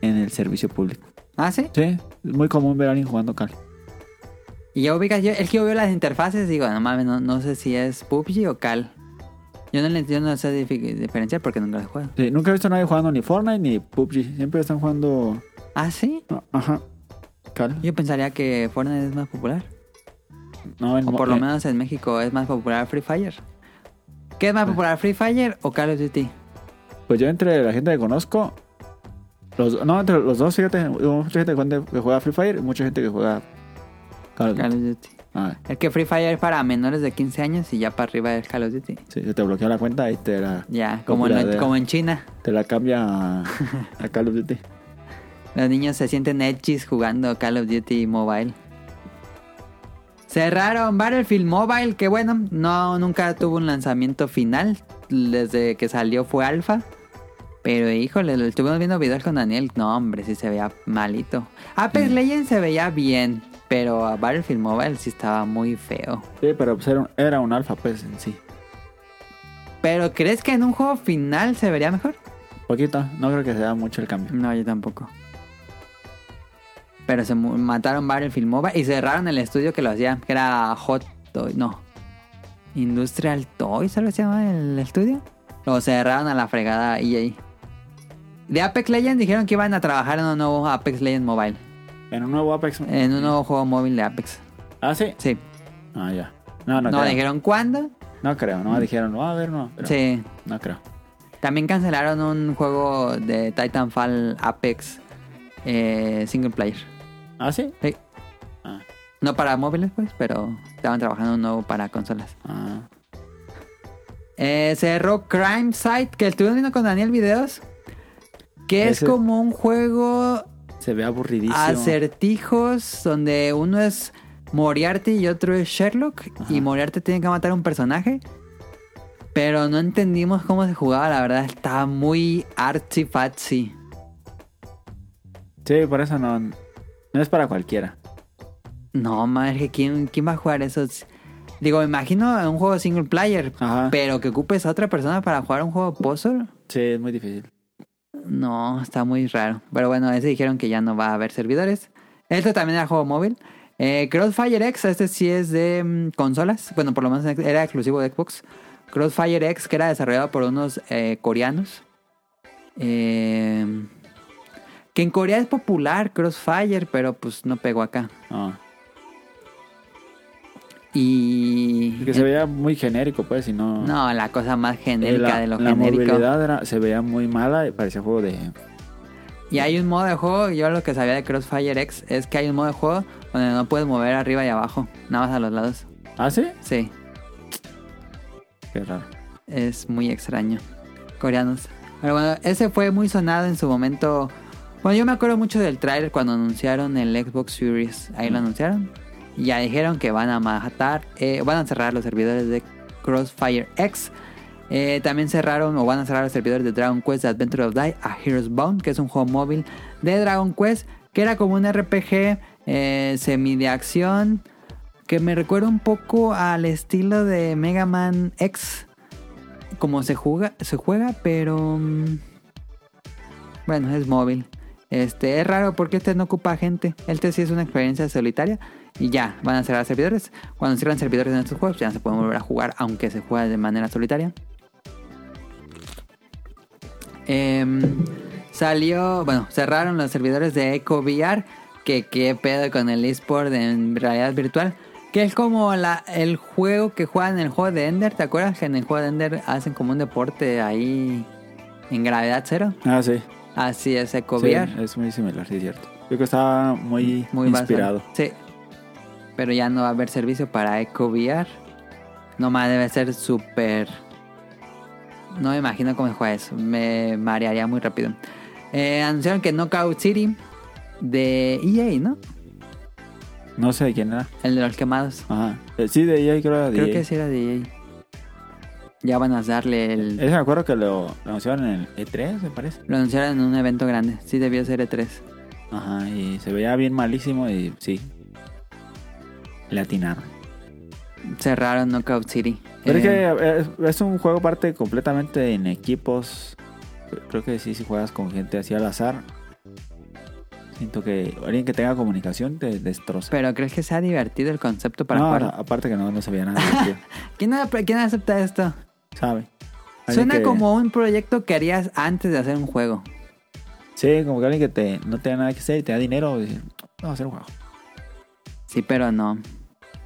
Speaker 4: en el servicio público.
Speaker 3: ¿Ah, sí?
Speaker 4: Sí, es muy común ver a alguien jugando Call.
Speaker 3: Y ya ubicas, yo, el que yo veo las interfaces, digo, no mames, no, no sé si es PUBG o Cal. Yo no, le- yo no sé difi- diferenciar porque nunca lo he jugado.
Speaker 4: Sí, nunca he visto a nadie jugando ni Fortnite ni PUBG. Siempre están jugando.
Speaker 3: ¿Ah, sí?
Speaker 4: no, Ajá. Call.
Speaker 3: Yo pensaría que Fortnite es más popular.
Speaker 4: No, en
Speaker 3: O
Speaker 4: mo-
Speaker 3: por lo
Speaker 4: eh,
Speaker 3: menos en México es más popular Free Fire. ¿Qué es más popular, Free Fire o Call of Duty?
Speaker 4: Pues yo entre la gente que conozco. Los, no, entre los dos, fíjate. hubo Mucha gente que juega- que juega Free Fire y mucha gente que juega Call. of Duty.
Speaker 3: Call of Duty.
Speaker 4: Ah,
Speaker 3: Es que Free Fire es para menores de 15 años y ya para arriba es Call of Duty.
Speaker 4: sí, se te bloqueó la cuenta y te la,
Speaker 3: Ya, como en,
Speaker 4: Popular,
Speaker 3: como en China.
Speaker 4: te la cambia a, a Call of Duty.
Speaker 3: Los niños se sienten edgys jugando Call of Duty Mobile. Cerraron Battlefield Mobile, que bueno, no nunca tuvo un lanzamiento final. Desde que salió fue alfa. Pero híjole, lo estuvimos viendo videos con Daniel. No, hombre, sí se veía malito. Apex Legends se veía bien, pero a Battlefield Mobile sí estaba muy feo.
Speaker 4: Sí, pero pues era un, era un alfa, pues, en sí.
Speaker 3: Pero ¿crees que en un juego final se vería mejor?
Speaker 4: Poquito, no creo que sea mucho el cambio.
Speaker 3: No, yo tampoco. Pero se mu- mataron Battlefield Mobile y cerraron el estudio que lo hacía, que era Hot Toy, no. Industrial Toys, ¿algo se llama el estudio? Lo cerraron a la fregada EA. De Apex Legends dijeron que iban a trabajar en un nuevo Apex Legends Mobile.
Speaker 4: En un nuevo Apex.
Speaker 3: En un nuevo juego móvil de Apex.
Speaker 4: Ah, sí.
Speaker 3: Sí.
Speaker 4: Ah, ya. No, no,
Speaker 3: No,
Speaker 4: creo.
Speaker 3: dijeron cuándo.
Speaker 4: No creo, no dijeron, no, a ver, no. pero
Speaker 3: Sí.
Speaker 4: No creo.
Speaker 3: También cancelaron un juego de Titanfall Apex eh, single player.
Speaker 4: Ah, sí.
Speaker 3: Sí.
Speaker 4: Ah.
Speaker 3: No para móviles, pues, pero estaban trabajando un nuevo para consolas.
Speaker 4: Ah.
Speaker 3: Eh, cerró Crime Site, que estuvimos viendo con Daniel videos. Que
Speaker 4: Ese-
Speaker 3: es como un juego
Speaker 4: Se ve aburridísimo.
Speaker 3: acertijos donde uno es Moriarty y otro es Sherlock.
Speaker 4: Ajá.
Speaker 3: Y Moriarty tiene que matar a un personaje. Pero no entendimos cómo se jugaba, la verdad. Estaba muy artsy-fatsy.
Speaker 4: Sí, por eso no. No es para cualquiera.
Speaker 3: No, madre, que ¿quién, ¿quién va a jugar eso? Digo, me imagino un juego single player,
Speaker 4: Ajá.
Speaker 3: pero que ocupes a otra persona para jugar un juego puzzle.
Speaker 4: Sí, es muy difícil.
Speaker 3: No, está muy raro. Pero bueno, ese dijeron que ya no va a haber servidores. Esto también era juego móvil. Eh, Crossfire X, este sí es de mm, consolas. Bueno, por lo menos era exclusivo de Xbox. Crossfire X, que era desarrollado por unos eh, coreanos. Eh, que en Corea es popular Crossfire, pero pues no pegó acá.
Speaker 4: No.
Speaker 3: Y...
Speaker 4: Es que se veía muy genérico, pues, y no.
Speaker 3: No, la cosa más
Speaker 4: Eh,
Speaker 3: genérica
Speaker 4: la,
Speaker 3: de lo
Speaker 4: la
Speaker 3: genérico.
Speaker 4: movilidad era- se veía muy mala y parecía juego de.
Speaker 3: Y hay un modo de juego, yo lo que sabía de Crossfire X es que hay un modo de juego donde no puedes mover arriba y abajo, nada más a los lados.
Speaker 4: ¿Ah, sí?
Speaker 3: Sí,
Speaker 4: Qué raro.
Speaker 3: es muy extraño. Coreanos. Pero bueno, ese fue muy sonado en su momento. Bueno, yo me acuerdo mucho del tráiler cuando anunciaron el Xbox Series. Ahí lo anunciaron. Y ya dijeron que van a matar, eh, van a cerrar los servidores de Crossfire X. Eh, también cerraron o van a cerrar los servidores de Dragon Quest The Adventure of Die a Heroes Bound, que es un juego móvil de Dragon Quest, que era como un RPG eh, semi de acción, que me recuerda un poco al estilo de Mega Man X, como se juega, se juega pero... mm, Bueno, es móvil. Este, es raro porque este no ocupa gente. Este sí es una experiencia solitaria. Y ya, van a cerrar servidores. Cuando cierran servidores en estos juegos, ya no se pueden volver a jugar, aunque se juega de manera solitaria. Em, salió, bueno, cerraron los servidores de Eco VR. Que qué pedo con el eSport en realidad virtual. Que es como la, el juego que juegan en el juego de Ender. ¿Te acuerdas que en el juego de Ender hacen como un deporte ahí en gravedad cero?
Speaker 4: Ah, sí.
Speaker 3: Así es, Eco
Speaker 4: Sí,
Speaker 3: VR.
Speaker 4: es muy similar, sí, es cierto. Yo creo que estaba muy,
Speaker 3: Muy
Speaker 4: inspirado.
Speaker 3: basado. Sí. Pero ya no va a haber servicio para EcoVR. Nomás debe ser súper. No me imagino cómo se juega eso. Me marearía muy rápido. Eh, anunciaron que Knockout City de EA, ¿no?
Speaker 4: No sé de quién era.
Speaker 3: El de los quemados.
Speaker 4: Ajá. Eh, Sí, de ella creo que era de
Speaker 3: Creo
Speaker 4: EA.
Speaker 3: que sí era de EA. Ya van a darle el.
Speaker 4: Ese me acuerdo que lo lo anunciaron en el E3, me parece.
Speaker 3: Lo anunciaron en un evento grande. Sí, debió ser E E3.
Speaker 4: Ajá, y se veía bien malísimo y sí. Le atinaron.
Speaker 3: Cerraron Knockout City.
Speaker 4: Pero es
Speaker 3: Eh,
Speaker 4: que es, es un juego parte completamente en equipos. Creo que sí, si juegas con gente así al azar. Siento que alguien que tenga comunicación te destroza.
Speaker 3: Pero ¿crees que sea divertido el concepto para
Speaker 4: No,
Speaker 3: jugar?
Speaker 4: no, aparte que no, no se veía nada. divertido,
Speaker 3: ¿Quién, a- quién acepta esto?
Speaker 4: ¿Sabe? Alguien
Speaker 3: Suena
Speaker 4: que-
Speaker 3: como un proyecto que harías antes de hacer un juego.
Speaker 4: Sí, como que alguien que te, no te da nada que hacer y te da dinero. y- vamos a hacer un juego.
Speaker 3: Sí, pero no.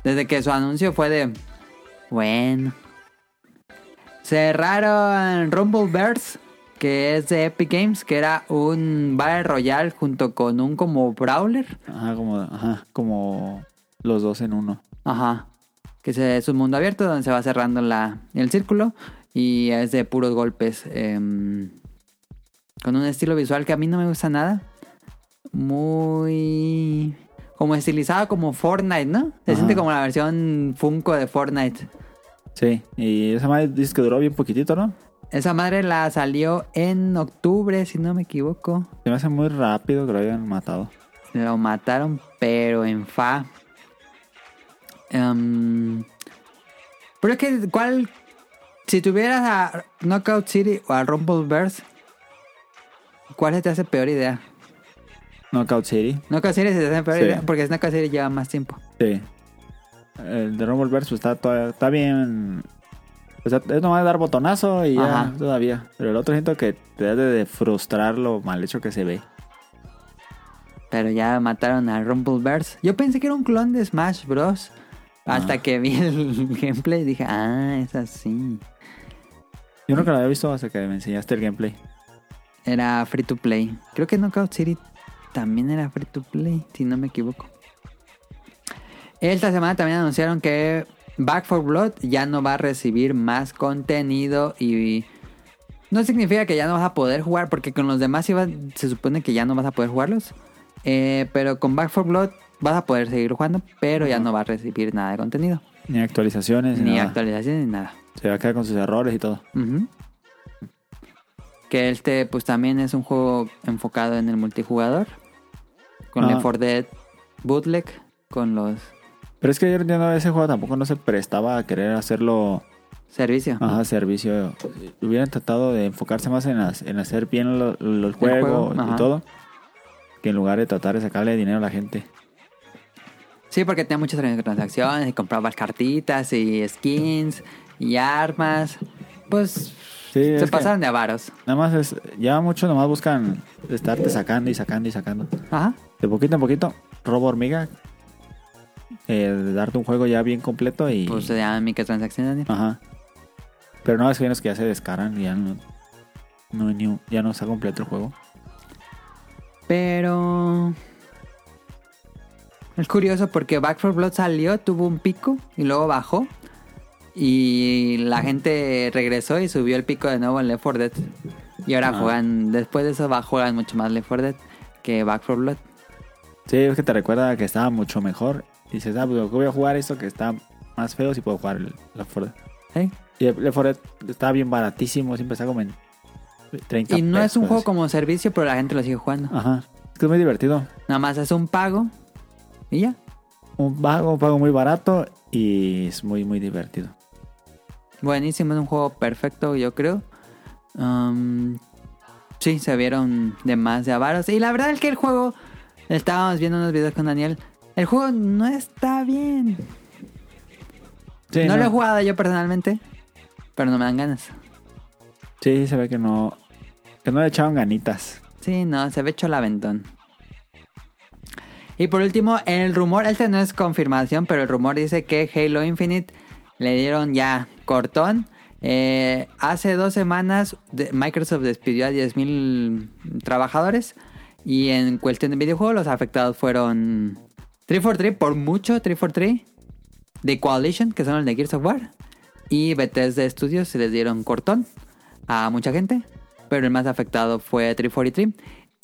Speaker 3: Desde que su anuncio fue de... Bueno. Cerraron Rumbleverse, que es de Epic Games, que era un Battle Royale junto con un como Brawler.
Speaker 4: Ajá, como, ajá, como los dos en uno.
Speaker 3: Ajá. Que se- es un mundo abierto donde se va cerrando la, el círculo y es de puros golpes. em, con un estilo visual que a mí no me gusta nada. Muy... Como estilizado como Fortnite, ¿no? Se
Speaker 4: Ajá.
Speaker 3: siente como la versión Funko de Fortnite.
Speaker 4: Sí, y esa madre dices que duró bien poquitito, ¿no?
Speaker 3: Esa madre la salió en octubre, si no me equivoco.
Speaker 4: Se me hace muy rápido que lo hayan matado.
Speaker 3: Lo mataron, pero en fa. Em, pero es que, ¿cuál? Si tuvieras a Knockout City o a Rumbleverse, ¿cuál se te hace peor idea?
Speaker 4: Knockout City.
Speaker 3: Knockout City se te hace peor
Speaker 4: Sí.
Speaker 3: idea porque Knockout City lleva más tiempo.
Speaker 4: Sí. El de Rumble Versus está, toda- está bien. O sea, es nomás dar botonazo y ya
Speaker 3: Ajá.
Speaker 4: todavía. Pero el otro siento que te da de frustrar lo mal hecho que se ve.
Speaker 3: Pero ya mataron a Rumbleverse. Yo pensé que era un clon de Smash Bros. Hasta que vi el gameplay y dije, ah, es así.
Speaker 4: Yo nunca lo había visto hasta que me enseñaste el gameplay.
Speaker 3: Era free to play. Creo que Knockout City también era free to play, si no me equivoco. Esta semana también anunciaron que Back for Blood ya no va a recibir más contenido y no significa que ya no vas a poder jugar porque con los demás sí vas- se supone que ya no vas a poder jugarlos. Eh, pero con Back for Blood vas a poder seguir jugando, pero ya no vas a recibir nada de contenido.
Speaker 4: Ni actualizaciones, ni,
Speaker 3: Ni
Speaker 4: nada.
Speaker 3: actualizaciones ni nada.
Speaker 4: Se va a quedar con sus errores y todo.
Speaker 3: Ujú. Que este, pues también es un juego enfocado en el multijugador. Con
Speaker 4: Ah.
Speaker 3: Left 4 Dead Bootleg. Con los
Speaker 4: Pero es que yo entiendo, ese juego tampoco no se prestaba a querer hacerlo
Speaker 3: servicios.
Speaker 4: ajá, servicio. Hubieran tratado de enfocarse más en, as- en hacer bien lo- lo- el
Speaker 3: juego,
Speaker 4: juego,
Speaker 3: ajá.
Speaker 4: y todo, que en lugar de tratar de sacarle dinero a la gente.
Speaker 3: Sí, porque tenía muchas transacciones. Y comprabas cartitas y skins y armas. Pues
Speaker 4: Sí, es
Speaker 3: se
Speaker 4: que
Speaker 3: pasaron de avaros.
Speaker 4: Nada más es, ya muchos nomás buscan estarte sacando y sacando y sacando.
Speaker 3: Ajá.
Speaker 4: De poquito en poquito, robo hormiga, eh, darte un juego ya bien completo y...
Speaker 3: Pues se llaman microtransacciones. Daniel.
Speaker 4: Ajá. Pero no, es que hay unos que ya se descaran y ya no, no hay ni un- ya no se completo el juego.
Speaker 3: Pero. Es curioso porque Back 4 Blood salió, tuvo un pico y luego bajó. Y la gente regresó y subió el pico de nuevo en Left 4 Dead. Y ahora
Speaker 4: Ah.
Speaker 3: juegan, después de eso va, juegan mucho más Left 4 Dead que Back 4 Blood.
Speaker 4: Sí, es que te recuerda que estaba mucho mejor. Y dices, ah, pues ¿por qué voy a jugar esto que está más feo si puedo jugar el Left 4 Dead.
Speaker 3: ¿eh?
Speaker 4: Y el Left 4 Dead estaba bien baratísimo, siempre está como en 30
Speaker 3: Y no es un
Speaker 4: pesos,
Speaker 3: juego como servicio, pero la gente lo sigue jugando.
Speaker 4: así. Ajá. Es que es muy divertido.
Speaker 3: Nada más es un pago y ya.
Speaker 4: Un pago, un pago muy barato y es muy, muy divertido.
Speaker 3: Buenísimo, es un juego perfecto, yo creo. Um, sí, se vieron de más de avaros. Y la verdad es que el juego, estábamos viendo unos videos con Daniel, el juego no está bien.
Speaker 4: Sí,
Speaker 3: no, lo he jugado yo personalmente, pero no me dan ganas.
Speaker 4: Sí, se ve que no, que no le echaban ganitas.
Speaker 3: Sí, no, se ve cholaventón. Y por último, el rumor, este no es confirmación, pero el rumor dice que Halo Infinite le dieron ya cortón. Eh, hace dos semanas de- Microsoft despidió a 10.000 trabajadores y en cuestión de videojuegos los afectados fueron 343 por mucho, 343, The Coalition, que son los de Gears of War, y Bethesda Studios se les dieron cortón a mucha gente, pero el más afectado fue 343.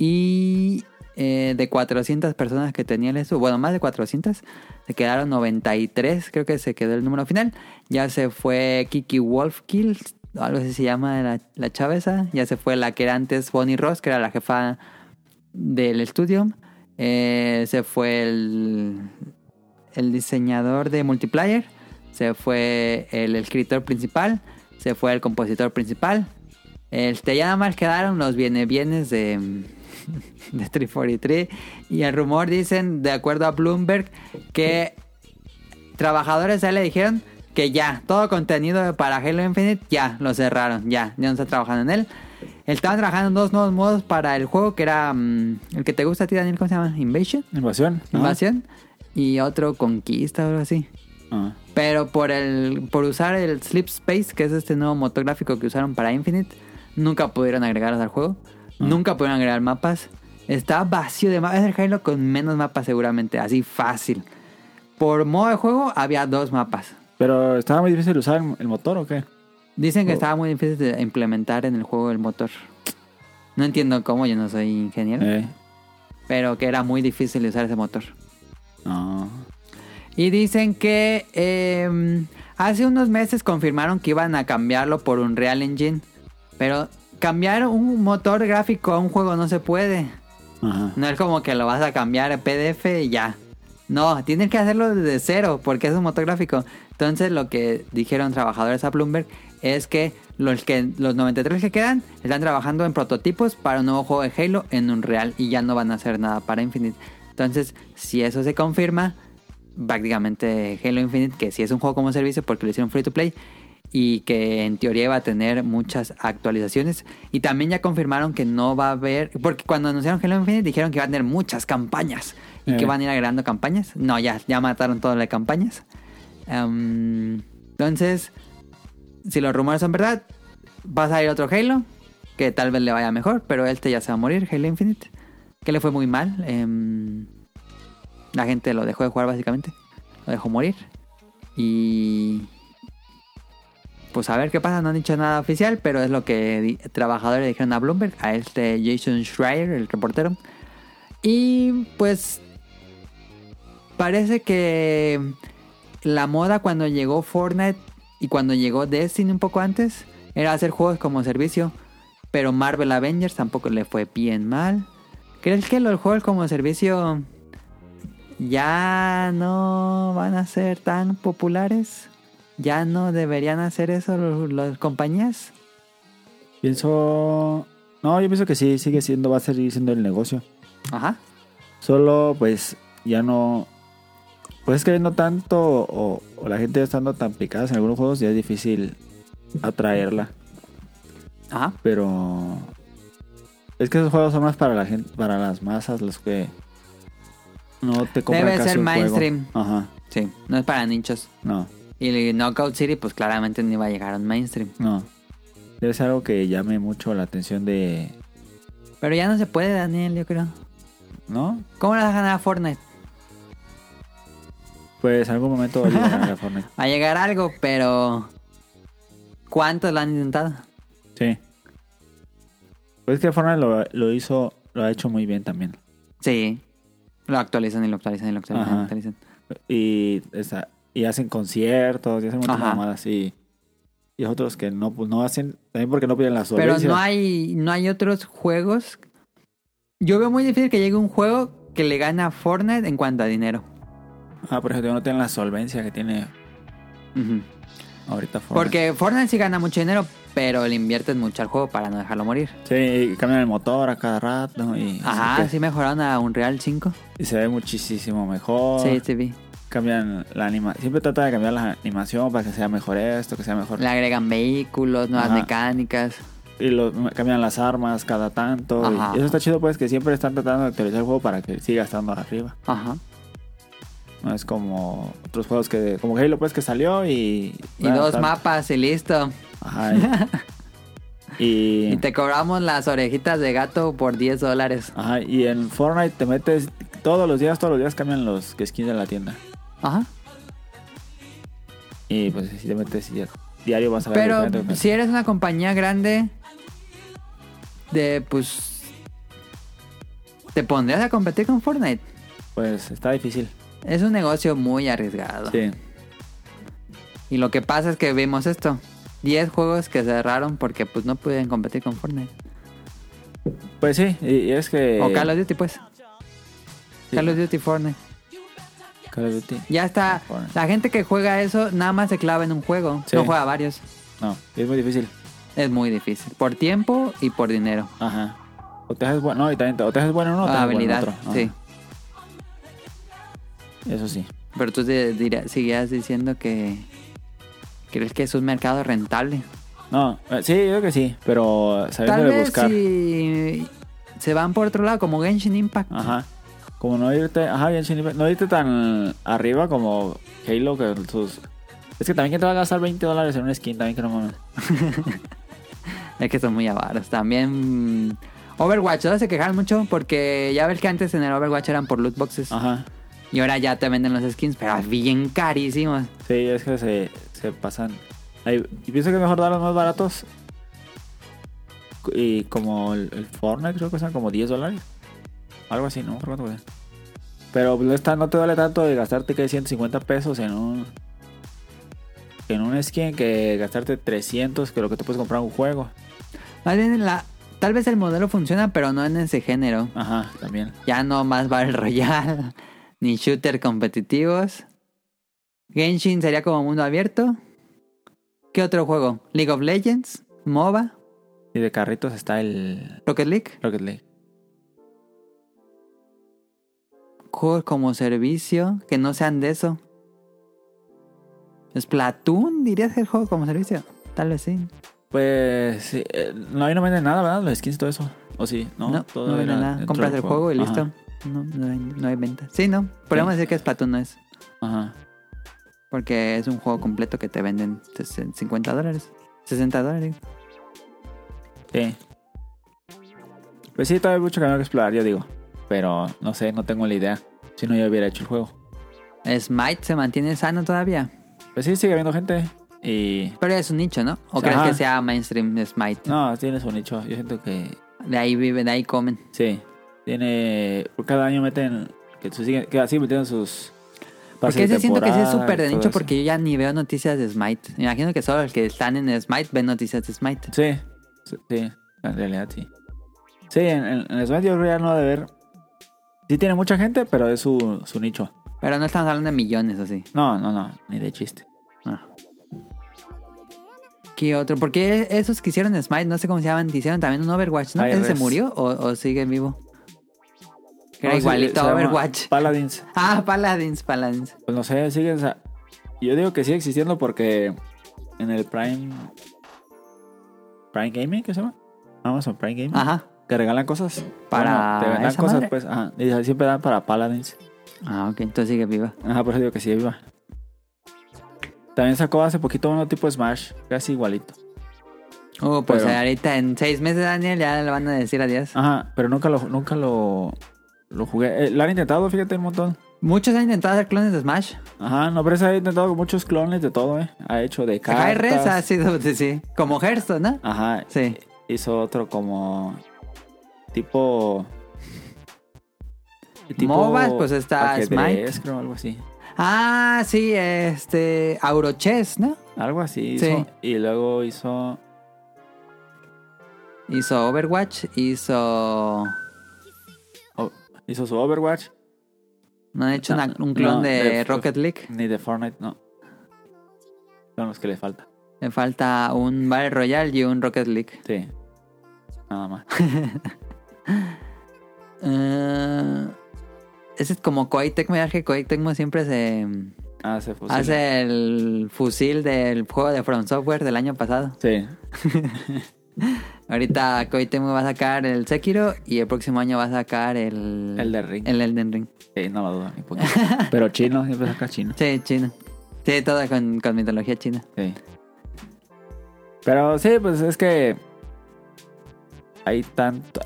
Speaker 3: Y eh, de 400 personas que tenía el estudio, bueno, más de 400, se quedaron 93, creo que se quedó el número final. Ya se fue Kiki Wolfkill, o algo así se llama la, la chava esa. Ya se fue la que era antes Bonnie Ross, que era la jefa del estudio. Eh, se fue el, el diseñador de multiplayer, se fue el escritor principal, se fue el compositor principal. Este, ya nada más quedaron los bienes bienes de, de 343. Y el rumor dicen, de acuerdo a Bloomberg, que trabajadores ya le dijeron que ya, todo contenido para Halo Infinite ya lo cerraron, ya, ya no está trabajando en él. Estaban trabajando en dos nuevos modos para el juego que era mm, el que te gusta a ti, Daniel, ¿cómo se llama? Invasion.
Speaker 4: Invasión. Ajá.
Speaker 3: Invasión. Y otro Conquista o algo así.
Speaker 4: Ajá.
Speaker 3: Pero por el por usar el Sleep Space, que es este nuevo motográfico que usaron para Infinite, nunca pudieron agregarlos al juego. Nunca pudieron agregar mapas. Está vacío de mapas. Es el Halo con menos mapas seguramente, así fácil. Por modo de juego había dos mapas.
Speaker 4: Pero estaba muy difícil usar el, el motor o qué?
Speaker 3: Dicen que estaba muy difícil de implementar en el juego el motor. No entiendo cómo, yo no soy ingeniero.
Speaker 4: Eh.
Speaker 3: Pero que era muy difícil de usar ese motor.
Speaker 4: No.
Speaker 3: Y dicen que eh, hace unos meses confirmaron que iban a cambiarlo por un Real Engine. Pero cambiar un motor gráfico a un juego no se puede.
Speaker 4: Ajá.
Speaker 3: No es como que lo vas a cambiar a PDF y ya. No, tienes que hacerlo desde cero porque es un motor gráfico. Entonces lo que dijeron trabajadores a Bloomberg es que los, que los 93 que quedan están trabajando en prototipos para un nuevo juego de Halo en Unreal y ya no van a hacer nada para Infinite. Entonces, si eso se confirma, prácticamente Halo Infinite, que sí es un juego como servicio porque lo hicieron free to play y que en teoría va a tener muchas actualizaciones. Y también ya confirmaron que no va a haber, porque cuando anunciaron Halo Infinite dijeron que va a tener muchas campañas y que
Speaker 4: Eh.
Speaker 3: van a ir agregando campañas. No, ya, ya mataron todas las campañas. Em, entonces, si los rumores son verdad, va a salir otro Halo, que tal vez le vaya mejor, pero este ya se va a morir, Halo Infinite, que le fue muy mal. em, la gente lo dejó de jugar básicamente. Lo dejó morir. Y... Pues a ver qué pasa, no han dicho nada oficial, pero es lo que di- trabajadores le dijeron a Bloomberg, a este Jason Schreier, el reportero. Y pues parece que la moda cuando llegó Fortnite Y cuando llegó Destiny un poco antes, era hacer juegos como servicio. Pero Marvel Avengers tampoco le fue bien mal. ¿Crees que los juegos como servicio ya no van a ser tan populares? ¿Ya no deberían hacer eso los- las compañías?
Speaker 4: Pienso. No, yo pienso que sí, sigue siendo, va a seguir siendo el negocio.
Speaker 3: Ajá.
Speaker 4: Solo, pues, ya no. Pues es que no tanto, o, o la gente ya estando tan picada en algunos juegos, ya es difícil atraerla.
Speaker 3: Ajá.
Speaker 4: Pero. Es que esos juegos son más para la gente, para las masas, los que. No te compran
Speaker 3: Debe
Speaker 4: casi
Speaker 3: ser
Speaker 4: un juego.
Speaker 3: mainstream.
Speaker 4: Ajá,
Speaker 3: Sí, no es para nichos.
Speaker 4: no,
Speaker 3: Y el Knockout City, pues claramente no iba a llegar a un mainstream.
Speaker 4: no. Debe ser algo que llame mucho la atención de.
Speaker 3: Pero ya no se puede, Daniel, yo creo.
Speaker 4: ¿No?
Speaker 3: ¿Cómo le vas a ganar a Fortnite?
Speaker 4: Pues en algún momento va a llegar a Fortnite.
Speaker 3: A llegar a algo, pero. ¿Cuántos lo han intentado?
Speaker 4: Sí. Pues es que Fortnite lo, lo hizo, lo ha hecho muy bien también.
Speaker 3: Sí. Lo actualizan y lo actualizan y lo actualizan. y lo
Speaker 4: Ajá.
Speaker 3: actualizan.
Speaker 4: Y, esa- y hacen conciertos, y hacen muchas
Speaker 3: Ajá.
Speaker 4: mamadas y, y otros que no, pues, no hacen, también porque no piden la
Speaker 3: Pero
Speaker 4: solvencia.
Speaker 3: no hay, no hay otros juegos. Yo veo muy difícil que llegue un juego que le gane a Fortnite en cuanto a dinero.
Speaker 4: Ah, por ejemplo, no tienen la solvencia que tiene
Speaker 3: Ujú.
Speaker 4: ahorita Fortnite.
Speaker 3: Porque Fortnite sí gana mucho dinero, pero le invierten mucho al juego para no dejarlo morir.
Speaker 4: Sí, y cambian el motor a cada rato y,
Speaker 3: Ajá,
Speaker 4: así que-
Speaker 3: sí mejoraron a Unreal 5.
Speaker 4: y se ve muchísimo mejor.
Speaker 3: Sí, sí, vi.
Speaker 4: Cambian la anima Siempre trata de cambiar la animación para que sea mejor esto, que sea mejor.
Speaker 3: Le agregan vehículos, nuevas
Speaker 4: Ajá.
Speaker 3: mecánicas.
Speaker 4: Y lo, cambian las armas cada tanto. y-
Speaker 3: Ajá.
Speaker 4: y eso está chido, pues, que siempre están tratando de actualizar el juego para que siga estando arriba.
Speaker 3: Ajá.
Speaker 4: No es como otros juegos que, como Halo, pues que salió y.
Speaker 3: Y
Speaker 4: bueno,
Speaker 3: dos
Speaker 4: tanto.
Speaker 3: mapas y listo.
Speaker 4: Ajá. Y, y-
Speaker 3: Y te cobramos las orejitas de gato por 10 dólares.
Speaker 4: ajá, y en Fortnite te metes todos los días, todos los días cambian los skins de la tienda.
Speaker 3: Ajá.
Speaker 4: Y pues si te metes y- diario vas a ver.
Speaker 3: Pero
Speaker 4: diferente- pues,
Speaker 3: si eres una compañía grande, de pues. ¿Te pondrías a competir con Fortnite?
Speaker 4: Pues está difícil.
Speaker 3: Es un negocio muy arriesgado.
Speaker 4: Sí.
Speaker 3: Y lo que pasa es que vimos esto: 10 juegos que cerraron porque pues no pudieron competir con Fortnite.
Speaker 4: Pues sí, y, y es que.
Speaker 3: O Call of Duty, pues.
Speaker 4: Eh. Sí.
Speaker 3: Call of Duty Fortnite.
Speaker 4: Call of Duty.
Speaker 3: Ya está.
Speaker 4: Fortnite.
Speaker 3: La gente que juega eso nada más se clava en un juego.
Speaker 4: Sí.
Speaker 3: No juega varios.
Speaker 4: No, es muy difícil.
Speaker 3: Es muy difícil. Por tiempo y por dinero.
Speaker 4: Ajá. O te haces bueno, no, y también te- o te haces bueno en uno, o te haces bueno en
Speaker 3: habilidad.
Speaker 4: otro. Ah. Ajá.
Speaker 3: sí.
Speaker 4: Eso sí.
Speaker 3: Pero tú te dirá- seguías diciendo que crees que es un mercado rentable.
Speaker 4: No, eh, sí, yo creo que sí, pero
Speaker 3: Tal
Speaker 4: sabiéndole
Speaker 3: vez
Speaker 4: buscar.
Speaker 3: si se van por otro lado, como Genshin Impact.
Speaker 4: Ajá. Como no irte, ajá, Genshin Impact, no irte tan arriba como Halo que sus es que también que te va a gastar 20 dólares en un skin, también que no mames.
Speaker 3: Es que son muy avaros. También mm, Overwatch 2 se quejaron mucho porque ya ves que antes en el Overwatch eran por loot boxes.
Speaker 4: Ajá.
Speaker 3: Y ahora ya te venden los skins, pero bien carísimos.
Speaker 4: Sí, es que se, se pasan. Ahí- y pienso que es mejor dar los más baratos. Y como el, el Fortnite creo que son como 10 dólares. Algo así, ¿no? Creo que cuesta. Pero no, está, no te duele tanto de gastarte que 150 pesos en un en un skin que gastarte 300 que lo que te puedes comprar un juego.
Speaker 3: Más bien, la, tal vez el modelo funciona, pero no en ese género.
Speaker 4: Ajá, también.
Speaker 3: Ya no más Battle Royale, ni shooter competitivos. Genshin sería como mundo abierto. ¿Qué otro juego? League of Legends, MOBA,
Speaker 4: Y de carritos está el
Speaker 3: Rocket League.
Speaker 4: Rocket League.
Speaker 3: Juegos como servicio, que no sean de eso. Splatoon, dirías que el juego como servicio. Tal vez sí.
Speaker 4: Pues sí, eh, no ahí no venden nada, ¿verdad? Los skins todo eso. O sí, no,
Speaker 3: No, no,
Speaker 4: todo
Speaker 3: vende
Speaker 4: era
Speaker 3: nada.
Speaker 4: dentro
Speaker 3: Compras
Speaker 4: del
Speaker 3: el juego, y
Speaker 4: Ajá.
Speaker 3: listo. No, no hay, no hay venta. Sí, no. Podemos decir que Splatoon no es.
Speaker 4: Ajá.
Speaker 3: Porque es un juego completo que te venden 60 50 dólares. 60 dólares.
Speaker 4: Sí. Pues sí, todavía hay mucho camino que explorar, yo digo. Pero no sé, no tengo la idea. Si no, yo hubiera hecho el juego.
Speaker 3: Smite se mantiene sano todavía.
Speaker 4: Pues sí, sigue habiendo gente. Y.
Speaker 3: Pero es un nicho, ¿no? ¿O
Speaker 4: Ajá.
Speaker 3: crees que sea mainstream Smite?
Speaker 4: No, tiene su nicho. Yo siento que.
Speaker 3: De ahí viven, de ahí comen.
Speaker 4: Sí. Tiene. Cada año meten. Que, su- siguen- que así metiendo sus. pase
Speaker 3: Porque
Speaker 4: de
Speaker 3: ese siento que sí es
Speaker 4: temporada y
Speaker 3: súper de
Speaker 4: todo
Speaker 3: nicho
Speaker 4: eso.
Speaker 3: porque yo ya ni veo noticias de Smite. Me imagino que solo los que están en Smite ven noticias de Smite.
Speaker 4: Sí, sí, sí, en realidad sí. Sí, en, en, en Smash yo creo ya no ha de ver. Sí tiene mucha gente, pero es su, su nicho.
Speaker 3: Pero no estamos hablando de millones así.
Speaker 4: No, no, no, ni de chiste.
Speaker 3: ¿Qué otro? Porque esos que hicieron Smite, no sé cómo se llaman, hicieron también un Overwatch, ¿no?
Speaker 4: Ay,
Speaker 3: ¿Ese se
Speaker 4: res.
Speaker 3: murió o, o sigue vivo? Que Era
Speaker 4: No, se-
Speaker 3: igualito
Speaker 4: se
Speaker 3: a
Speaker 4: llama
Speaker 3: Overwatch.
Speaker 4: Paladins.
Speaker 3: Ah, Paladins, Paladins.
Speaker 4: Pues no sé, siguen. sa- Yo digo que sigue existiendo porque en el Prime. Prime Gaming, ¿qué se llama? Amazon Prime Gaming.
Speaker 3: Ajá.
Speaker 4: Que regalan cosas.
Speaker 3: Ah. Para
Speaker 4: te dan
Speaker 3: esa
Speaker 4: cosas,
Speaker 3: madre.
Speaker 4: pues. Ajá. Y así siempre dan para Paladins.
Speaker 3: Ah, ok, entonces sigue viva.
Speaker 4: Ajá, por eso digo que sigue viva. También sacó hace poquito uno tipo Smash. Casi igualito.
Speaker 3: Oh, pues
Speaker 4: Pero-
Speaker 3: ahorita en seis meses, Daniel, ya le van a decir adiós.
Speaker 4: Ajá, pero nunca lo. Nunca lo. Lo jugué. Eh, lo han intentado, fíjate, un montón.
Speaker 3: Muchos han intentado hacer clones de Smash.
Speaker 4: Ajá, no, pero se ha intentado con muchos clones de todo, ¿eh? Ha hecho de cartas.
Speaker 3: Acá Res ha sido, sí, sí. Como Hearthstone, ¿no?
Speaker 4: Ajá,
Speaker 3: Sí.
Speaker 4: hizo otro como tipo
Speaker 3: MOBAs, pues, está
Speaker 4: ajedrez,
Speaker 3: Smite.
Speaker 4: creo, algo así
Speaker 3: Ah, sí, este. Aurochess, ¿no?
Speaker 4: algo así
Speaker 3: Sí.
Speaker 4: hizo, y luego hizo
Speaker 3: Hizo Overwatch, hizo.
Speaker 4: oh, hizo su Overwatch
Speaker 3: No han hecho
Speaker 4: No,
Speaker 3: una- un clon
Speaker 4: no,
Speaker 3: de,
Speaker 4: de-
Speaker 3: Rocket League.
Speaker 4: ni de Fortnite no son los que le falta
Speaker 3: Le falta un Battle Royale y un Rocket League.
Speaker 4: sí nada más
Speaker 3: Eh, ese es como Koei Tecmo. Ya que Koei Tecmo siempre se
Speaker 4: ah, se fusila.
Speaker 3: hace el fusil del juego de From Software del año pasado.
Speaker 4: sí
Speaker 3: Ahorita Koei Tecmo va a sacar el Sekiro y el próximo año va a sacar el.
Speaker 4: el de Ring
Speaker 3: el Elden Ring.
Speaker 4: sí, no lo dudo ni poquito pero chino siempre saca chino
Speaker 3: Sí, China. Sí, todo con, con mitología china.
Speaker 4: Sí. pero sí pues es que hay tanto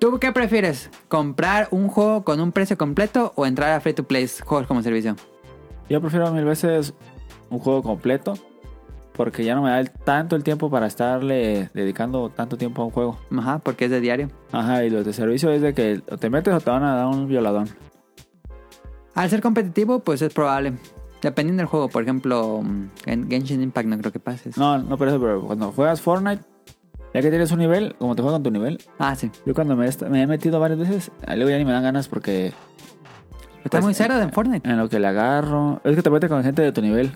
Speaker 3: ¿Tú qué prefieres? ¿Comprar un juego con un precio completo o entrar a Free to Play juegos como servicio?
Speaker 4: Yo prefiero mil veces un juego completo porque ya no me da el- tanto el tiempo para estarle dedicando tanto tiempo a un juego.
Speaker 3: Ajá, porque es de diario.
Speaker 4: Ajá, y los de servicio es de que o te metes o te van a dar un violadón.
Speaker 3: Al ser competitivo, pues es probable. Dependiendo del juego, por ejemplo, mm, en Genshin Impact no creo que pases.
Speaker 4: No, no, pero eso, pero cuando juegas Fortnite, ya que tienes un nivel, como te juegas con tu nivel,
Speaker 3: Ah, sí.
Speaker 4: yo cuando me, est- me he metido varias veces, ah, luego ya ni me dan ganas porque
Speaker 3: Está
Speaker 4: Pues,
Speaker 3: muy cerdo en
Speaker 4: eh,
Speaker 3: Fortnite.
Speaker 4: en lo que le agarro, es que te metes con gente de tu nivel,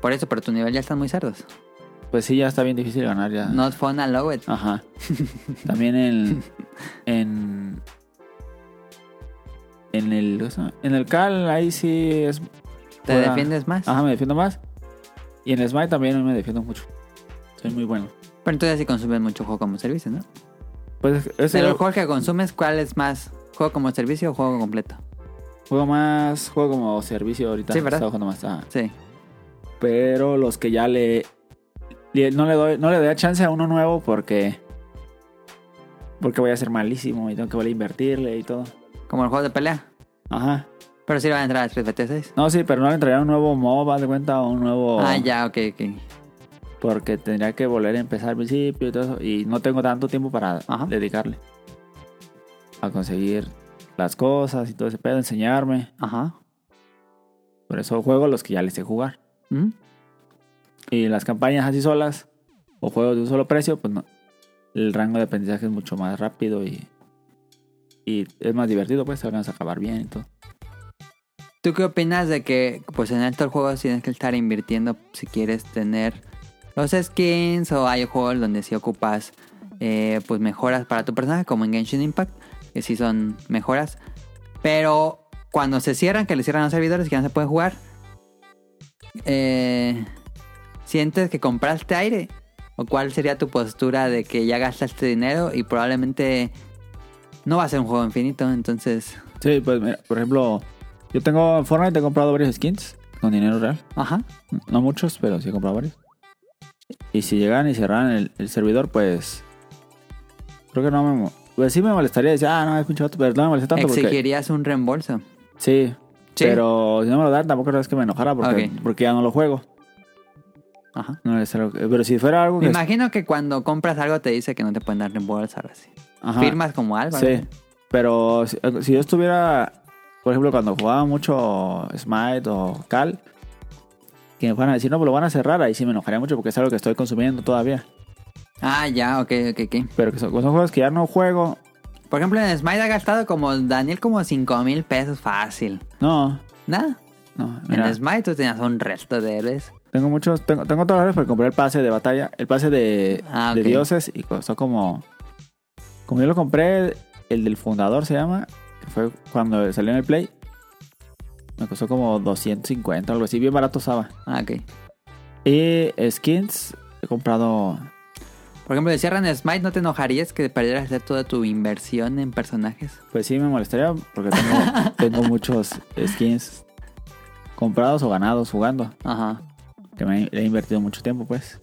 Speaker 3: Por eso, pero tu nivel ya están muy cerdos.
Speaker 4: pues sí, ya está bien difícil ganar ya.
Speaker 3: Not fun allow it.
Speaker 4: Ajá. También en. En. En el. ¿cómo se llama? En el Cal, ahí sí es.
Speaker 3: Te
Speaker 4: fuera-
Speaker 3: defiendes más.
Speaker 4: Ajá, me defiendo más. Y en Smite también me defiendo mucho. Soy muy bueno.
Speaker 3: Pero entonces sí consumes mucho juego como servicio, ¿no?
Speaker 4: Pues es
Speaker 3: De
Speaker 4: el
Speaker 3: los juegos que consumes, ¿cuál es más? ¿Juego como servicio o juego completo?
Speaker 4: juego más. Juego como servicio ahorita.
Speaker 3: Sí, ¿verdad?
Speaker 4: Estaba jugando más. ajá.
Speaker 3: Sí.
Speaker 4: Pero los que ya le. le- No le doy, no le doy chance a uno nuevo porque. Porque voy a ser malísimo y tengo que volver a invertirle y todo.
Speaker 3: Como el juego de pelea.
Speaker 4: Ajá.
Speaker 3: Pero sí van a entrar a Street Fighter 6.
Speaker 4: No, sí, pero no le entraría un nuevo MOBA, de cuenta, o un nuevo.
Speaker 3: Ah, ya, ok, ok.
Speaker 4: Porque tendría que volver a empezar al principio y todo eso. Y no tengo tanto tiempo para
Speaker 3: Ajá.
Speaker 4: dedicarle a conseguir las cosas y todo ese pedo, enseñarme.
Speaker 3: Ajá.
Speaker 4: Por eso juego los que ya les sé jugar.
Speaker 3: ¿Mm?
Speaker 4: Y las campañas así solas o juegos de un solo precio, pues no. El rango de aprendizaje es mucho más rápido y, y es más divertido, pues te van a acabar bien y todo.
Speaker 3: ¿Tú qué opinas de que, pues en estos juegos tienes que estar invirtiendo si quieres tener los skins o hay juegos donde si ocupas, eh, pues mejoras para tu personaje, como en Genshin Impact, que sí son mejoras. Pero cuando se cierran, que le cierran los servidores y que no se puede jugar, eh, ¿sientes que compraste aire? ¿O cuál sería tu postura de que ya gastaste dinero y probablemente no va a ser un juego infinito? Entonces,
Speaker 4: Sí, pues mira, por ejemplo, yo tengo en Fortnite he comprado varios skins con dinero real.
Speaker 3: ajá.
Speaker 4: No muchos, pero sí he comprado varios. Y si llegaran y cerraran el, el servidor, pues. Creo que no me. mo- Pues sí me molestaría decir, ah, no, es pinche vato", pero no me molesté tanto porque.
Speaker 3: ¿Exigirías un reembolso?
Speaker 4: Sí,
Speaker 3: Sí.
Speaker 4: Pero si no me lo dan, tampoco es que me enojara porque,
Speaker 3: Ok.
Speaker 4: porque ya no lo juego.
Speaker 3: Ajá.
Speaker 4: No es algo que- pero si fuera algo
Speaker 3: Me
Speaker 4: que.
Speaker 3: imagino que cuando compras algo te dice que no te pueden dar reembolso algo así.
Speaker 4: Ajá,
Speaker 3: Firmas como algo.
Speaker 4: Sí.
Speaker 3: algo así.
Speaker 4: Pero si, si yo estuviera. por ejemplo, cuando jugaba mucho Smite o Cal, que me fueran a decir, no, pues lo van a cerrar, ahí sí me enojaría mucho porque es algo que estoy consumiendo todavía.
Speaker 3: Ah, ya, ok, ok, ok.
Speaker 4: Pero que son, son juegos que ya no juego.
Speaker 3: Por ejemplo, en Smite ha gastado como Daniel como 5 mil pesos fácil.
Speaker 4: No,
Speaker 3: Nada.
Speaker 4: no.
Speaker 3: En
Speaker 4: Mira,
Speaker 3: Smite tú tenías un resto de héroes.
Speaker 4: tengo muchos, tengo, tengo todos los porque compré el pase de batalla, el pase de,
Speaker 3: Ah,
Speaker 4: de
Speaker 3: ok.
Speaker 4: dioses y costó como... Como yo lo compré, el del fundador se llama, que fue cuando salió en el Play. Me costó como 250, algo así, bien barato estaba.
Speaker 3: Ah, ok.
Speaker 4: Y skins, he comprado.
Speaker 3: Por ejemplo, si cierran Smite, ¿no te enojarías que perdieras ya toda tu inversión en personajes?
Speaker 4: Pues sí, me molestaría porque tengo, tengo muchos skins comprados o ganados jugando.
Speaker 3: Ajá.
Speaker 4: Que me he invertido mucho tiempo, pues.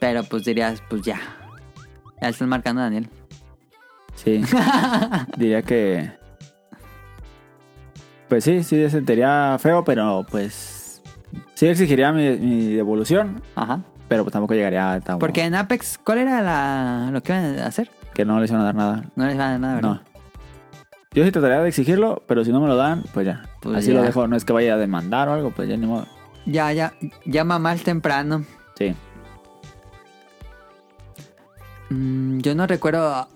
Speaker 3: Pero pues dirías, pues ya. Ya están marcando a Daniel.
Speaker 4: Sí. Diría que. Pues sí, sí, sentiría feo, pero pues. Sí, exigiría mi, mi devolución,
Speaker 3: Ajá.
Speaker 4: pero pues tampoco llegaría a tan.
Speaker 3: Porque en Apex, ¿cuál era la... lo que iban a hacer?
Speaker 4: Que no les iban a dar nada.
Speaker 3: No les van a dar nada, ¿verdad?
Speaker 4: No. Yo sí trataría de exigirlo, pero si no me lo dan, pues ya.
Speaker 3: Pues
Speaker 4: Así lo
Speaker 3: ya.
Speaker 4: dejo. No es que vaya a demandar o algo, pues ya ni modo.
Speaker 3: Ya, ya. Llama más temprano.
Speaker 4: Sí.
Speaker 3: Mm, yo no recuerdo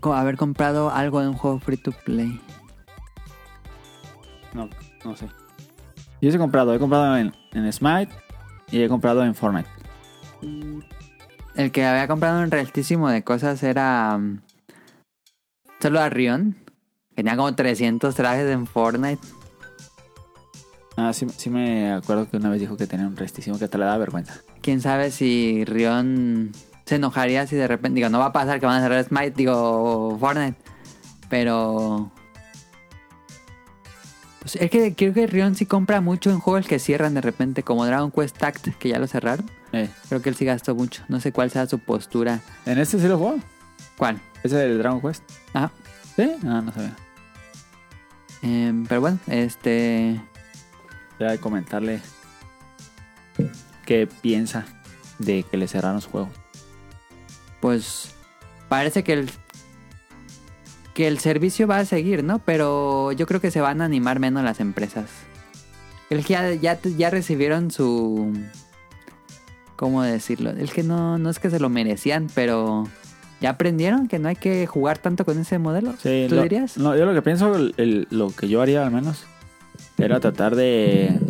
Speaker 3: co- haber comprado algo en un juego free to play.
Speaker 4: No, no sé. Yo sí he comprado, he comprado en, en Smite y he comprado en Fortnite.
Speaker 3: El que había comprado un restísimo de cosas era. mm, Solo a Rion. que Tenía como 300 trajes en Fortnite.
Speaker 4: Ah, sí, sí me acuerdo que una vez dijo que tenía un restísimo que te le daba vergüenza.
Speaker 3: Quién sabe si Rion se enojaría si de repente. Digo, no va a pasar que van a cerrar Smite, digo, Fortnite. Pero. Pues es que creo que Rion sí compra mucho en juegos que cierran de repente, como Dragon Quest Tact, que ya lo cerraron.
Speaker 4: Eh,
Speaker 3: Creo que él sí gastó mucho. No sé cuál sea su postura.
Speaker 4: ¿En este sí lo jugó?
Speaker 3: ¿Cuál?
Speaker 4: ¿Ese del Dragon Quest?
Speaker 3: Ajá.
Speaker 4: ¿Sí? Ah, no sabía.
Speaker 3: Em, pero bueno, este.
Speaker 4: Voy a comentarle qué piensa de que le cerraron su juego.
Speaker 3: Pues. Parece que el. Que el servicio va a seguir, ¿no? Pero yo creo que se van a animar menos las empresas. El que ya, ya, ya recibieron su. ¿Cómo decirlo? El que no, no es que se lo merecían, pero. ¿Ya aprendieron que no hay que jugar tanto con ese modelo?
Speaker 4: Sí,
Speaker 3: ¿Tú
Speaker 4: lo-
Speaker 3: dirías?
Speaker 4: No, yo lo que pienso, el- el- lo que yo haría al menos, era tratar de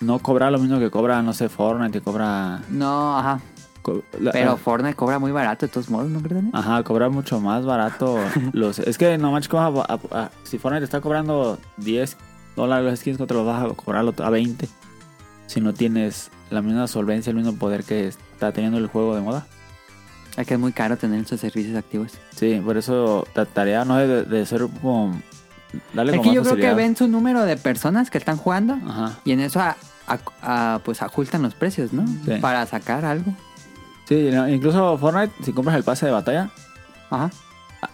Speaker 4: no cobrar lo mismo que cobra, no sé, Fortnite, que cobra...
Speaker 3: No, ajá.
Speaker 4: co- la-
Speaker 3: Pero
Speaker 4: la-
Speaker 3: Fortnite cobra muy barato de todos modos, ¿no crees? Daniel?
Speaker 4: Ajá, cobrar mucho más barato. los Es que no manches, ¿cómo vas a- a- a- si Fortnite está cobrando 10 dólares los skins, no te los vas a cobrar a 20 si no tienes la misma solvencia, el mismo poder que está teniendo el juego de moda.
Speaker 3: Es que es muy caro tener esos servicios activos.
Speaker 4: Sí, por eso trataría, no, de, de ser como... Darle
Speaker 3: Es
Speaker 4: como
Speaker 3: que
Speaker 4: más
Speaker 3: yo creo que
Speaker 4: facilidad.
Speaker 3: ven su número de personas que están jugando
Speaker 4: Ajá.
Speaker 3: y en eso a- a- a- pues ajustan los precios, ¿no?
Speaker 4: Sí.
Speaker 3: Para sacar algo.
Speaker 4: Sí, no, incluso Fortnite, si compras el pase de batalla,
Speaker 3: Ajá.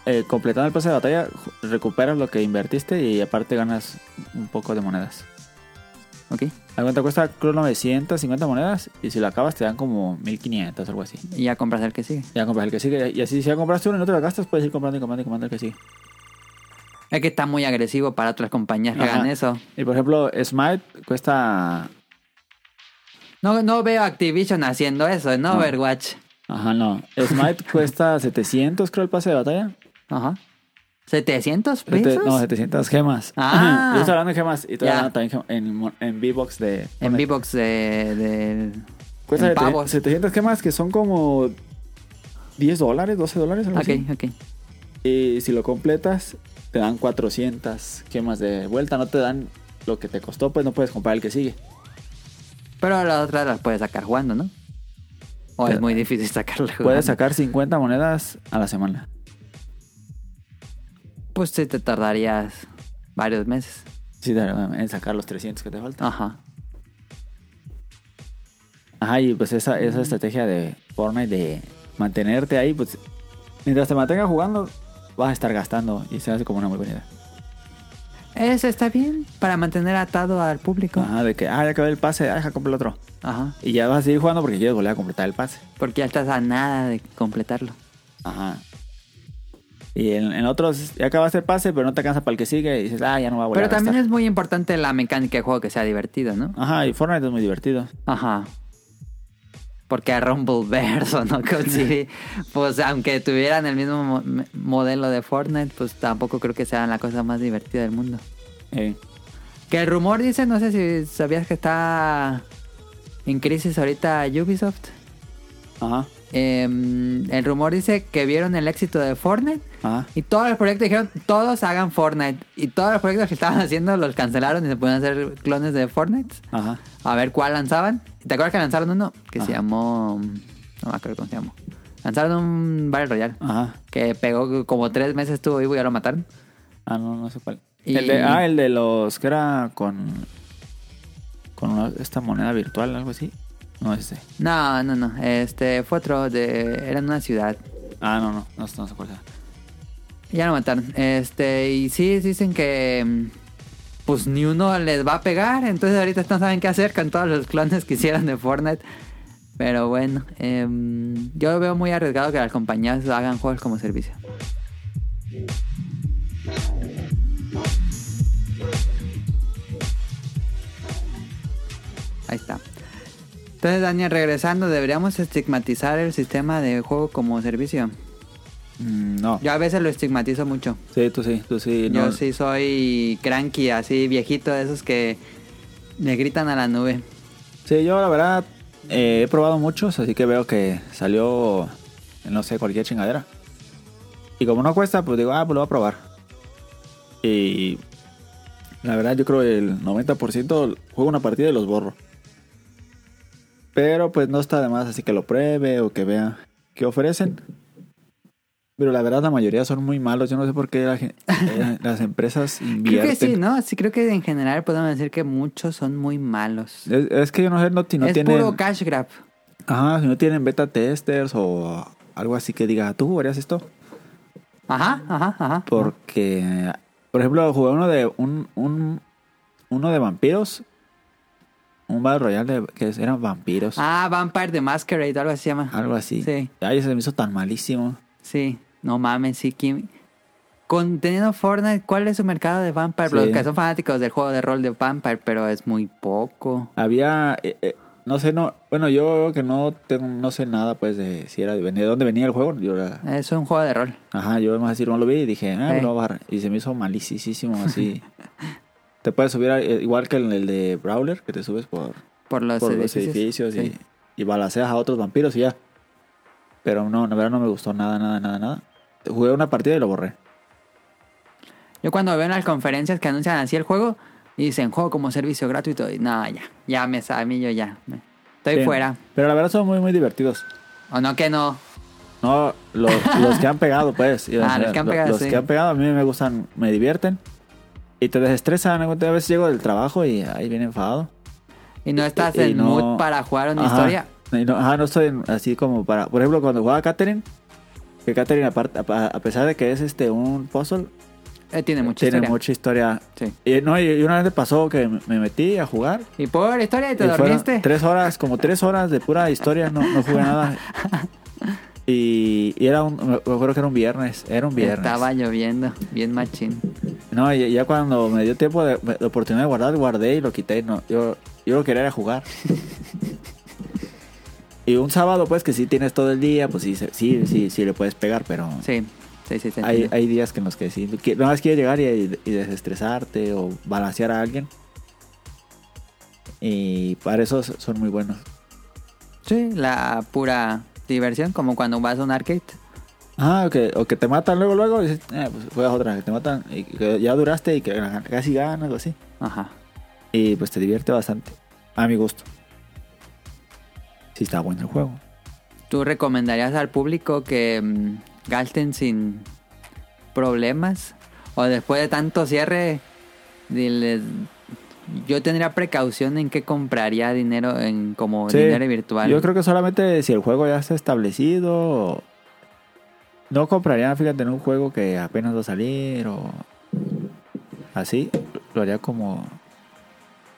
Speaker 4: eh, completando el pase de batalla, ju- recuperas lo que invertiste y aparte ganas un poco de monedas.
Speaker 3: Ok.
Speaker 4: La cuenta cuesta creo 950 monedas y si lo acabas te dan como 1500 o algo así.
Speaker 3: Y ya compras el que sigue.
Speaker 4: Ya compras el que sigue y así si ya compraste uno y no te lo gastas, puedes ir comprando y comprando y comprando el que sigue.
Speaker 3: Es que está muy agresivo para otras compañías que
Speaker 4: Ajá.
Speaker 3: hagan eso.
Speaker 4: Y por ejemplo, Smite cuesta...
Speaker 3: No, no veo Activision haciendo eso, ¿no? Overwatch.
Speaker 4: Ajá, no. Smite cuesta 700 creo el pase de batalla.
Speaker 3: Ajá. ¿700
Speaker 4: Sete-
Speaker 3: pesos?
Speaker 4: Este, No, 700 gemas.
Speaker 3: Ah.
Speaker 4: Yo estoy hablando de gemas y estoy
Speaker 3: Ya.
Speaker 4: hablando también gem- en, mon- en V-Box de...
Speaker 3: en V-Box de, de-
Speaker 4: Cuesta
Speaker 3: en pavos.
Speaker 4: 700 gemas que son como 10 dólares, 12 dólares. algo así.
Speaker 3: Ok, ok.
Speaker 4: Y si lo completas, te dan 400 gemas de vuelta. No te dan lo que te costó, pues no puedes comprar el que sigue.
Speaker 3: Pero las otras las puedes sacar jugando, ¿no? O es
Speaker 4: Pero-
Speaker 3: muy difícil sacarlas jugando.
Speaker 4: Puedes sacar 50 monedas a la semana.
Speaker 3: Pues sí te tardarías varios meses.
Speaker 4: Sí, de verdad, en sacar los 300 que te faltan.
Speaker 3: Ajá.
Speaker 4: Ajá, y pues esa, esa estrategia de Fortnite de mantenerte ahí, pues mientras te mantengas jugando, vas a estar gastando y se hace como una muy buena idea.
Speaker 3: Eso está bien para mantener atado al público. Ajá.
Speaker 4: Ajá, de que, ah, ya acabé el pase, ah, deja comprar otro. Y ya vas a seguir jugando porque quieres volver a completar el pase.
Speaker 3: Porque ya estás a nada de completarlo.
Speaker 4: Ajá. Y en, en otros ya acabaste el pase, pero no te alcanza para el que sigue y dices, ah, ya no va a volver.
Speaker 3: Pero
Speaker 4: a
Speaker 3: también
Speaker 4: gastar".
Speaker 3: es muy importante la mecánica de juego que sea divertido, ¿no?
Speaker 4: Ajá, y Fortnite es muy divertido.
Speaker 3: Ajá. Porque a Rumbleverse o no Cozy, pues aunque tuvieran el mismo mo- me- modelo de Fortnite, pues tampoco creo que sea la cosa más divertida del mundo.
Speaker 4: Eh,
Speaker 3: Que el rumor dice, no sé si sabías que está en crisis ahorita Ubisoft.
Speaker 4: Ajá,
Speaker 3: Em, el rumor dice que vieron el éxito de Fortnite
Speaker 4: ajá.
Speaker 3: y todos los proyectos dijeron, todos hagan Fortnite. Y todos los proyectos que estaban haciendo los cancelaron y se pudieron hacer clones de Fortnite.
Speaker 4: Ajá.
Speaker 3: A ver cuál lanzaban. ¿Te acuerdas que lanzaron uno? Que se
Speaker 4: Ajá.
Speaker 3: llamó. No me acuerdo cómo se llamó. Lanzaron un Battle Royale.
Speaker 4: Ajá.
Speaker 3: Que pegó como tres meses, estuvo vivo y ya lo mataron.
Speaker 4: Ah, no, no sé cuál.
Speaker 3: Y-
Speaker 4: El de, ah, el de los que era con. Con una- esta moneda virtual, algo así. No, este.
Speaker 3: No, no, no. Este fue otro de. Era en una ciudad.
Speaker 4: Ah, no, no, no, no sé cuál era.
Speaker 3: Ya lo mataron. Este, y sí, dicen que. mm, Pues ni uno les va a pegar. Entonces ahorita no saben qué hacer con todos los clones que hicieron de Fortnite. Pero bueno, em, yo veo muy arriesgado que las compañías hagan juegos como servicio. Ahí está. Entonces, Daniel, regresando, deberíamos estigmatizar el sistema de juego como servicio.
Speaker 4: Mm, no.
Speaker 3: Yo a veces lo estigmatizo mucho.
Speaker 4: Sí, tú sí, tú sí.
Speaker 3: Yo
Speaker 4: no.
Speaker 3: sí soy cranky, así viejito, de esos que le gritan a la nube.
Speaker 4: Sí, yo la verdad eh, he probado muchos, así que veo que salió, no sé, cualquier chingadera. Y como no cuesta, pues digo, ah, pues lo voy a probar. Y la verdad yo creo que el 90% juego una partida y los borro. Pero pues no está de más, así que lo pruebe o que vea qué ofrecen. Pero la verdad la mayoría son muy malos, yo no sé por qué la gen- eh, las empresas invierten.
Speaker 3: Creo que sí, ¿no? Sí, creo que en general podemos decir que muchos son muy malos.
Speaker 4: es, es que yo no sé, no, si no
Speaker 3: es
Speaker 4: tienen...
Speaker 3: puro cash grab.
Speaker 4: Ajá, si no tienen beta testers o algo así que diga, ¿tú harías esto?
Speaker 3: Ajá, ajá, ajá.
Speaker 4: Porque, por ejemplo, jugué uno de un, un- uno de vampiros. Un Battle Royale de- que eran vampiros.
Speaker 3: Ah, Vampire the Masquerade, algo así se llama.
Speaker 4: algo así.
Speaker 3: Sí.
Speaker 4: Ay, se me hizo tan malísimo.
Speaker 3: Sí, no mames, sí, Kim. Conteniendo Fortnite, ¿cuál es su mercado de Vampire?
Speaker 4: Sí.
Speaker 3: Los que son fanáticos del juego de rol de Vampire, pero es muy poco.
Speaker 4: Había, eh, eh, no sé, no, bueno, yo que no tengo, no sé nada, pues, de si era de, de dónde venía el juego. Yo era-
Speaker 3: Es un juego de rol.
Speaker 4: Ajá, yo más decir, no lo vi y dije, ah,
Speaker 3: Sí.
Speaker 4: lo voy a bajar. Y se me hizo malísimo así. te puedes subir a- eh, igual que en el de Brawler, que te subes por,
Speaker 3: Por los
Speaker 4: por los
Speaker 3: edificios.
Speaker 4: edificios y,
Speaker 3: Sí.
Speaker 4: y balaceas a otros vampiros y ya. Pero no, la verdad no me gustó nada, nada, nada, nada. Jugué una partida y lo borré.
Speaker 3: Yo cuando veo en las conferencias que anuncian así el juego, y dicen juego como servicio gratuito, y no, ya, ya me sa- a mí yo ya. me- Estoy
Speaker 4: Sí.
Speaker 3: fuera.
Speaker 4: Pero la verdad son muy, muy divertidos.
Speaker 3: O no que no.
Speaker 4: No, los, los que han pegado, pues. Y,
Speaker 3: Ah,
Speaker 4: o sea,
Speaker 3: los que han
Speaker 4: lo-
Speaker 3: pegado,
Speaker 4: los
Speaker 3: sí.
Speaker 4: que han pegado a mí me gustan, me divierten. Y te desestresan. A veces llego del trabajo y ahí viene enfadado.
Speaker 3: Y no estás
Speaker 4: Y
Speaker 3: en
Speaker 4: no-
Speaker 3: mood para jugar una
Speaker 4: Ajá.
Speaker 3: historia.
Speaker 4: Y no- ajá, no estoy en- así como para. Por ejemplo, cuando jugaba Catherine, que Catherine, aparte- a, a pesar de que es este un puzzle,
Speaker 3: Eh, tiene mucha
Speaker 4: tiene
Speaker 3: historia.
Speaker 4: mucha historia.
Speaker 3: Sí.
Speaker 4: Y, no, y, y una vez me pasó que me me metí a jugar.
Speaker 3: Y por historia te
Speaker 4: y fueron
Speaker 3: dormiste.
Speaker 4: Tres horas, como tres horas de pura historia, no, no jugué nada. Y, y era un. Me acuerdo que era un viernes. Era un viernes.
Speaker 3: Estaba lloviendo, bien machín.
Speaker 4: No, y- y ya cuando me dio tiempo de, de oportunidad de guardar, guardé y lo quité. No, yo, yo lo quería era jugar. y un sábado, pues, que sí tienes todo el día, pues sí, se- sí, sí, sí le puedes pegar, pero
Speaker 3: Sí, sí, sí. te
Speaker 4: hay,
Speaker 3: entiendo.
Speaker 4: hay días que en los que sí. que nada más quieres llegar y, y desestresarte o balancear a alguien. Y para eso son muy buenos.
Speaker 3: Sí, la pura diversión, como cuando vas a un arcade.
Speaker 4: Ah, o que, o que te matan luego, luego, y dices, "Eh, pues juegas otra, que te matan y que ya duraste y que casi ganas, algo así.
Speaker 3: Ajá.
Speaker 4: Y pues te divierte bastante. A mi gusto. Sí está bueno el juego.
Speaker 3: ¿Tú recomendarías al público que mm, gasten sin problemas? ¿O después de tanto cierre, diles, yo tendría precaución en que compraría dinero en como
Speaker 4: Sí,
Speaker 3: dinero virtual?
Speaker 4: Yo creo que solamente si el juego ya está establecido. No compraría, fíjate, en un juego que apenas va a salir o así. Lo haría como...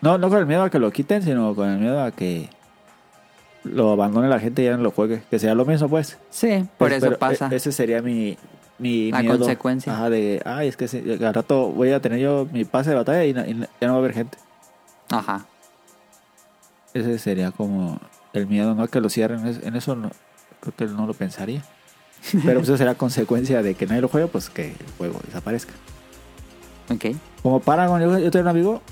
Speaker 4: No, no con el miedo a que lo quiten, sino con el miedo a que lo abandone la gente y ya no lo juegue. Que sea lo mismo, pues.
Speaker 3: Sí, por
Speaker 4: Es-
Speaker 3: eso
Speaker 4: pero,
Speaker 3: pasa.
Speaker 4: e- Ese sería mi, mi
Speaker 3: La
Speaker 4: miedo.
Speaker 3: consecuencia.
Speaker 4: Ajá, de, ay, es que sí, al rato voy a tener yo mi pase de batalla y, no- y no- ya no va a haber gente.
Speaker 3: Ajá.
Speaker 4: Ese sería como el miedo, ¿no? Que lo cierren. Es- En eso no, creo que no lo pensaría. Pero pues, eso será consecuencia de que nadie lo juegue, pues que el juego desaparezca.
Speaker 3: Ok.
Speaker 4: Como Paragon, yo, yo tengo un amigo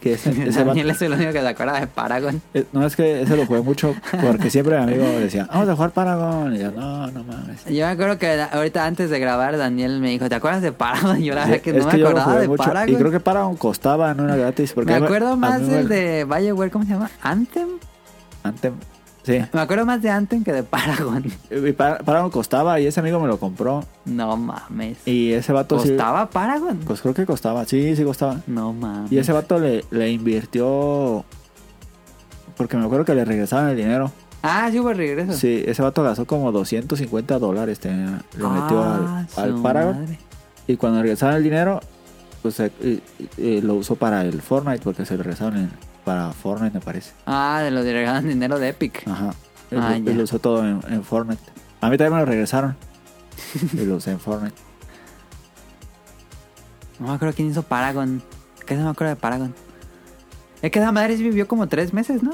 Speaker 4: que ese, ese vato-
Speaker 3: Daniel es el único que se acuerda de Paragon.
Speaker 4: eh, no es que ese lo jugué mucho porque siempre mi amigo decía, vamos a jugar Paragon. Y yo, no, no mames.
Speaker 3: Yo me acuerdo que ahorita antes de grabar, Daniel me dijo, ¿te acuerdas de Paragon? Yo la verdad que
Speaker 4: Es
Speaker 3: no me
Speaker 4: yo lo
Speaker 3: acordaba
Speaker 4: jugué
Speaker 3: de
Speaker 4: mucho,
Speaker 3: Paragon.
Speaker 4: Y creo que Paragon costaba, no era gratis. Porque
Speaker 3: me
Speaker 4: a mí
Speaker 3: acuerdo
Speaker 4: a
Speaker 3: más
Speaker 4: mí
Speaker 3: del
Speaker 4: me-
Speaker 3: de Bioware, ¿cómo se llama? ¿Anthem?
Speaker 4: Anthem. Sí.
Speaker 3: Me acuerdo más de Anthem que de Paragon.
Speaker 4: Y Pa- Paragon costaba y ese amigo me lo compró.
Speaker 3: No mames.
Speaker 4: Y ese vato sí-
Speaker 3: ¿Costaba Paragon?
Speaker 4: Pues creo que costaba. Sí, sí costaba.
Speaker 3: No mames.
Speaker 4: Y ese vato le, le invirtió. Porque me acuerdo que le regresaban el dinero.
Speaker 3: Ah, sí hubo regreso.
Speaker 4: Sí, ese vato gastó como 250 dólares. tenía- lo metió
Speaker 3: Ah,
Speaker 4: al, al
Speaker 3: su
Speaker 4: Paragon.
Speaker 3: madre.
Speaker 4: Y cuando regresaban el dinero, pues eh, eh, eh, lo usó para el Fortnite. Porque se lo regresaron en- para Fortnite, me parece.
Speaker 3: Ah, de los que regalan dinero de Epic.
Speaker 4: Ajá. Y
Speaker 3: Ah,
Speaker 4: lo,
Speaker 3: ya.
Speaker 4: y lo usó todo en, en Fortnite. A mí también me lo regresaron. y lo usé en Fortnite.
Speaker 3: No me acuerdo quién hizo Paragon. ¿Qué se me acuerdo de Paragon? Es que esa madre sí vivió como tres meses, ¿no?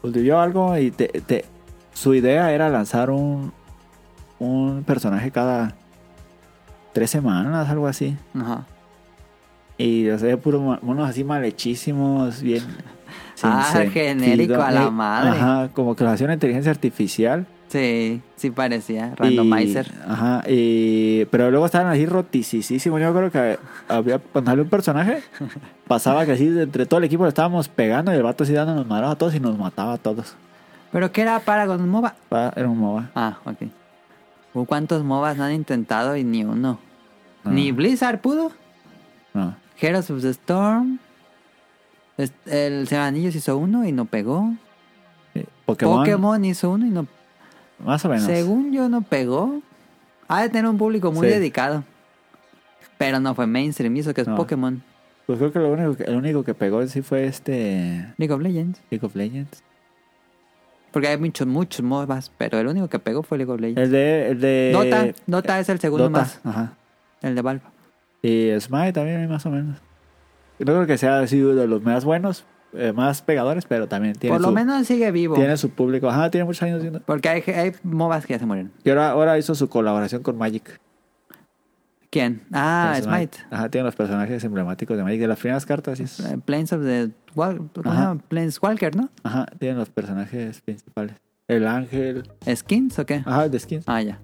Speaker 4: Cultivó algo y te, te- su idea era lanzar un, un personaje cada tres semanas, algo así.
Speaker 3: Ajá.
Speaker 4: Y o sea, puro ma- monos así malhechísimos, bien. sin
Speaker 3: Ah,
Speaker 4: sentido.
Speaker 3: genérico a la
Speaker 4: Eh,
Speaker 3: madre.
Speaker 4: Ajá, como que lo hacía una inteligencia artificial.
Speaker 3: Sí, sí parecía.
Speaker 4: y-
Speaker 3: Randomizer.
Speaker 4: ajá, y, pero luego estaban así rotisísimos. Yo creo que había, cuando había un personaje, pasaba que así entre todo el equipo le estábamos pegando y el vato así dándonos madrazos a todos y nos mataba a todos.
Speaker 3: ¿Pero qué era Paragon MOBA?
Speaker 4: Ah, Era un MOBA.
Speaker 3: Ah, ok. Uh, ¿Cuántos MOBAs no han intentado y ni uno?
Speaker 4: No.
Speaker 3: ¿Ni Blizzard pudo?
Speaker 4: No.
Speaker 3: Heroes of the Storm. Es- El Sebanillos hizo uno y no pegó.
Speaker 4: Eh, Pokémon,
Speaker 3: Pokémon hizo uno y no
Speaker 4: Más o menos.
Speaker 3: Según yo no pegó. Ha de tener un público muy
Speaker 4: Sí.
Speaker 3: dedicado. Pero no fue mainstream, y eso que es
Speaker 4: No.
Speaker 3: Pokémon.
Speaker 4: Pues creo que lo único que, el único que pegó sí fue este
Speaker 3: League of Legends.
Speaker 4: League of Legends.
Speaker 3: Porque hay muchos, muchos MOBAs, pero el único que pegó fue League of Legends.
Speaker 4: El de, el de
Speaker 3: Dota, Dota es el segundo
Speaker 4: Eh, Dota,
Speaker 3: más,
Speaker 4: Ajá.
Speaker 3: el de Valve.
Speaker 4: Y Smite también más o menos. No creo que sea así de los más buenos, eh, más pegadores, pero también tiene
Speaker 3: Por lo
Speaker 4: su,
Speaker 3: menos sigue vivo.
Speaker 4: tiene su público. Ajá, tiene muchos años haciendo.
Speaker 3: Porque hay, hay MOBAs que ya se murieron.
Speaker 4: Y ahora, ahora hizo su colaboración con Magic.
Speaker 3: ¿Quién? Ah,
Speaker 4: Con
Speaker 3: Smite.
Speaker 4: Ajá, tiene los personajes emblemáticos de Magic. De las primeras cartas, sí. es-
Speaker 3: Eh, Planes of the... Wal- ¿Cómo se
Speaker 4: Ajá.
Speaker 3: llama? Planeswalker, ¿no?
Speaker 4: Ajá, tienen los personajes principales. El ángel.
Speaker 3: ¿Skins o qué?
Speaker 4: Ajá, el de skins.
Speaker 3: Ah, ya.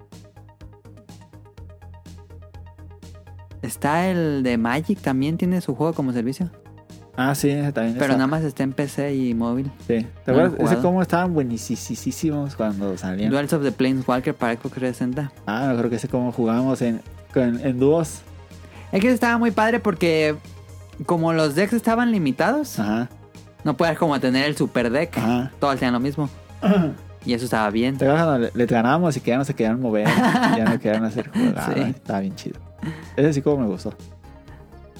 Speaker 3: Está el de Magic, también tiene su juego como servicio.
Speaker 4: Ah, sí, ese también.
Speaker 3: Pero
Speaker 4: está.
Speaker 3: nada más está en PC y móvil.
Speaker 4: Sí. ¿Te
Speaker 3: No lo he
Speaker 4: acuerdas? Ese
Speaker 3: jugado.
Speaker 4: cómo estaban buenísimos cuando salían.
Speaker 3: Duels of the Planeswalker para Xbox 360.
Speaker 4: Ah, me creo que ese cómo jugábamos en, con- en dúos.
Speaker 3: Es que estaba muy padre porque como los decks estaban limitados,
Speaker 4: Ajá,
Speaker 3: no podías como tener el super deck.
Speaker 4: ajá.
Speaker 3: Todos hacían lo mismo. Y eso estaba bien.
Speaker 4: ¿Te acuerdas cuando le- les ganábamos y que ya no se querían mover? y ya no querían hacer jugadas.
Speaker 3: Sí.
Speaker 4: Estaba bien chido. Ese sí como me gustó.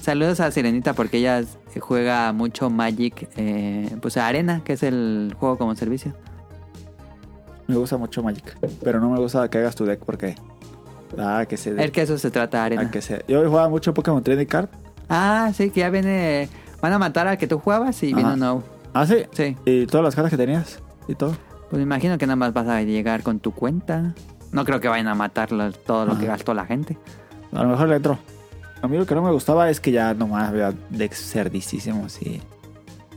Speaker 3: Saludos a Sirenita porque ella juega mucho Magic, eh, pues a Arena, que es el juego como servicio.
Speaker 4: Me gusta mucho Magic. Pero no me gusta que hagas tu deck porque... Ah, que se...
Speaker 3: El que eso se trata, Arena.
Speaker 4: ah, que se yo jugaba mucho Pokémon Trading Card.
Speaker 3: Ah, sí, que ya viene. Van a matar al que tú jugabas y viene
Speaker 4: Ajá.
Speaker 3: un nuevo.
Speaker 4: Ah, sí.
Speaker 3: Sí.
Speaker 4: Y todas las cartas que tenías. Y todo.
Speaker 3: Pues me imagino que nada más vas a llegar con tu cuenta. No creo que vayan a matar lo- todo lo que
Speaker 4: Ajá.
Speaker 3: gastó la gente.
Speaker 4: A lo mejor le entró. A mí lo que no me gustaba es que ya nomás había decks cerdísimos y...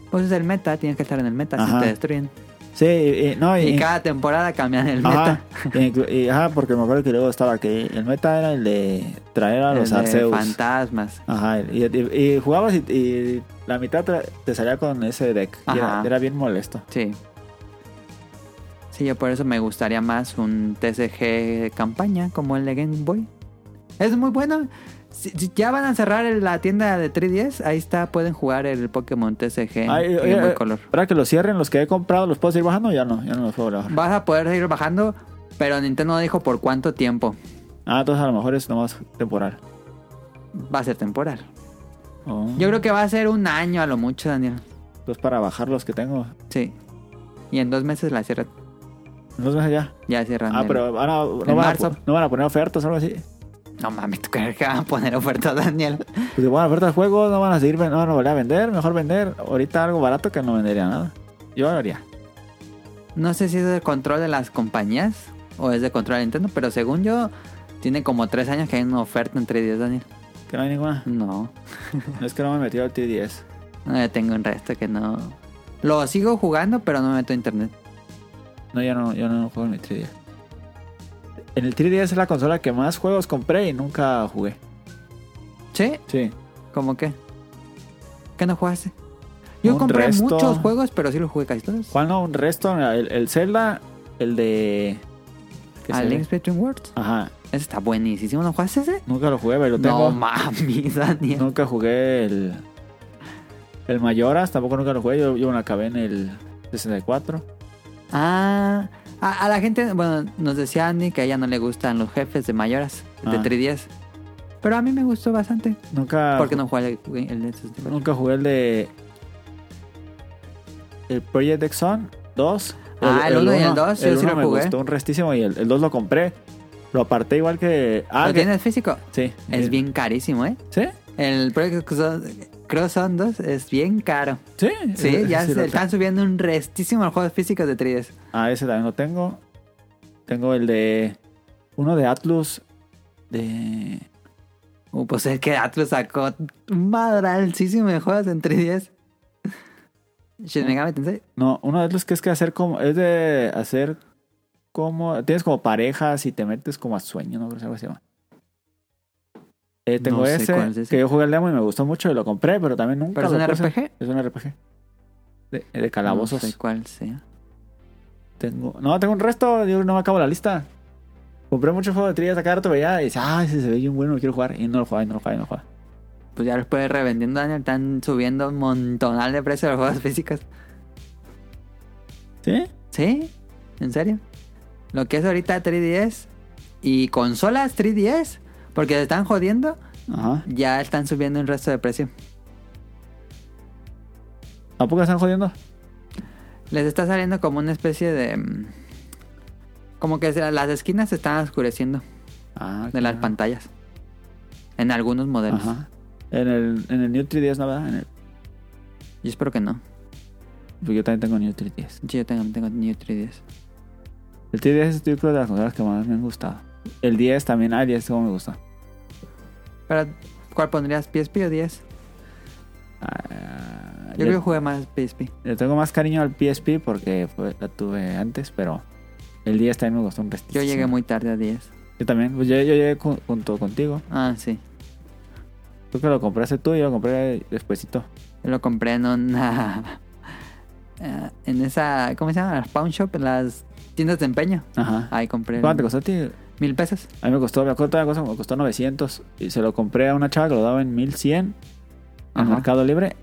Speaker 3: Pues es el meta, tienes que estar en el meta,
Speaker 4: Ajá.
Speaker 3: si te destruyen.
Speaker 4: Sí, y- y- no, y...
Speaker 3: Y cada temporada cambian el
Speaker 4: Ajá,
Speaker 3: meta.
Speaker 4: y inclu- y- ajá, porque me acuerdo que luego estaba que el meta era el de traer a
Speaker 3: El
Speaker 4: los
Speaker 3: de
Speaker 4: Arceus.
Speaker 3: fantasmas.
Speaker 4: Ajá, y, y- y jugabas y, y la mitad tra- te salía con ese deck. y era,
Speaker 3: Ajá.
Speaker 4: era bien molesto.
Speaker 3: Sí. Sí, yo por eso me gustaría más un TCG campaña como el de Game Boy. Es muy bueno. Si, si ya van a cerrar el- la tienda de 3DS, ahí está, pueden jugar el Pokémon TCG
Speaker 4: Ay,
Speaker 3: Game
Speaker 4: oye,
Speaker 3: Boy
Speaker 4: eh,
Speaker 3: Color.
Speaker 4: Para que los cierren, los que he comprado, ¿los puedo seguir bajando? Ya no, ya no los puedo bajar.
Speaker 3: Vas a poder seguir bajando, pero Nintendo no dijo por cuánto tiempo.
Speaker 4: Ah, entonces a lo mejor es nomás temporal.
Speaker 3: Va a ser temporal.
Speaker 4: Oh,
Speaker 3: Yo creo que va a ser un año a lo mucho, Daniel.
Speaker 4: Pues para bajar los que tengo.
Speaker 3: Sí. Y en dos meses la cierran.
Speaker 4: No sé ya.
Speaker 3: Ya cierran.
Speaker 4: Ah,
Speaker 3: el-
Speaker 4: pero van a- no,
Speaker 3: En
Speaker 4: van a,
Speaker 3: marzo.
Speaker 4: no van a poner ofertas o algo así.
Speaker 3: No mames, ¿tú crees que van a poner oferta, Daniel?
Speaker 4: Pues van a ofertar el juego, no van a seguir, no van a volver a vender, mejor vender ahorita algo barato que no vendería nada. Yo lo haría.
Speaker 3: No sé si es de control de las compañías o es de control de Nintendo, pero según yo, tiene como tres años que hay una oferta en 3DS, Daniel.
Speaker 4: Que no hay ninguna.
Speaker 3: No,
Speaker 4: Es que no me he metido al T10.
Speaker 3: no yo tengo un resto que no. Lo sigo jugando, pero no me meto a internet.
Speaker 4: No, yo no, yo no juego en el 3DS. En el 3DS es la consola que más juegos compré y nunca jugué.
Speaker 3: ¿Sí?
Speaker 4: Sí.
Speaker 3: ¿Cómo qué? ¿Qué no jugaste? Yo
Speaker 4: Un
Speaker 3: compré
Speaker 4: resto.
Speaker 3: muchos juegos, pero sí los jugué casi todos.
Speaker 4: ¿Cuál no? Un resto, el, el Zelda, el de. que
Speaker 3: A
Speaker 4: se ve.
Speaker 3: Link's Between Worlds.
Speaker 4: Ajá.
Speaker 3: Ese está buenísimo. ¿No jugaste ese?
Speaker 4: Nunca lo jugué, pero lo
Speaker 3: No
Speaker 4: tengo.
Speaker 3: mami, Daniel.
Speaker 4: nunca jugué el. El Mayoras, tampoco nunca lo jugué. Yo, yo me lo acabé en el 64.
Speaker 3: Ah, a, a la gente, bueno, nos decía Andy que a ella no le gustan los jefes de mayoras, de
Speaker 4: Ah.
Speaker 3: 3 Pero a mí me gustó bastante.
Speaker 4: Nunca.
Speaker 3: porque no jugué el, el de esos tipos?
Speaker 4: Nunca jugué el de. El Project X Zone 2.
Speaker 3: Ah, el uno y el
Speaker 4: uno-
Speaker 3: dos, yo
Speaker 4: El
Speaker 3: sí lo
Speaker 4: uno me
Speaker 3: jugué.
Speaker 4: gustó un restísimo y el, el 2 lo compré. Lo aparté igual que. Ah,
Speaker 3: ¿Lo
Speaker 4: que-
Speaker 3: tienes físico?
Speaker 4: Sí.
Speaker 3: Es bien carísimo, ¿eh?
Speaker 4: ¿Sí?
Speaker 3: El Project Cross on 2 es bien caro.
Speaker 4: Sí.
Speaker 3: Sí,
Speaker 4: Ese
Speaker 3: ya
Speaker 4: sí
Speaker 3: se
Speaker 4: lo
Speaker 3: están subiendo un restísimo los juegos físicos de 3
Speaker 4: Ah, ese también lo tengo. Tengo el de. Uno de Atlus. De.
Speaker 3: Uh, pues es que Atlus sacó un madralcísimo de juegos en 3DS. Shin Megami Tensei.
Speaker 4: No, uno de Atlus que es que hacer como. Es de hacer como. Tienes como parejas y te metes como a sueño, ¿no? Creo que algo se llama. Eh, tengo
Speaker 3: No sé
Speaker 4: ese,
Speaker 3: cuál es ese.
Speaker 4: que yo jugué el demo y me gustó mucho y lo compré, pero también nunca
Speaker 3: ¿Pero es
Speaker 4: lo
Speaker 3: un
Speaker 4: puse.
Speaker 3: RPG?
Speaker 4: Es un RPG. De, de calabozos.
Speaker 3: No sé cuál sea.
Speaker 4: Tengo. No, tengo un resto, yo no me acabo la lista. Compré muchos juegos de trillas acá rato veía y dice, ah, ese se ve bien bueno, lo quiero jugar. Y no lo jugaba, y no lo jugaba, y no lo jugaba.
Speaker 3: Pues ya los puedes revendiendo, Daniel. Están subiendo un montonal de precios los juegos físicos.
Speaker 4: ¿Sí?
Speaker 3: ¿Sí? ¿En serio? Lo que es ahorita 3DS y consolas 3DS, porque se están jodiendo,
Speaker 4: Ajá.
Speaker 3: ya están subiendo un resto de precio.
Speaker 4: ¿A poco están jodiendo?
Speaker 3: Les está saliendo como una especie de... mm, Como que se- las esquinas se están oscureciendo
Speaker 4: Ah,
Speaker 3: de las pantallas. En algunos modelos.
Speaker 4: Ajá. En el, en el New 3DS, ¿no verdad? En el-
Speaker 3: Yo espero que no.
Speaker 4: porque Pues yo también tengo New 3DS.
Speaker 3: Sí, Yo tengo, tengo New 3DS.
Speaker 4: El 3DS es yo creo de las consolas que más me han gustado. El 10 también, ah, el 10 como me gusta.
Speaker 3: Pero, ¿cuál pondrías? ¿PSP o 10?
Speaker 4: Ah,
Speaker 3: Yo
Speaker 4: le,
Speaker 3: creo que jugué más PSP.
Speaker 4: le tengo más cariño al PSP porque fue- la tuve antes, pero el 10 también me gustó un resto.
Speaker 3: Yo llegué muy tarde a 10.
Speaker 4: Yo también, pues yo, yo llegué cu- junto contigo.
Speaker 3: Ah, sí.
Speaker 4: Tú que lo compraste tú y yo lo compré despuesito.
Speaker 3: Yo lo compré en una. eh, en esa. ¿Cómo se llama? Las pawn shop, en las tiendas de empeño.
Speaker 4: Ajá.
Speaker 3: Ahí compré. el-
Speaker 4: ¿Cuánto te costó a ti?
Speaker 3: Mil pesos.
Speaker 4: A mí me costó, me acuerdo de la cosa, me costó 900 y se lo compré a una chava que lo daba en 1100 en
Speaker 3: Ajá.
Speaker 4: Mercado Libre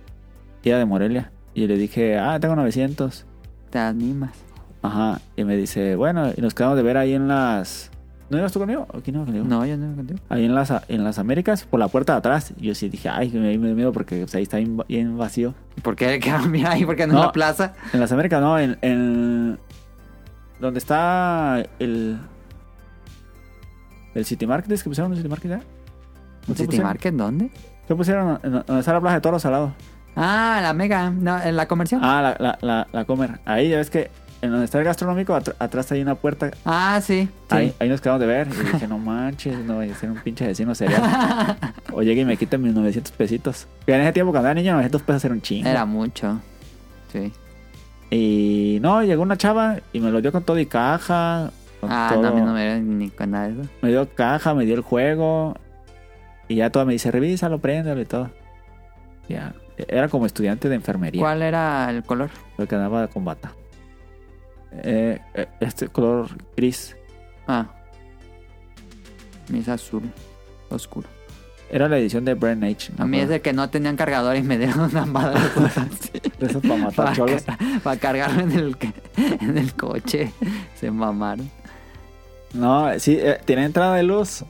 Speaker 4: y era de Morelia. Y le dije, ah, tengo 900.
Speaker 3: Te animas.
Speaker 4: Ajá. Y me dice, bueno, y nos quedamos de ver ahí en las... ¿No ibas tú conmigo? Aquí no, conmigo.
Speaker 3: No, yo no contigo.
Speaker 4: Ahí en las, en las Américas, por la puerta de atrás. Y yo sí dije, ay, me, me da miedo porque pues, ahí está bien, bien vacío.
Speaker 3: ¿Por qué cambia ahí? Porque no, en
Speaker 4: No.
Speaker 3: la plaza.
Speaker 4: En las Américas, no, en, en donde está el el City Market, ¿es que pusieron un City Market ya?
Speaker 3: ¿Un
Speaker 4: ¿Qué
Speaker 3: City
Speaker 4: pusieron?
Speaker 3: Market? ¿Dónde?
Speaker 4: ¿Qué pusieron? En- en- Donde está la Plaza de Toros al lado.
Speaker 3: Ah, la Mega. No, en la comercial. Ah,
Speaker 4: Ah, la, la, la, la Comer. Ahí ya ves que en donde está el gastronómico, atr- atrás hay una puerta.
Speaker 3: Ah, sí. sí.
Speaker 4: Ahí, ahí nos quedamos de ver. Y dije, no manches, no vaya a ser un pinche vecino serial. o llegue y me quiten mis 900 pesitos. Que en ese tiempo cuando era niño, 900 pesos era un chingo.
Speaker 3: Era mucho. Sí.
Speaker 4: Y no, llegó una chava y me lo dio con todo y caja. con
Speaker 3: Ah, no, a mí
Speaker 4: todo.
Speaker 3: no me dieron ni con nada de eso.
Speaker 4: Me dio caja, me dio el juego. Y ya toda me dice, revísalo, préndelo y todo. Ya. Era como estudiante de enfermería.
Speaker 3: ¿Cuál era el color?
Speaker 4: Lo que andaba con bata. Eh, eh, este color gris.
Speaker 3: Ah. Es azul. Oscuro.
Speaker 4: Era la edición de Brain Age.
Speaker 3: A mí es el que no tenían cargador y me dieron una madre.
Speaker 4: Eso para matar
Speaker 3: Para,
Speaker 4: cholos.
Speaker 3: ca- para cargarlo en el, ca- en el coche. Se mamaron.
Speaker 4: No, sí, eh, tenía entrada de luz.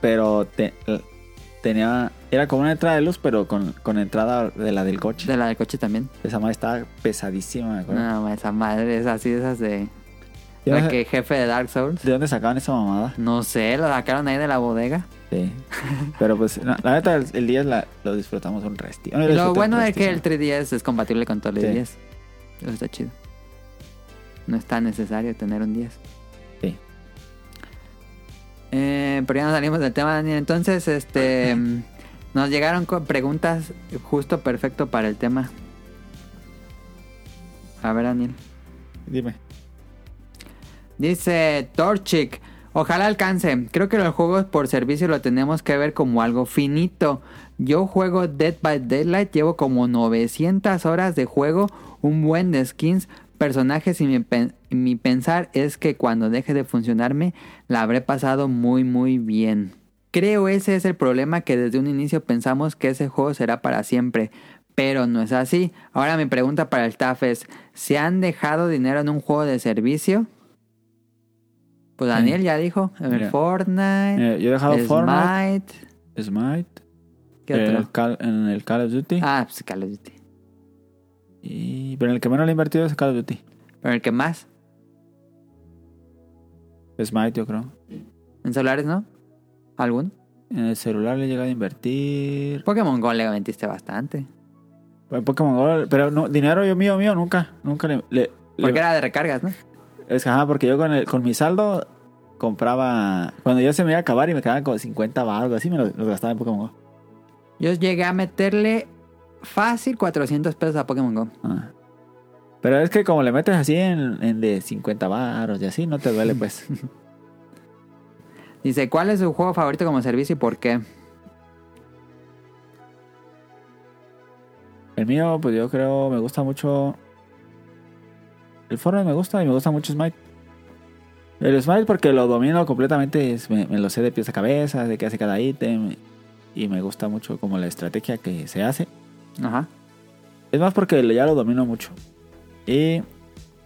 Speaker 4: Pero te- eh, tenía. Era como una entrada de luz, pero con, con entrada de la del coche.
Speaker 3: De la del coche también.
Speaker 4: Esa madre estaba pesadísima, me acuerdo.
Speaker 3: No, ma, esa madre es así, de esas de.
Speaker 4: Ah. Ya
Speaker 3: de
Speaker 4: no sé
Speaker 3: Ah, que jefe de Dark Souls.
Speaker 4: ¿De dónde sacaban esa mamada?
Speaker 3: No sé, la sacaron ahí de la bodega.
Speaker 4: Sí. Pero pues, no, la neta, el, el 10 la- lo disfrutamos un resti. Bueno,
Speaker 3: Y
Speaker 4: lo
Speaker 3: lo
Speaker 4: disfruté
Speaker 3: bueno
Speaker 4: un
Speaker 3: es que el
Speaker 4: restísimo.
Speaker 3: 3DS es compatible con todos los
Speaker 4: Sí.
Speaker 3: 10. Eso está chido. No es tan necesario tener un 10.
Speaker 4: Sí.
Speaker 3: Eh, pero ya nos salimos del tema, Daniel. Entonces, este. mm, nos llegaron con preguntas justo perfecto para el tema. A ver, Daniel.
Speaker 4: Dime.
Speaker 3: Dice Torchic. Ojalá alcance. Creo que los juegos por servicio lo tenemos que ver como algo finito. Yo juego Dead by Daylight, llevo como 900 horas de juego, un buen de skins, personajes y mi, pen- mi pensar es que cuando deje de funcionarme la habré pasado muy muy bien. Creo ese es el problema que desde un inicio pensamos que ese juego será para siempre. Pero no es así. Ahora mi pregunta para el TAF es, ¿se han dejado dinero en un juego de servicio? Pues Daniel ya dijo, en el
Speaker 4: Mira.
Speaker 3: Fortnite,
Speaker 4: Eh, yo he dejado Fortnite,
Speaker 3: Smite,
Speaker 4: Smite,
Speaker 3: ¿qué
Speaker 4: el
Speaker 3: otro?
Speaker 4: Call- en el Call of Duty.
Speaker 3: Ah, pues Call of Duty.
Speaker 4: Y, pero en el que menos le he invertido es Call of Duty.
Speaker 3: Pero el que más,
Speaker 4: Smite, yo creo.
Speaker 3: en celulares, ¿no? ¿Algún?
Speaker 4: En el celular le he llegado a invertir.
Speaker 3: Pokémon Go le metiste bastante.
Speaker 4: En Pues Pokémon Go, pero no, dinero yo mío, mío, nunca. Nunca le. le-
Speaker 3: Porque
Speaker 4: le-
Speaker 3: era de recargas, ¿no?
Speaker 4: es que, ajá, porque yo con, el, con mi saldo compraba. Cuando ya se me iba a acabar y me quedaban como 50 o algo así, me los, los gastaba en Pokémon Go.
Speaker 3: Yo llegué a meterle fácil 400 pesos a Pokémon Go.
Speaker 4: Ah. Pero es que como le metes así en, en de 50 baros y así, no te duele pues.
Speaker 3: Dice, ¿cuál es su juego favorito como servicio y por qué?
Speaker 4: El mío, pues yo creo, me gusta mucho. El Fortnite me gusta y me gusta mucho Smite. El Smite porque lo domino completamente, es- me, me lo sé de pies a cabeza, de qué hace cada ítem. Y me gusta mucho como la estrategia que se hace.
Speaker 3: Ajá.
Speaker 4: Es más porque ya lo domino mucho. Y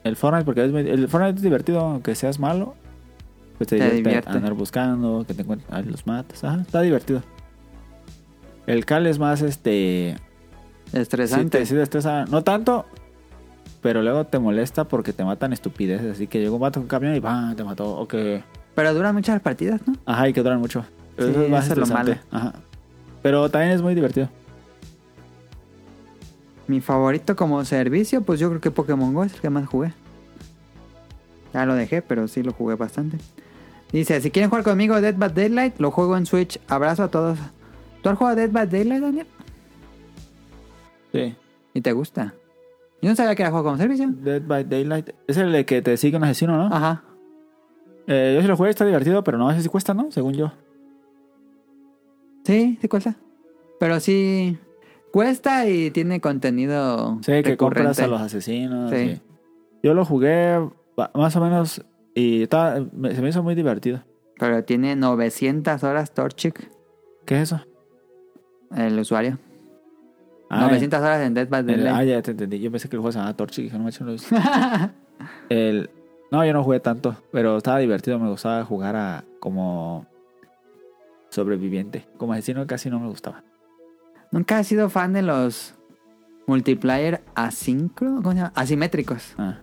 Speaker 4: el Fortnite, porque es muy- el Fortnite es divertido, aunque seas malo. Pues te,
Speaker 3: Te
Speaker 4: divierte,
Speaker 3: divierte.
Speaker 4: andar buscando, que te encuentren ah, los matas. Ajá, está divertido. El Cal es más este. Sí,
Speaker 3: Estresante.
Speaker 4: te, sí te estresa. No tanto, pero luego te molesta porque te matan estupideces. Así que llegó un vato con un camión y ¡bam! te mató. O que-
Speaker 3: Pero duran muchas partidas, ¿no?
Speaker 4: Ajá, y que duran mucho.
Speaker 3: Sí,
Speaker 4: eso es más
Speaker 3: eso es lo
Speaker 4: estresante. Ajá. Pero también es muy divertido.
Speaker 3: Mi favorito como servicio, pues yo creo que Pokémon Go es el que más jugué. Ya lo dejé, pero sí lo jugué bastante. Dice, si quieren jugar conmigo Dead by Daylight, lo juego en Switch. Abrazo a todos. ¿Tú has jugado Dead by Daylight, Daniel?
Speaker 4: Sí.
Speaker 3: ¿Y te gusta? Yo no sabía que era juego como servicio.
Speaker 4: Dead by Daylight. Es el de que te sigue un asesino, ¿no?
Speaker 3: Ajá.
Speaker 4: Eh, yo sí lo jugué, está divertido, pero no sé si cuesta, ¿no? Según yo.
Speaker 3: Sí, sí cuesta. Pero sí cuesta y tiene contenido.
Speaker 4: Sí, que compras
Speaker 3: recurrente.
Speaker 4: a los asesinos.
Speaker 3: Sí.
Speaker 4: sí. Yo lo jugué ba- más o menos y estaba- me- se me hizo muy divertido.
Speaker 3: Pero tiene 900 horas Torchic,
Speaker 4: ¿Qué es eso?
Speaker 3: el usuario.
Speaker 4: Ah,
Speaker 3: 900 horas en Dead by
Speaker 4: el- ah,
Speaker 3: Daylight.
Speaker 4: ya te entendí. Yo pensé que el juego se llamaba Torchic. Dije, no, macho, no lo he visto. El... No, yo no jugué tanto, pero estaba divertido. Me gustaba jugar a como sobreviviente. Como asesino casi no me gustaba.
Speaker 3: Nunca he sido fan de los multiplayer asincro, ¿cómo se llama? Asimétricos.
Speaker 4: Ah,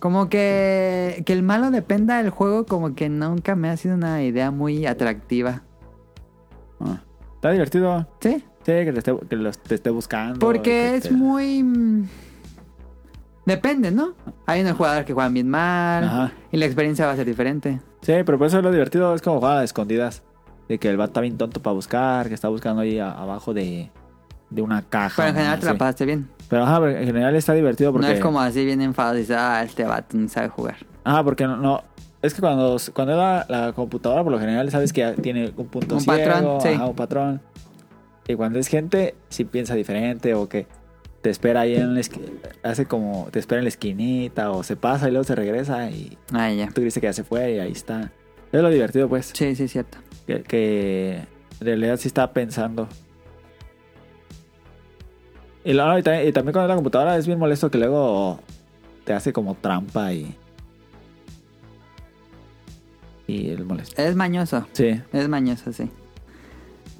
Speaker 3: Como que, que el malo dependa del juego, como que nunca me ha sido una idea muy atractiva.
Speaker 4: ah. Está divertido.
Speaker 3: ¿Sí?
Speaker 4: Sí, que te esté, que los- te esté buscando. y
Speaker 3: Porque
Speaker 4: que
Speaker 3: es
Speaker 4: te-
Speaker 3: muy... mm, Depende, ¿no? Hay unos jugadores que juegan bien mal
Speaker 4: Ajá.
Speaker 3: y la experiencia va a ser diferente.
Speaker 4: Sí, pero por eso es lo divertido. Es como jugar a escondidas. De que el vato está bien tonto para buscar, que está buscando ahí a- abajo de, de una caja.
Speaker 3: Pero en
Speaker 4: ¿no?
Speaker 3: general te la
Speaker 4: Sí.
Speaker 3: pasaste bien.
Speaker 4: Pero ajá, pero en general está divertido porque.
Speaker 3: No es como así bien enfadado y dices, ah, este vato ni sabe jugar.
Speaker 4: Ah, porque no, no- Es que cuando, cuando era la computadora, por lo general, sabes que ya tiene un punto
Speaker 3: Un
Speaker 4: ciego,
Speaker 3: patrón, sí.
Speaker 4: ajá, un patrón. Y cuando es gente, sí piensa diferente o que te espera ahí en la esqui- hace como te espera en la esquinita o se pasa y luego se regresa y
Speaker 3: Ah, ya.
Speaker 4: tú dices que ya se fue y ahí está. Es lo divertido, pues,
Speaker 3: Sí, sí, es cierto.
Speaker 4: que, que en realidad sí está pensando. Y, lo- y también, y también cuando es la computadora es bien molesto que luego te hace como trampa y. Y el molesto.
Speaker 3: Es mañoso.
Speaker 4: Sí.
Speaker 3: Es mañoso, sí.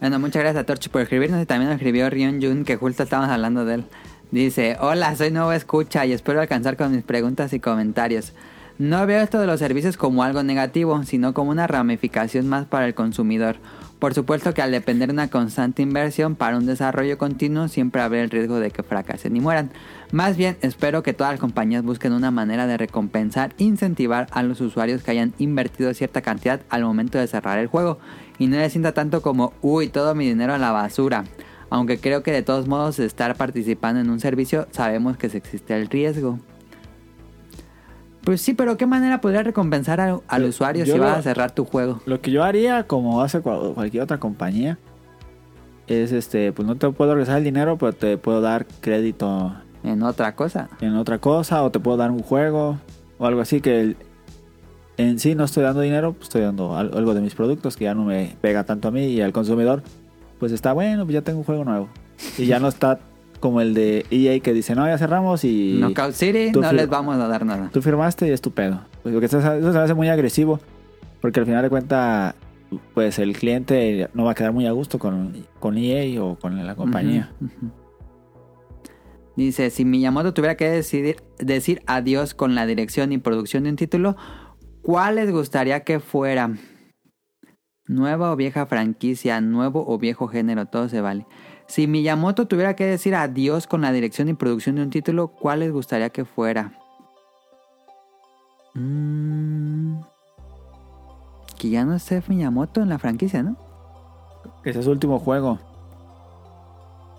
Speaker 3: Bueno, muchas gracias a Torchi por escribirnos y también nos escribió Rion Jun, que justo estábamos hablando de él. Dice, hola, soy nuevo escucha y espero alcanzar con mis preguntas y comentarios. No veo esto de los servicios como algo negativo, sino como una ramificación más para el consumidor. Por supuesto que al depender de una constante inversión para un desarrollo continuo siempre habrá el riesgo de que fracasen y mueran. Más bien, espero que todas las compañías busquen una manera de recompensar, incentivar a los usuarios que hayan invertido cierta cantidad al momento de cerrar el juego y no les sienta tanto como, uy, todo mi dinero a la basura. Aunque creo que de todos modos estar participando en un servicio sabemos que se existe el riesgo. Pues sí, pero ¿qué manera podría recompensar al, al
Speaker 4: Yo-
Speaker 3: usuario
Speaker 4: yo
Speaker 3: si vas
Speaker 4: lo-
Speaker 3: a cerrar tu juego?
Speaker 4: Lo que yo haría, como hace cua- cualquier otra compañía, es este, pues no te puedo regresar el dinero, pero te puedo dar crédito
Speaker 3: En otra cosa.
Speaker 4: en otra cosa, o te puedo dar un juego, o algo así que el- en sí no estoy dando dinero, pues estoy dando al- algo de mis productos que ya no me pega tanto a mí y al consumidor, pues está bueno, pues ya tengo un juego nuevo. Y ya no está como el de EA que dice, no, ya cerramos y...
Speaker 3: Knockout City,
Speaker 4: tú
Speaker 3: no
Speaker 4: fir-
Speaker 3: les vamos a dar nada.
Speaker 4: Tú firmaste y es tu pedo. Pues, Porque eso, se- eso se hace muy agresivo. Porque al final de cuentas, pues el cliente no va a quedar muy a gusto con, con EA o con la compañía.
Speaker 3: Ujú, ujú. Dice, si Miyamoto tuviera que decidir, decir adiós con la dirección y producción de un título, ¿cuál les gustaría que fuera? Nueva o vieja franquicia, nuevo o viejo género, todo se vale. Si Miyamoto tuviera que decir adiós con la dirección y producción de un título, ¿cuál les gustaría que fuera? Mm. que ya no esté Miyamoto en la franquicia, ¿no?
Speaker 4: Que ese es su último juego.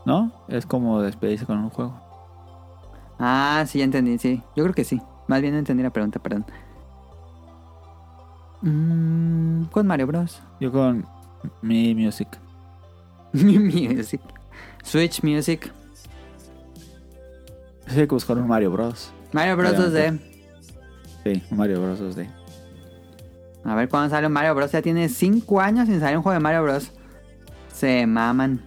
Speaker 4: ¿No? Es como despedirse con un juego.
Speaker 3: Ah, sí, ya entendí, sí. Yo creo que sí. Más bien no entendí la pregunta, perdón. Mm, con Mario Bros.
Speaker 4: Yo con mi music.
Speaker 3: Music. Switch Music.
Speaker 4: Sí, que buscar un Mario Bros.
Speaker 3: Mario Bros.
Speaker 4: Adelante.
Speaker 3: 2D.
Speaker 4: Sí, un Mario Bros 2D.
Speaker 3: A ver cuándo sale un Mario Bros. Ya tiene 5 años sin salir un juego de Mario Bros. Se maman.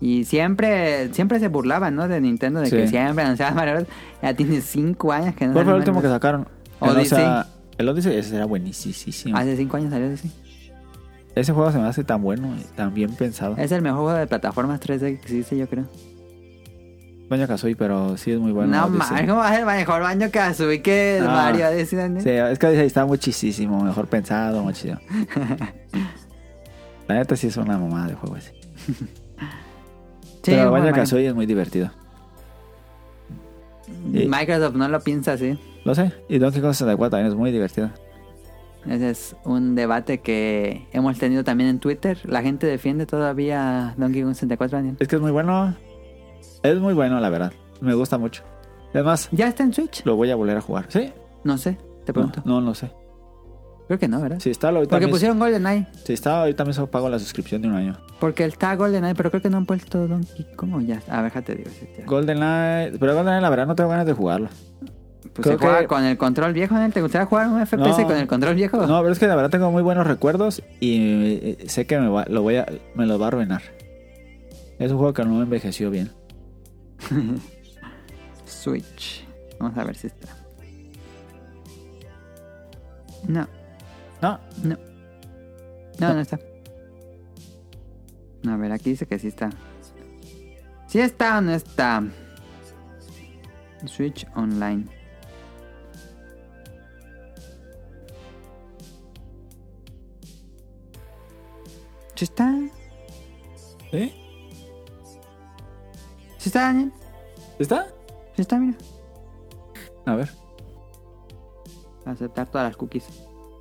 Speaker 3: Y siempre siempre se burlaban, ¿no? De Nintendo, de
Speaker 4: Sí.
Speaker 3: que siempre anunciaban Mario Bros. Ya tiene 5 años que no
Speaker 4: ¿Cuál
Speaker 3: sale
Speaker 4: fue el último que
Speaker 3: Mario
Speaker 4: sacaron?
Speaker 3: Odyssey.
Speaker 4: El Osa- el Odyssey, ese era buenísimo.
Speaker 3: Bros. Hace 5 años salió ese.
Speaker 4: Ese juego se me hace tan bueno, y tan bien pensado.
Speaker 3: Es el mejor juego de plataformas 3D que existe, yo creo.
Speaker 4: Doña Kazooie, pero sí es muy bueno.
Speaker 3: no
Speaker 4: Odyssey.
Speaker 3: mames, ¿cómo va a ser mejor baño Kazooie que
Speaker 4: Ah.
Speaker 3: Mario? eh? Dice Daniel.
Speaker 4: Sí, es que ahí está muchísimo mejor pensado, muy chido. La neta sí es una mamada de juego ese.
Speaker 3: Sí,
Speaker 4: Pero
Speaker 3: bueno,
Speaker 4: Banjo
Speaker 3: Mario.
Speaker 4: Kazooie es muy divertido. Y-
Speaker 3: Microsoft no lo piensa así.
Speaker 4: Lo sé. Y Donkey Kong 64 también es muy divertido.
Speaker 3: Ese es un debate que hemos tenido también en Twitter. La gente defiende todavía Donkey Kong 64 Daniel.
Speaker 4: Es que es muy bueno. Es muy bueno, la verdad. Me gusta mucho. Además,
Speaker 3: ¿Ya está en Switch?
Speaker 4: lo voy a volver a jugar. ¿Sí?
Speaker 3: No sé, te
Speaker 4: No,
Speaker 3: pregunto.
Speaker 4: no, no sé.
Speaker 3: Creo que no, ¿verdad?
Speaker 4: Si está, ahorita
Speaker 3: porque
Speaker 4: mismo,
Speaker 3: pusieron GoldenEye.
Speaker 4: si está, ahorita mismo pago la suscripción de un año.
Speaker 3: Porque está GoldenEye, pero creo que no han puesto Donkey Kong. o ya. A ver, déjate digo. si te-
Speaker 4: GoldenEye... Pero GoldenEye, la verdad, no tengo ganas de jugarlo.
Speaker 3: Pues
Speaker 4: creo
Speaker 3: se juega
Speaker 4: que-
Speaker 3: con el control viejo, Daniel. ¿Te gustaría jugar un FPS
Speaker 4: No.
Speaker 3: con el control viejo?
Speaker 4: No, pero es que la verdad tengo muy buenos recuerdos y eh, sé que me, va- lo voy a, me lo va a arruinar. Es un juego que no me envejeció bien.
Speaker 3: Switch. Vamos a ver si está. No,
Speaker 4: No,
Speaker 3: no, no está. A ver, aquí dice que sí está. Sí está o no está. Switch Online. ¿Sí está?
Speaker 4: ¿Eh?
Speaker 3: ¿Sí está, Daniel?
Speaker 4: ¿Está?
Speaker 3: ¿Sí está? Mira.
Speaker 4: A ver.
Speaker 3: Aceptar todas las cookies.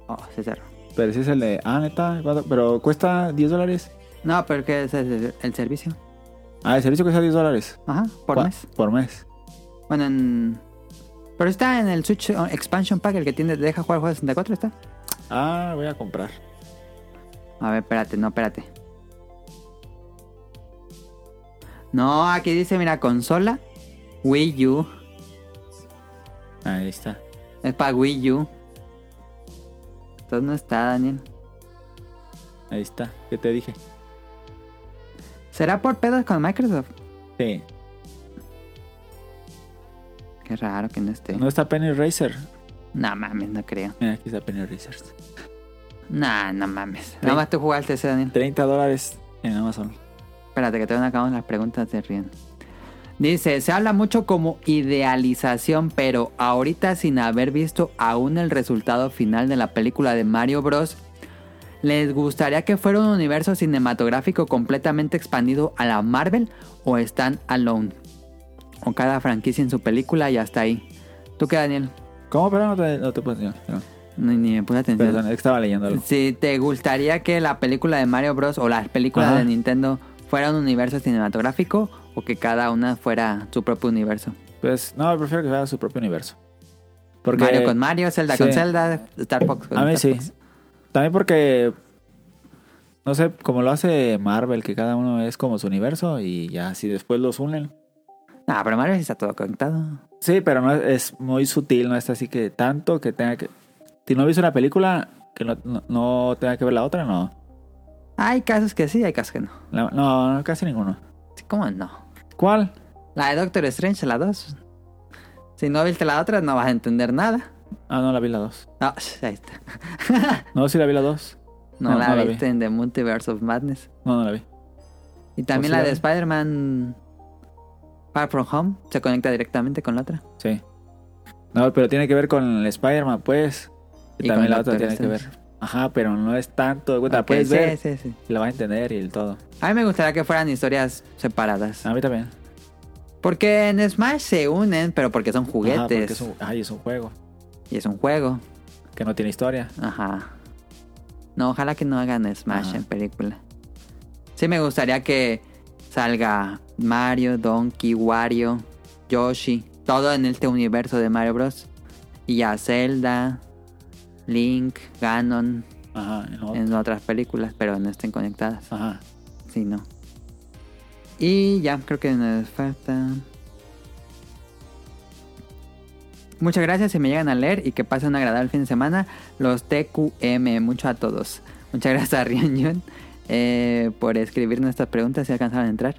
Speaker 3: Oh, se cerró.
Speaker 4: Pero si es el de... Ah, neta. ¿cuánto? Pero cuesta 10 dólares.
Speaker 3: No, pero que es el, el servicio.
Speaker 4: Ah, el servicio cuesta 10 dólares.
Speaker 3: Ajá, por
Speaker 4: Cua-
Speaker 3: mes.
Speaker 4: Por mes.
Speaker 3: Bueno, en... Pero está en el Switch oh, Expansion Pack, el que tiene, deja jugar el juego de 64, ¿está?
Speaker 4: Ah, voy a comprar.
Speaker 3: A ver, espérate, no, espérate. No, aquí dice, mira, consola, Wii U.
Speaker 4: Ahí está.
Speaker 3: Es para Wii U. Entonces no está, Daniel.
Speaker 4: Ahí está. ¿Qué te dije?
Speaker 3: ¿Será por pedos con Microsoft?
Speaker 4: Sí.
Speaker 3: Qué raro que no esté.
Speaker 4: No está Penny Racer.
Speaker 3: No mames, no creo.
Speaker 4: Mira, aquí está Penny Racers.
Speaker 3: No, no mames. Nada más tú jugaste ese, Daniel.
Speaker 4: 30 dólares en Amazon.
Speaker 3: Espérate, que todavía no acabamos las preguntas de Rion. Dice, se habla mucho como idealización, pero ahorita sin haber visto aún el resultado final de la película de Mario Bros. ¿Les gustaría que fuera un universo cinematográfico completamente expandido a la Marvel o están alone? O cada franquicia en su película y hasta ahí. ¿Tú qué, Daniel?
Speaker 4: ¿Cómo? Pero no te, no te puse- no, no.
Speaker 3: Ni, ni me puse atención.
Speaker 4: Perdón, estaba leyendo algo.
Speaker 3: Si te gustaría que la película de Mario Bros. o las películas
Speaker 4: Ajá.
Speaker 3: de Nintendo fuera un universo cinematográfico o que cada una fuera su propio universo.
Speaker 4: Pues no, prefiero que sea su propio universo. Porque
Speaker 3: Mario con pues, Mario, Zelda
Speaker 4: sí.
Speaker 3: con Zelda, Star Fox con
Speaker 4: A mí
Speaker 3: Star
Speaker 4: sí.
Speaker 3: Fox.
Speaker 4: También porque. No sé, como lo hace Marvel, que cada uno es como su universo y ya si después los unen.
Speaker 3: Ah, pero Mario sí está todo conectado.
Speaker 4: Sí, pero no es, es muy sutil, no es así que tanto que tenga que. Si no viste una película, que no, no- no tenga que ver la otra, no.
Speaker 3: Hay casos que sí, hay casos que no.
Speaker 4: La- no, no, casi ninguno.
Speaker 3: Sí, ¿Cómo no?
Speaker 4: ¿Cuál?
Speaker 3: La de Doctor Strange, la 2. Si no viste la otra, no vas a entender nada.
Speaker 4: Ah, no, la vi la 2.
Speaker 3: Ah, ahí está.
Speaker 4: No, sí la vi la 2.
Speaker 3: No,
Speaker 4: No,
Speaker 3: la
Speaker 4: no la vi.
Speaker 3: viste en The Multiverse of Madness.
Speaker 4: No, no la vi.
Speaker 3: Y también
Speaker 4: sí
Speaker 3: la
Speaker 4: la
Speaker 3: de
Speaker 4: vi.
Speaker 3: Spider-Man Far From Home se conecta directamente con la otra.
Speaker 4: Sí. No, pero tiene que ver con el Spider-Man, pues. Y,
Speaker 3: Y
Speaker 4: también
Speaker 3: con
Speaker 4: la otra
Speaker 3: Doctor
Speaker 4: tiene que ver.
Speaker 3: Strange.
Speaker 4: Ajá, pero no es tanto. güey, La
Speaker 3: Ok,
Speaker 4: puedes
Speaker 3: sí,
Speaker 4: ver
Speaker 3: sí, sí.
Speaker 4: y la vas a entender y el todo.
Speaker 3: A mí me gustaría que fueran historias separadas.
Speaker 4: A mí también.
Speaker 3: Porque en Smash se unen, pero porque son juguetes.
Speaker 4: Ajá, porque es un, ay, es un juego
Speaker 3: Y es un juego.
Speaker 4: que no tiene historia.
Speaker 3: Ajá. No, ojalá que no hagan Smash
Speaker 4: Ajá.
Speaker 3: en película. Sí me gustaría que salga Mario, Donkey, Wario, Yoshi. Todo en este universo de Mario Bros. Y ya Zelda, Link, Ganon.
Speaker 4: Ajá, en lo-
Speaker 3: En otras películas, pero no estén conectadas.
Speaker 4: Ajá.
Speaker 3: Sí, no. Y ya, creo que nos falta. Muchas gracias si me llegan a leer y que pasen un agradable fin de semana. Los TQM, mucho a todos. Muchas gracias a Ryunyun eh, por escribir nuestras preguntas si alcanzaron a entrar.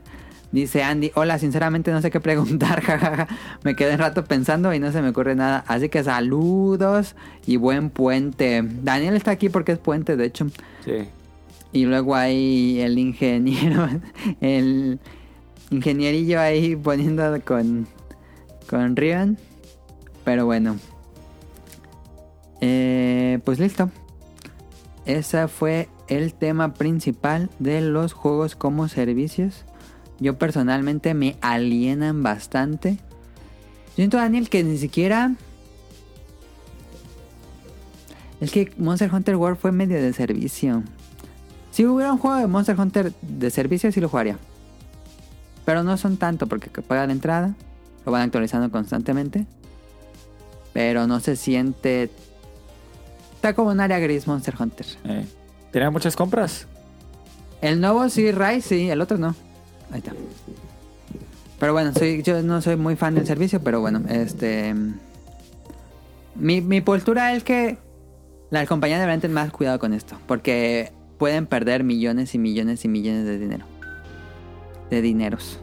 Speaker 3: Dice Andy, hola, sinceramente no sé qué preguntar, jajaja. Me quedé un rato pensando y no se me ocurre nada. Así que saludos y buen puente. Daniel está aquí porque es puente, de hecho.
Speaker 4: Sí.
Speaker 3: Y luego hay el ingeniero, el ingenierillo ahí poniendo con, con Rion. Pero bueno. Eh, pues listo. Ese fue el tema principal de los juegos como servicios. Yo personalmente me alienan bastante. Siento, Daniel, que ni siquiera... Es que Monster Hunter World fue medio de servicio. Si hubiera un juego de Monster Hunter de servicio, sí lo jugaría. Pero no son tanto porque que paga la entrada. Lo van actualizando constantemente. Pero no se siente... Está como un área gris Monster Hunter.
Speaker 4: Eh. ¿Tenía muchas compras?
Speaker 3: El nuevo sí, Rise sí, el otro no. Ahí está. Pero bueno, soy, yo no soy muy fan del servicio, pero bueno, este... Mi, mi postura es que las compañías deberían tener más cuidado con esto, porque pueden perder millones y millones y millones de dinero. De dineros.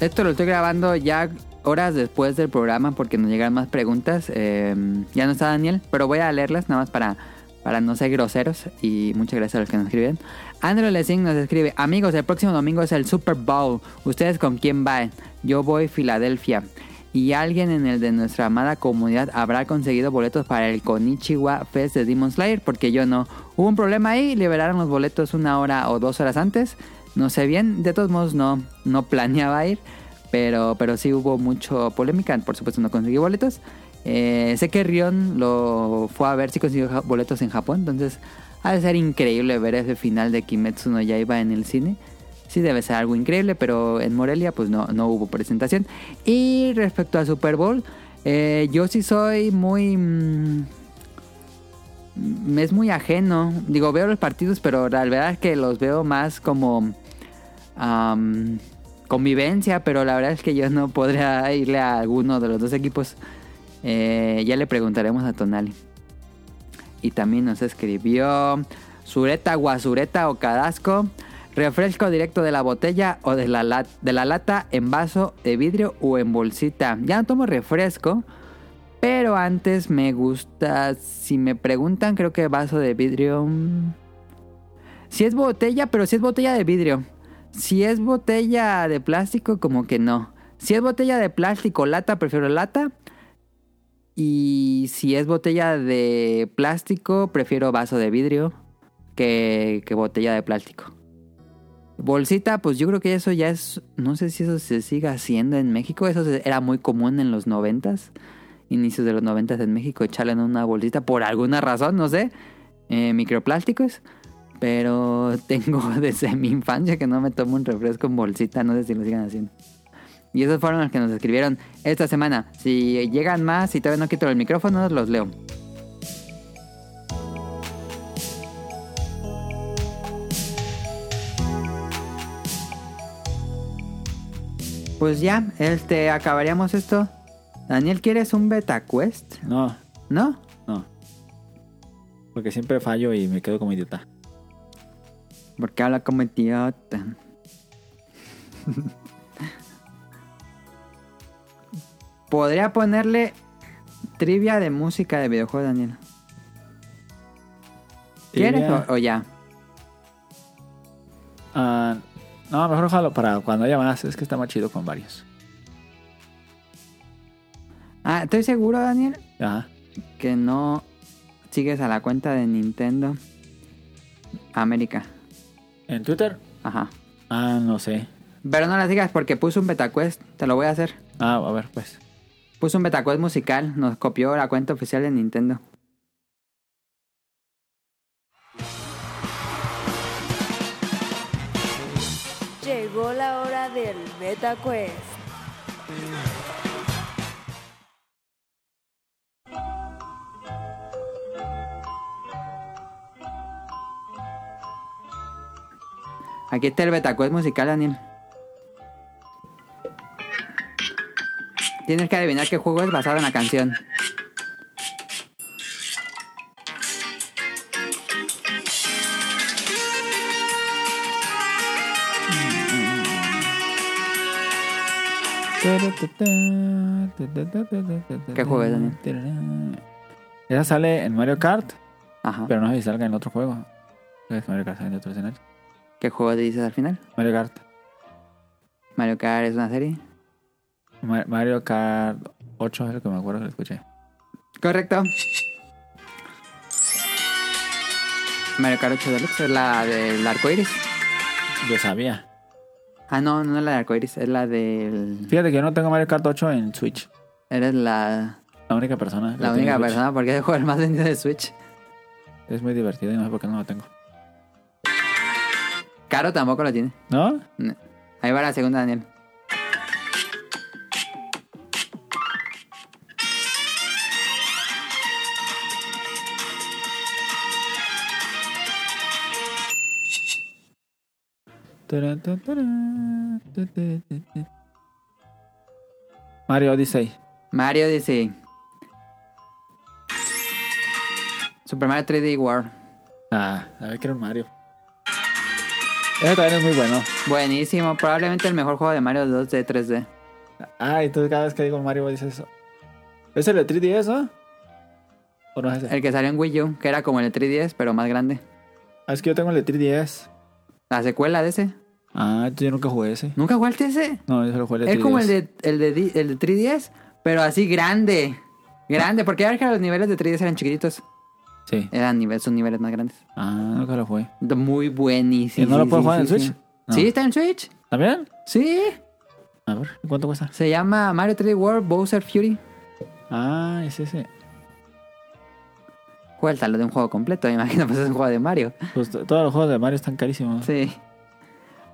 Speaker 3: Esto lo estoy grabando ya horas después del programa porque nos llegan más preguntas. Eh, ya no está Daniel, pero voy a leerlas nada más para, para no ser groseros. Y muchas gracias a los que nos escriben. Andrew Lessing nos escribe, amigos, el próximo domingo es el Super Bowl. ¿Ustedes con quién van? Yo voy a Filadelfia. Y alguien en el de nuestra amada comunidad habrá conseguido boletos para el Konichiwa Fest de Demon Slayer, porque yo no. Hubo un problema ahí, liberaron los boletos una hora o dos horas antes. No sé bien, de todos modos no, no planeaba ir, pero, pero sí hubo mucho polémica, por supuesto no conseguí boletos. Eh, sé que Rion lo fue a ver si consiguió ja- boletos en Japón, entonces ha de ser increíble ver ese final de Kimetsu no Yaiba en el cine. Sí debe ser algo increíble, pero en Morelia pues no, no hubo presentación. Y respecto a Super Bowl, eh, yo sí soy muy... mm, me es muy ajeno. Digo, veo los partidos, pero la verdad es que los veo más como am, convivencia, pero la verdad es que yo no podría irle a alguno de los dos equipos. Eh, ya le preguntaremos a Tonali. Y también nos escribió Sureta, Guasureta o Cadasco. Refresco directo de la botella o de la, lat- de la lata en vaso de vidrio o en bolsita. Ya no tomo refresco, Pero antes me gusta, si me preguntan, creo que vaso de vidrio. Si es botella, pero si es botella de vidrio. Si es botella de plástico, como que no. Si es botella de plástico, lata, prefiero lata. Y si es botella de plástico, prefiero vaso de vidrio que, que botella de plástico. Bolsita, pues yo creo que eso ya es, no sé si eso se sigue haciendo en México, eso se- era muy común en los noventas, inicios de los noventas en México, echarle en una bolsita por alguna razón, no sé, eh, microplásticos, pero tengo desde mi infancia que no me tomo un refresco en bolsita, no sé si lo sigan haciendo. Y esos fueron los que nos escribieron esta semana. Si llegan más, si todavía no quito el micrófono, los leo. Pues ya, este, acabaríamos esto. Daniel, ¿quieres un beta quest?
Speaker 4: No,
Speaker 3: ¿No?
Speaker 4: no. Porque siempre fallo y me quedo como idiota.
Speaker 3: Porque habla como idiota. Podría ponerle trivia de música de videojuegos, Daniel. ¿Quieres
Speaker 4: Trivia.
Speaker 3: o, o ya?
Speaker 4: Ah, no, mejor ojalá para cuando haya más. Es que está más chido con varios.
Speaker 3: Ah, estoy seguro, Daniel,
Speaker 4: Ajá.
Speaker 3: que no sigues a la cuenta de Nintendo América.
Speaker 4: ¿En Twitter?
Speaker 3: Ajá.
Speaker 4: Ah, no sé.
Speaker 3: Pero no la sigas porque puso un beta quest. Te lo voy a hacer.
Speaker 4: Ah, a ver, pues.
Speaker 3: Puso un betacuest musical, nos copió la cuenta oficial de Nintendo.
Speaker 7: Llegó la hora del Beta Quest.
Speaker 3: Aquí está el betacuest musical, Daniel. Tienes que adivinar qué juego es basado en la canción.
Speaker 4: ¿Qué
Speaker 3: juego es,
Speaker 4: Esa sale en Mario Kart,
Speaker 3: Ajá.
Speaker 4: pero no sé si salga en otro juego. Es Mario Kart sale en otro escenario.
Speaker 3: ¿Qué juego dices al final?
Speaker 4: Mario Kart.
Speaker 3: Mario Kart es una serie.
Speaker 4: Ma- Mario Kart 8 es lo que me acuerdo que lo escuché.
Speaker 3: Correcto. Mario Kart 8 Deluxe es la del arco iris.
Speaker 4: Yo sabía.
Speaker 3: Ah, no, no es la del arco iris, es la del.
Speaker 4: Fíjate que yo no tengo Mario Kart 8 en Switch.
Speaker 3: Eres la,
Speaker 4: La única persona. que
Speaker 3: la
Speaker 4: tiene
Speaker 3: única
Speaker 4: Switch.
Speaker 3: persona porque es el juego el más vendido de Switch.
Speaker 4: Es muy divertido y no sé por qué no lo tengo.
Speaker 3: Caro tampoco lo tiene.
Speaker 4: ¿No?
Speaker 3: No. Ahí va la segunda, Daniel.
Speaker 4: Tarán, tarán, tarán, ta, ta, ta, ta. Mario Odyssey.
Speaker 3: Mario dice... Super Mario 3D World.
Speaker 4: Ah, a ver que era un Mario. Ese también es muy bueno.
Speaker 3: Buenísimo, probablemente el mejor juego de Mario 2D 3D.
Speaker 4: Ay, Ah, tú cada vez que digo Mario dices eso. ¿Es el de 3DS, no? ah? ¿O no es ese?
Speaker 3: El que salió en Wii U, que era como el de 3DS, pero más grande.
Speaker 4: Ah, es que yo tengo el de 3DS.
Speaker 3: La secuela de ese.
Speaker 4: Ah, yo nunca jugué ese.
Speaker 3: ¿Nunca jugaste ese?
Speaker 4: No, yo solo jugué el de 3DS.
Speaker 3: Es como el de, el, de, di- el de 3DS, pero así grande. Grande, porque ahora que los niveles de 3DS eran chiquititos.
Speaker 4: Sí.
Speaker 3: Eran niveles, son niveles más grandes.
Speaker 4: Ah, nunca lo jugué.
Speaker 3: De- Muy buenísimo.
Speaker 4: ¿Y no lo puedo jugar en
Speaker 3: sí,
Speaker 4: Switch?
Speaker 3: sí.
Speaker 4: No.
Speaker 3: Sí, está en Switch.
Speaker 4: ¿También?
Speaker 3: Sí.
Speaker 4: A ver, ¿cuánto cuesta?
Speaker 3: Se llama Mario 3D World Bowser Fury.
Speaker 4: Ah, es ese.
Speaker 3: Cuéntalo de un juego completo, me imagino, pues es un juego de Mario.
Speaker 4: Pues t- todos los juegos de Mario están carísimos.
Speaker 3: Sí.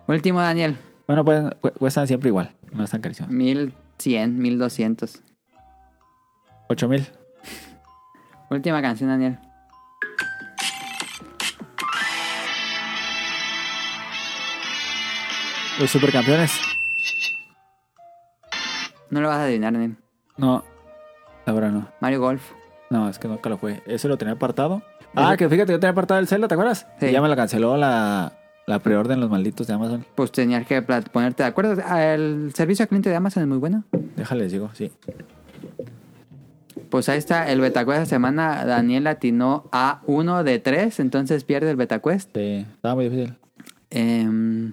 Speaker 3: Último, Daniel.
Speaker 4: Bueno, pues cu- cuestan siempre igual. No están carísimos.
Speaker 3: 1100, 1200.
Speaker 4: 8000.
Speaker 3: Última canción, Daniel.
Speaker 4: Los supercampeones.
Speaker 3: No lo vas a adivinar, Daniel.
Speaker 4: No. Ahora no.
Speaker 3: Mario Golf.
Speaker 4: No, es que nunca lo jugué. Eso lo tenía apartado. Ah, que fíjate, yo tenía apartado el Zelda, ¿te acuerdas?
Speaker 3: Sí.
Speaker 4: Y ya me la canceló la, la preorden los malditos de Amazon.
Speaker 3: Pues tenías que pla- ponerte de acuerdo. Ah, El servicio al cliente de Amazon es muy bueno.
Speaker 4: Déjales, digo, sí.
Speaker 3: Pues ahí está el Betacuest esta semana. Daniel atinó a uno de tres, entonces pierde el Betacuest.
Speaker 4: Sí, estaba muy difícil.
Speaker 3: Em,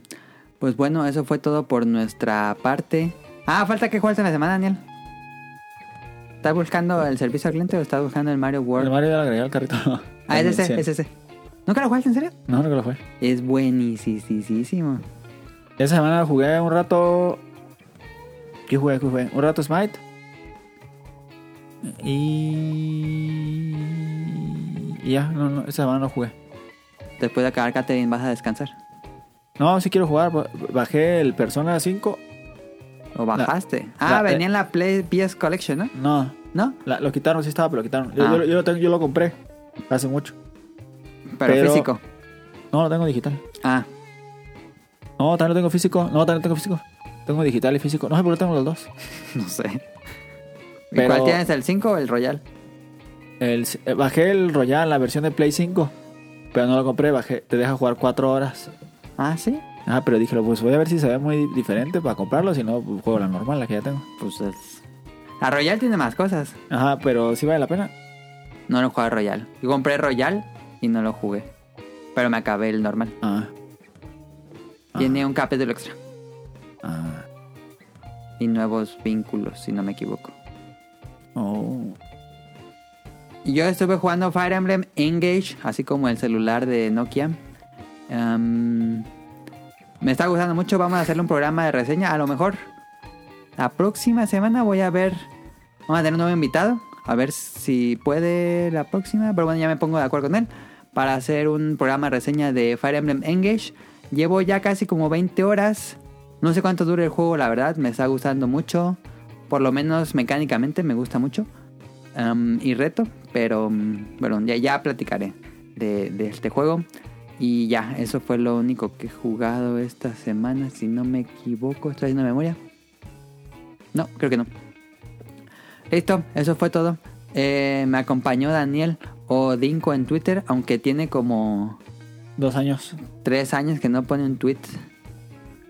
Speaker 3: pues bueno, eso fue todo por nuestra parte. Ah, falta que juegues en la semana, Danial. ¿Estás buscando el servicio al cliente o estás buscando el Mario World?
Speaker 4: El Mario ya le agregué al carrito.
Speaker 3: ah, es ese,
Speaker 4: Sí.
Speaker 3: es ese. ¿Nunca lo jugaste en serio?
Speaker 4: No, no que lo fue.
Speaker 3: Es buenísimo.
Speaker 4: Esa semana jugué un rato. ¿Qué jugué? ¿Qué jugué? Un rato Smite. Y. y ya, no, no, esa semana no jugué.
Speaker 3: Después de acabar Catherine vas a descansar.
Speaker 4: No, sí quiero jugar. ba- Bajé el Persona 5.
Speaker 3: ¿O bajaste? ah,
Speaker 4: la-
Speaker 3: venía en la Play PS Collection, ¿no?
Speaker 4: No,
Speaker 3: ¿No?
Speaker 4: la- lo quitaron, sí estaba, pero lo quitaron. Yo,
Speaker 3: Ah.
Speaker 4: yo lo- yo lo tengo- yo lo compré hace mucho.
Speaker 3: Pero,
Speaker 4: Pero-
Speaker 3: físico.
Speaker 4: No, lo tengo digital.
Speaker 3: Ah,
Speaker 4: No, también lo tengo físico. No, también lo tengo físico. Tengo digital y físico. No sé por qué tengo los dos.
Speaker 3: no sé. ¿Y
Speaker 4: Pero-
Speaker 3: cuál tienes, el 5 o el Royal?
Speaker 4: El- eh, bajé el Royal, la versión de Play 5. Pero no lo compré, bajé. Te deja jugar 4 horas.
Speaker 3: Ah, sí.
Speaker 4: Ah, pero dije, pues voy a ver si se ve muy diferente para comprarlo. Si no, pues, juego la normal, la que ya tengo.
Speaker 3: Pues es... La Royal tiene más cosas.
Speaker 4: Ajá, pero sí vale la pena.
Speaker 3: No lo jugué a Royal. Yo compré Royal y no lo jugué. Pero me acabé el normal.
Speaker 4: Ah,
Speaker 3: Tiene un capítulo extra.
Speaker 4: ah.
Speaker 3: Y nuevos vínculos, si no me equivoco.
Speaker 4: Oh.
Speaker 3: Yo estuve jugando Fire Emblem Engage, así como el celular de Nokia. Em, me está gustando mucho, vamos a hacerle un programa de reseña, a lo mejor. La próxima semana voy a ver, vamos a tener un nuevo invitado, a ver si puede la próxima, pero bueno, ya me pongo de acuerdo con él, para hacer un programa de reseña de Fire Emblem Engage. Llevo ya casi como 20 horas, no sé cuánto dure el juego, la verdad, me está gustando mucho, por lo menos mecánicamente me gusta mucho. Am, y reto, pero mm, bueno, ya, ya platicaré de, de este juego. Y ya, eso fue lo único que he jugado esta semana, si no me equivoco, estoy haciendo memoria. No, creo que no. Listo, eso fue todo. Eh, me acompañó Daniel o Dinko en Twitter, aunque tiene como
Speaker 4: Dos años.
Speaker 3: tres años que no pone un tweet.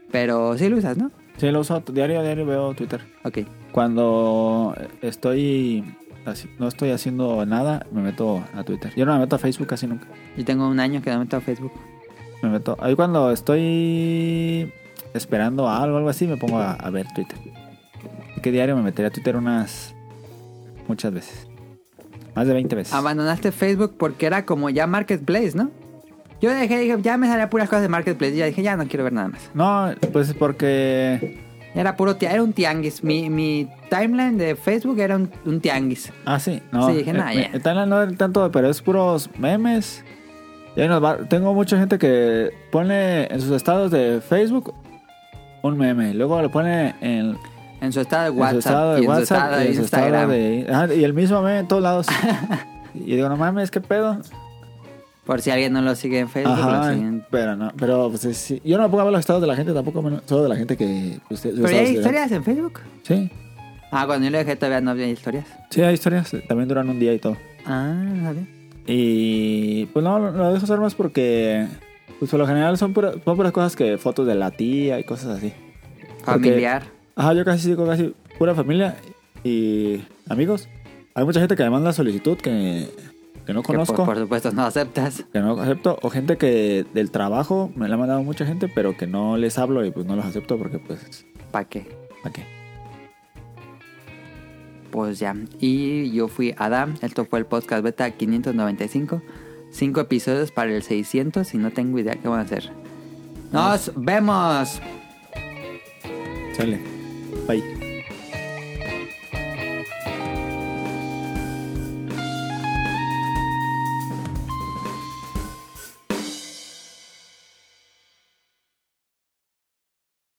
Speaker 3: Pero sí lo usas, ¿no?
Speaker 4: Sí, lo uso diario, diario veo Twitter.
Speaker 3: Ok.
Speaker 4: Cuando estoy. así- no estoy haciendo nada, me meto a Twitter. Yo no me meto a Facebook casi nunca.
Speaker 3: Yo tengo un año que no meto a Facebook.
Speaker 4: Me meto. Ahí cuando estoy esperando algo, algo así, me pongo a, a ver Twitter. ¿Qué diario me metería a Twitter unas. muchas veces? Más de 20 veces.
Speaker 3: Abandonaste Facebook porque era como ya Marketplace, ¿no? Yo dejé, dije, ya me salía puras cosas de Marketplace. Y ya dije, ya no quiero ver nada más.
Speaker 4: No, pues porque.
Speaker 3: Era puro ti- era un tianguis. Mi, mi timeline de Facebook era un, un tianguis.
Speaker 4: Ah, sí, no.
Speaker 3: Sí, dije, nah,
Speaker 4: eh,
Speaker 3: ya.
Speaker 4: eh, tal- no era tanto, pero es puros memes. Y ahí nos va- Tengo mucha gente que pone en sus estados de Facebook un meme. Luego lo pone en,
Speaker 3: En su estado de
Speaker 4: en su
Speaker 3: WhatsApp. y
Speaker 4: estado de
Speaker 3: en su
Speaker 4: WhatsApp
Speaker 3: estado
Speaker 4: y
Speaker 3: de
Speaker 4: en su estado
Speaker 3: Instagram.
Speaker 4: de- ajá, y el mismo meme en todos lados. y digo, no mames, qué pedo.
Speaker 3: Por si alguien no lo sigue en Facebook, lo
Speaker 4: Ajá,
Speaker 3: sigue en-
Speaker 4: pero no, pero pues, es- sí. yo no me pongo a ver los estados de la gente tampoco, menos- solo de la gente que usted.
Speaker 3: ¿Pero ya hay historias en Facebook?
Speaker 4: Sí,
Speaker 3: Ah, cuando yo lo dejé todavía no había historias.
Speaker 4: sí, hay historias, también duran un día y todo.
Speaker 3: Ah, ¿sabes?
Speaker 4: Y pues no, no lo dejo hacer más porque, pues por lo general son puras, son puras cosas que fotos de la tía y cosas así.
Speaker 3: Familiar.
Speaker 4: Ajá, yo casi sigo casi pura familia y amigos. Hay mucha gente que me manda solicitud que, que no
Speaker 3: que por-
Speaker 4: conozco.
Speaker 3: por, supuesto no aceptas.
Speaker 4: que no acepto o gente que del trabajo me la ha mandado mucha gente pero que no les hablo y pues no los acepto porque pues
Speaker 3: ¿Para qué?
Speaker 4: ¿para qué?
Speaker 3: Pues ya. Y yo fui Adam. Esto fue el podcast beta 595. Cinco episodios para el 600 y no tengo idea qué van a hacer. Nos vemos.
Speaker 4: Sale. Bye.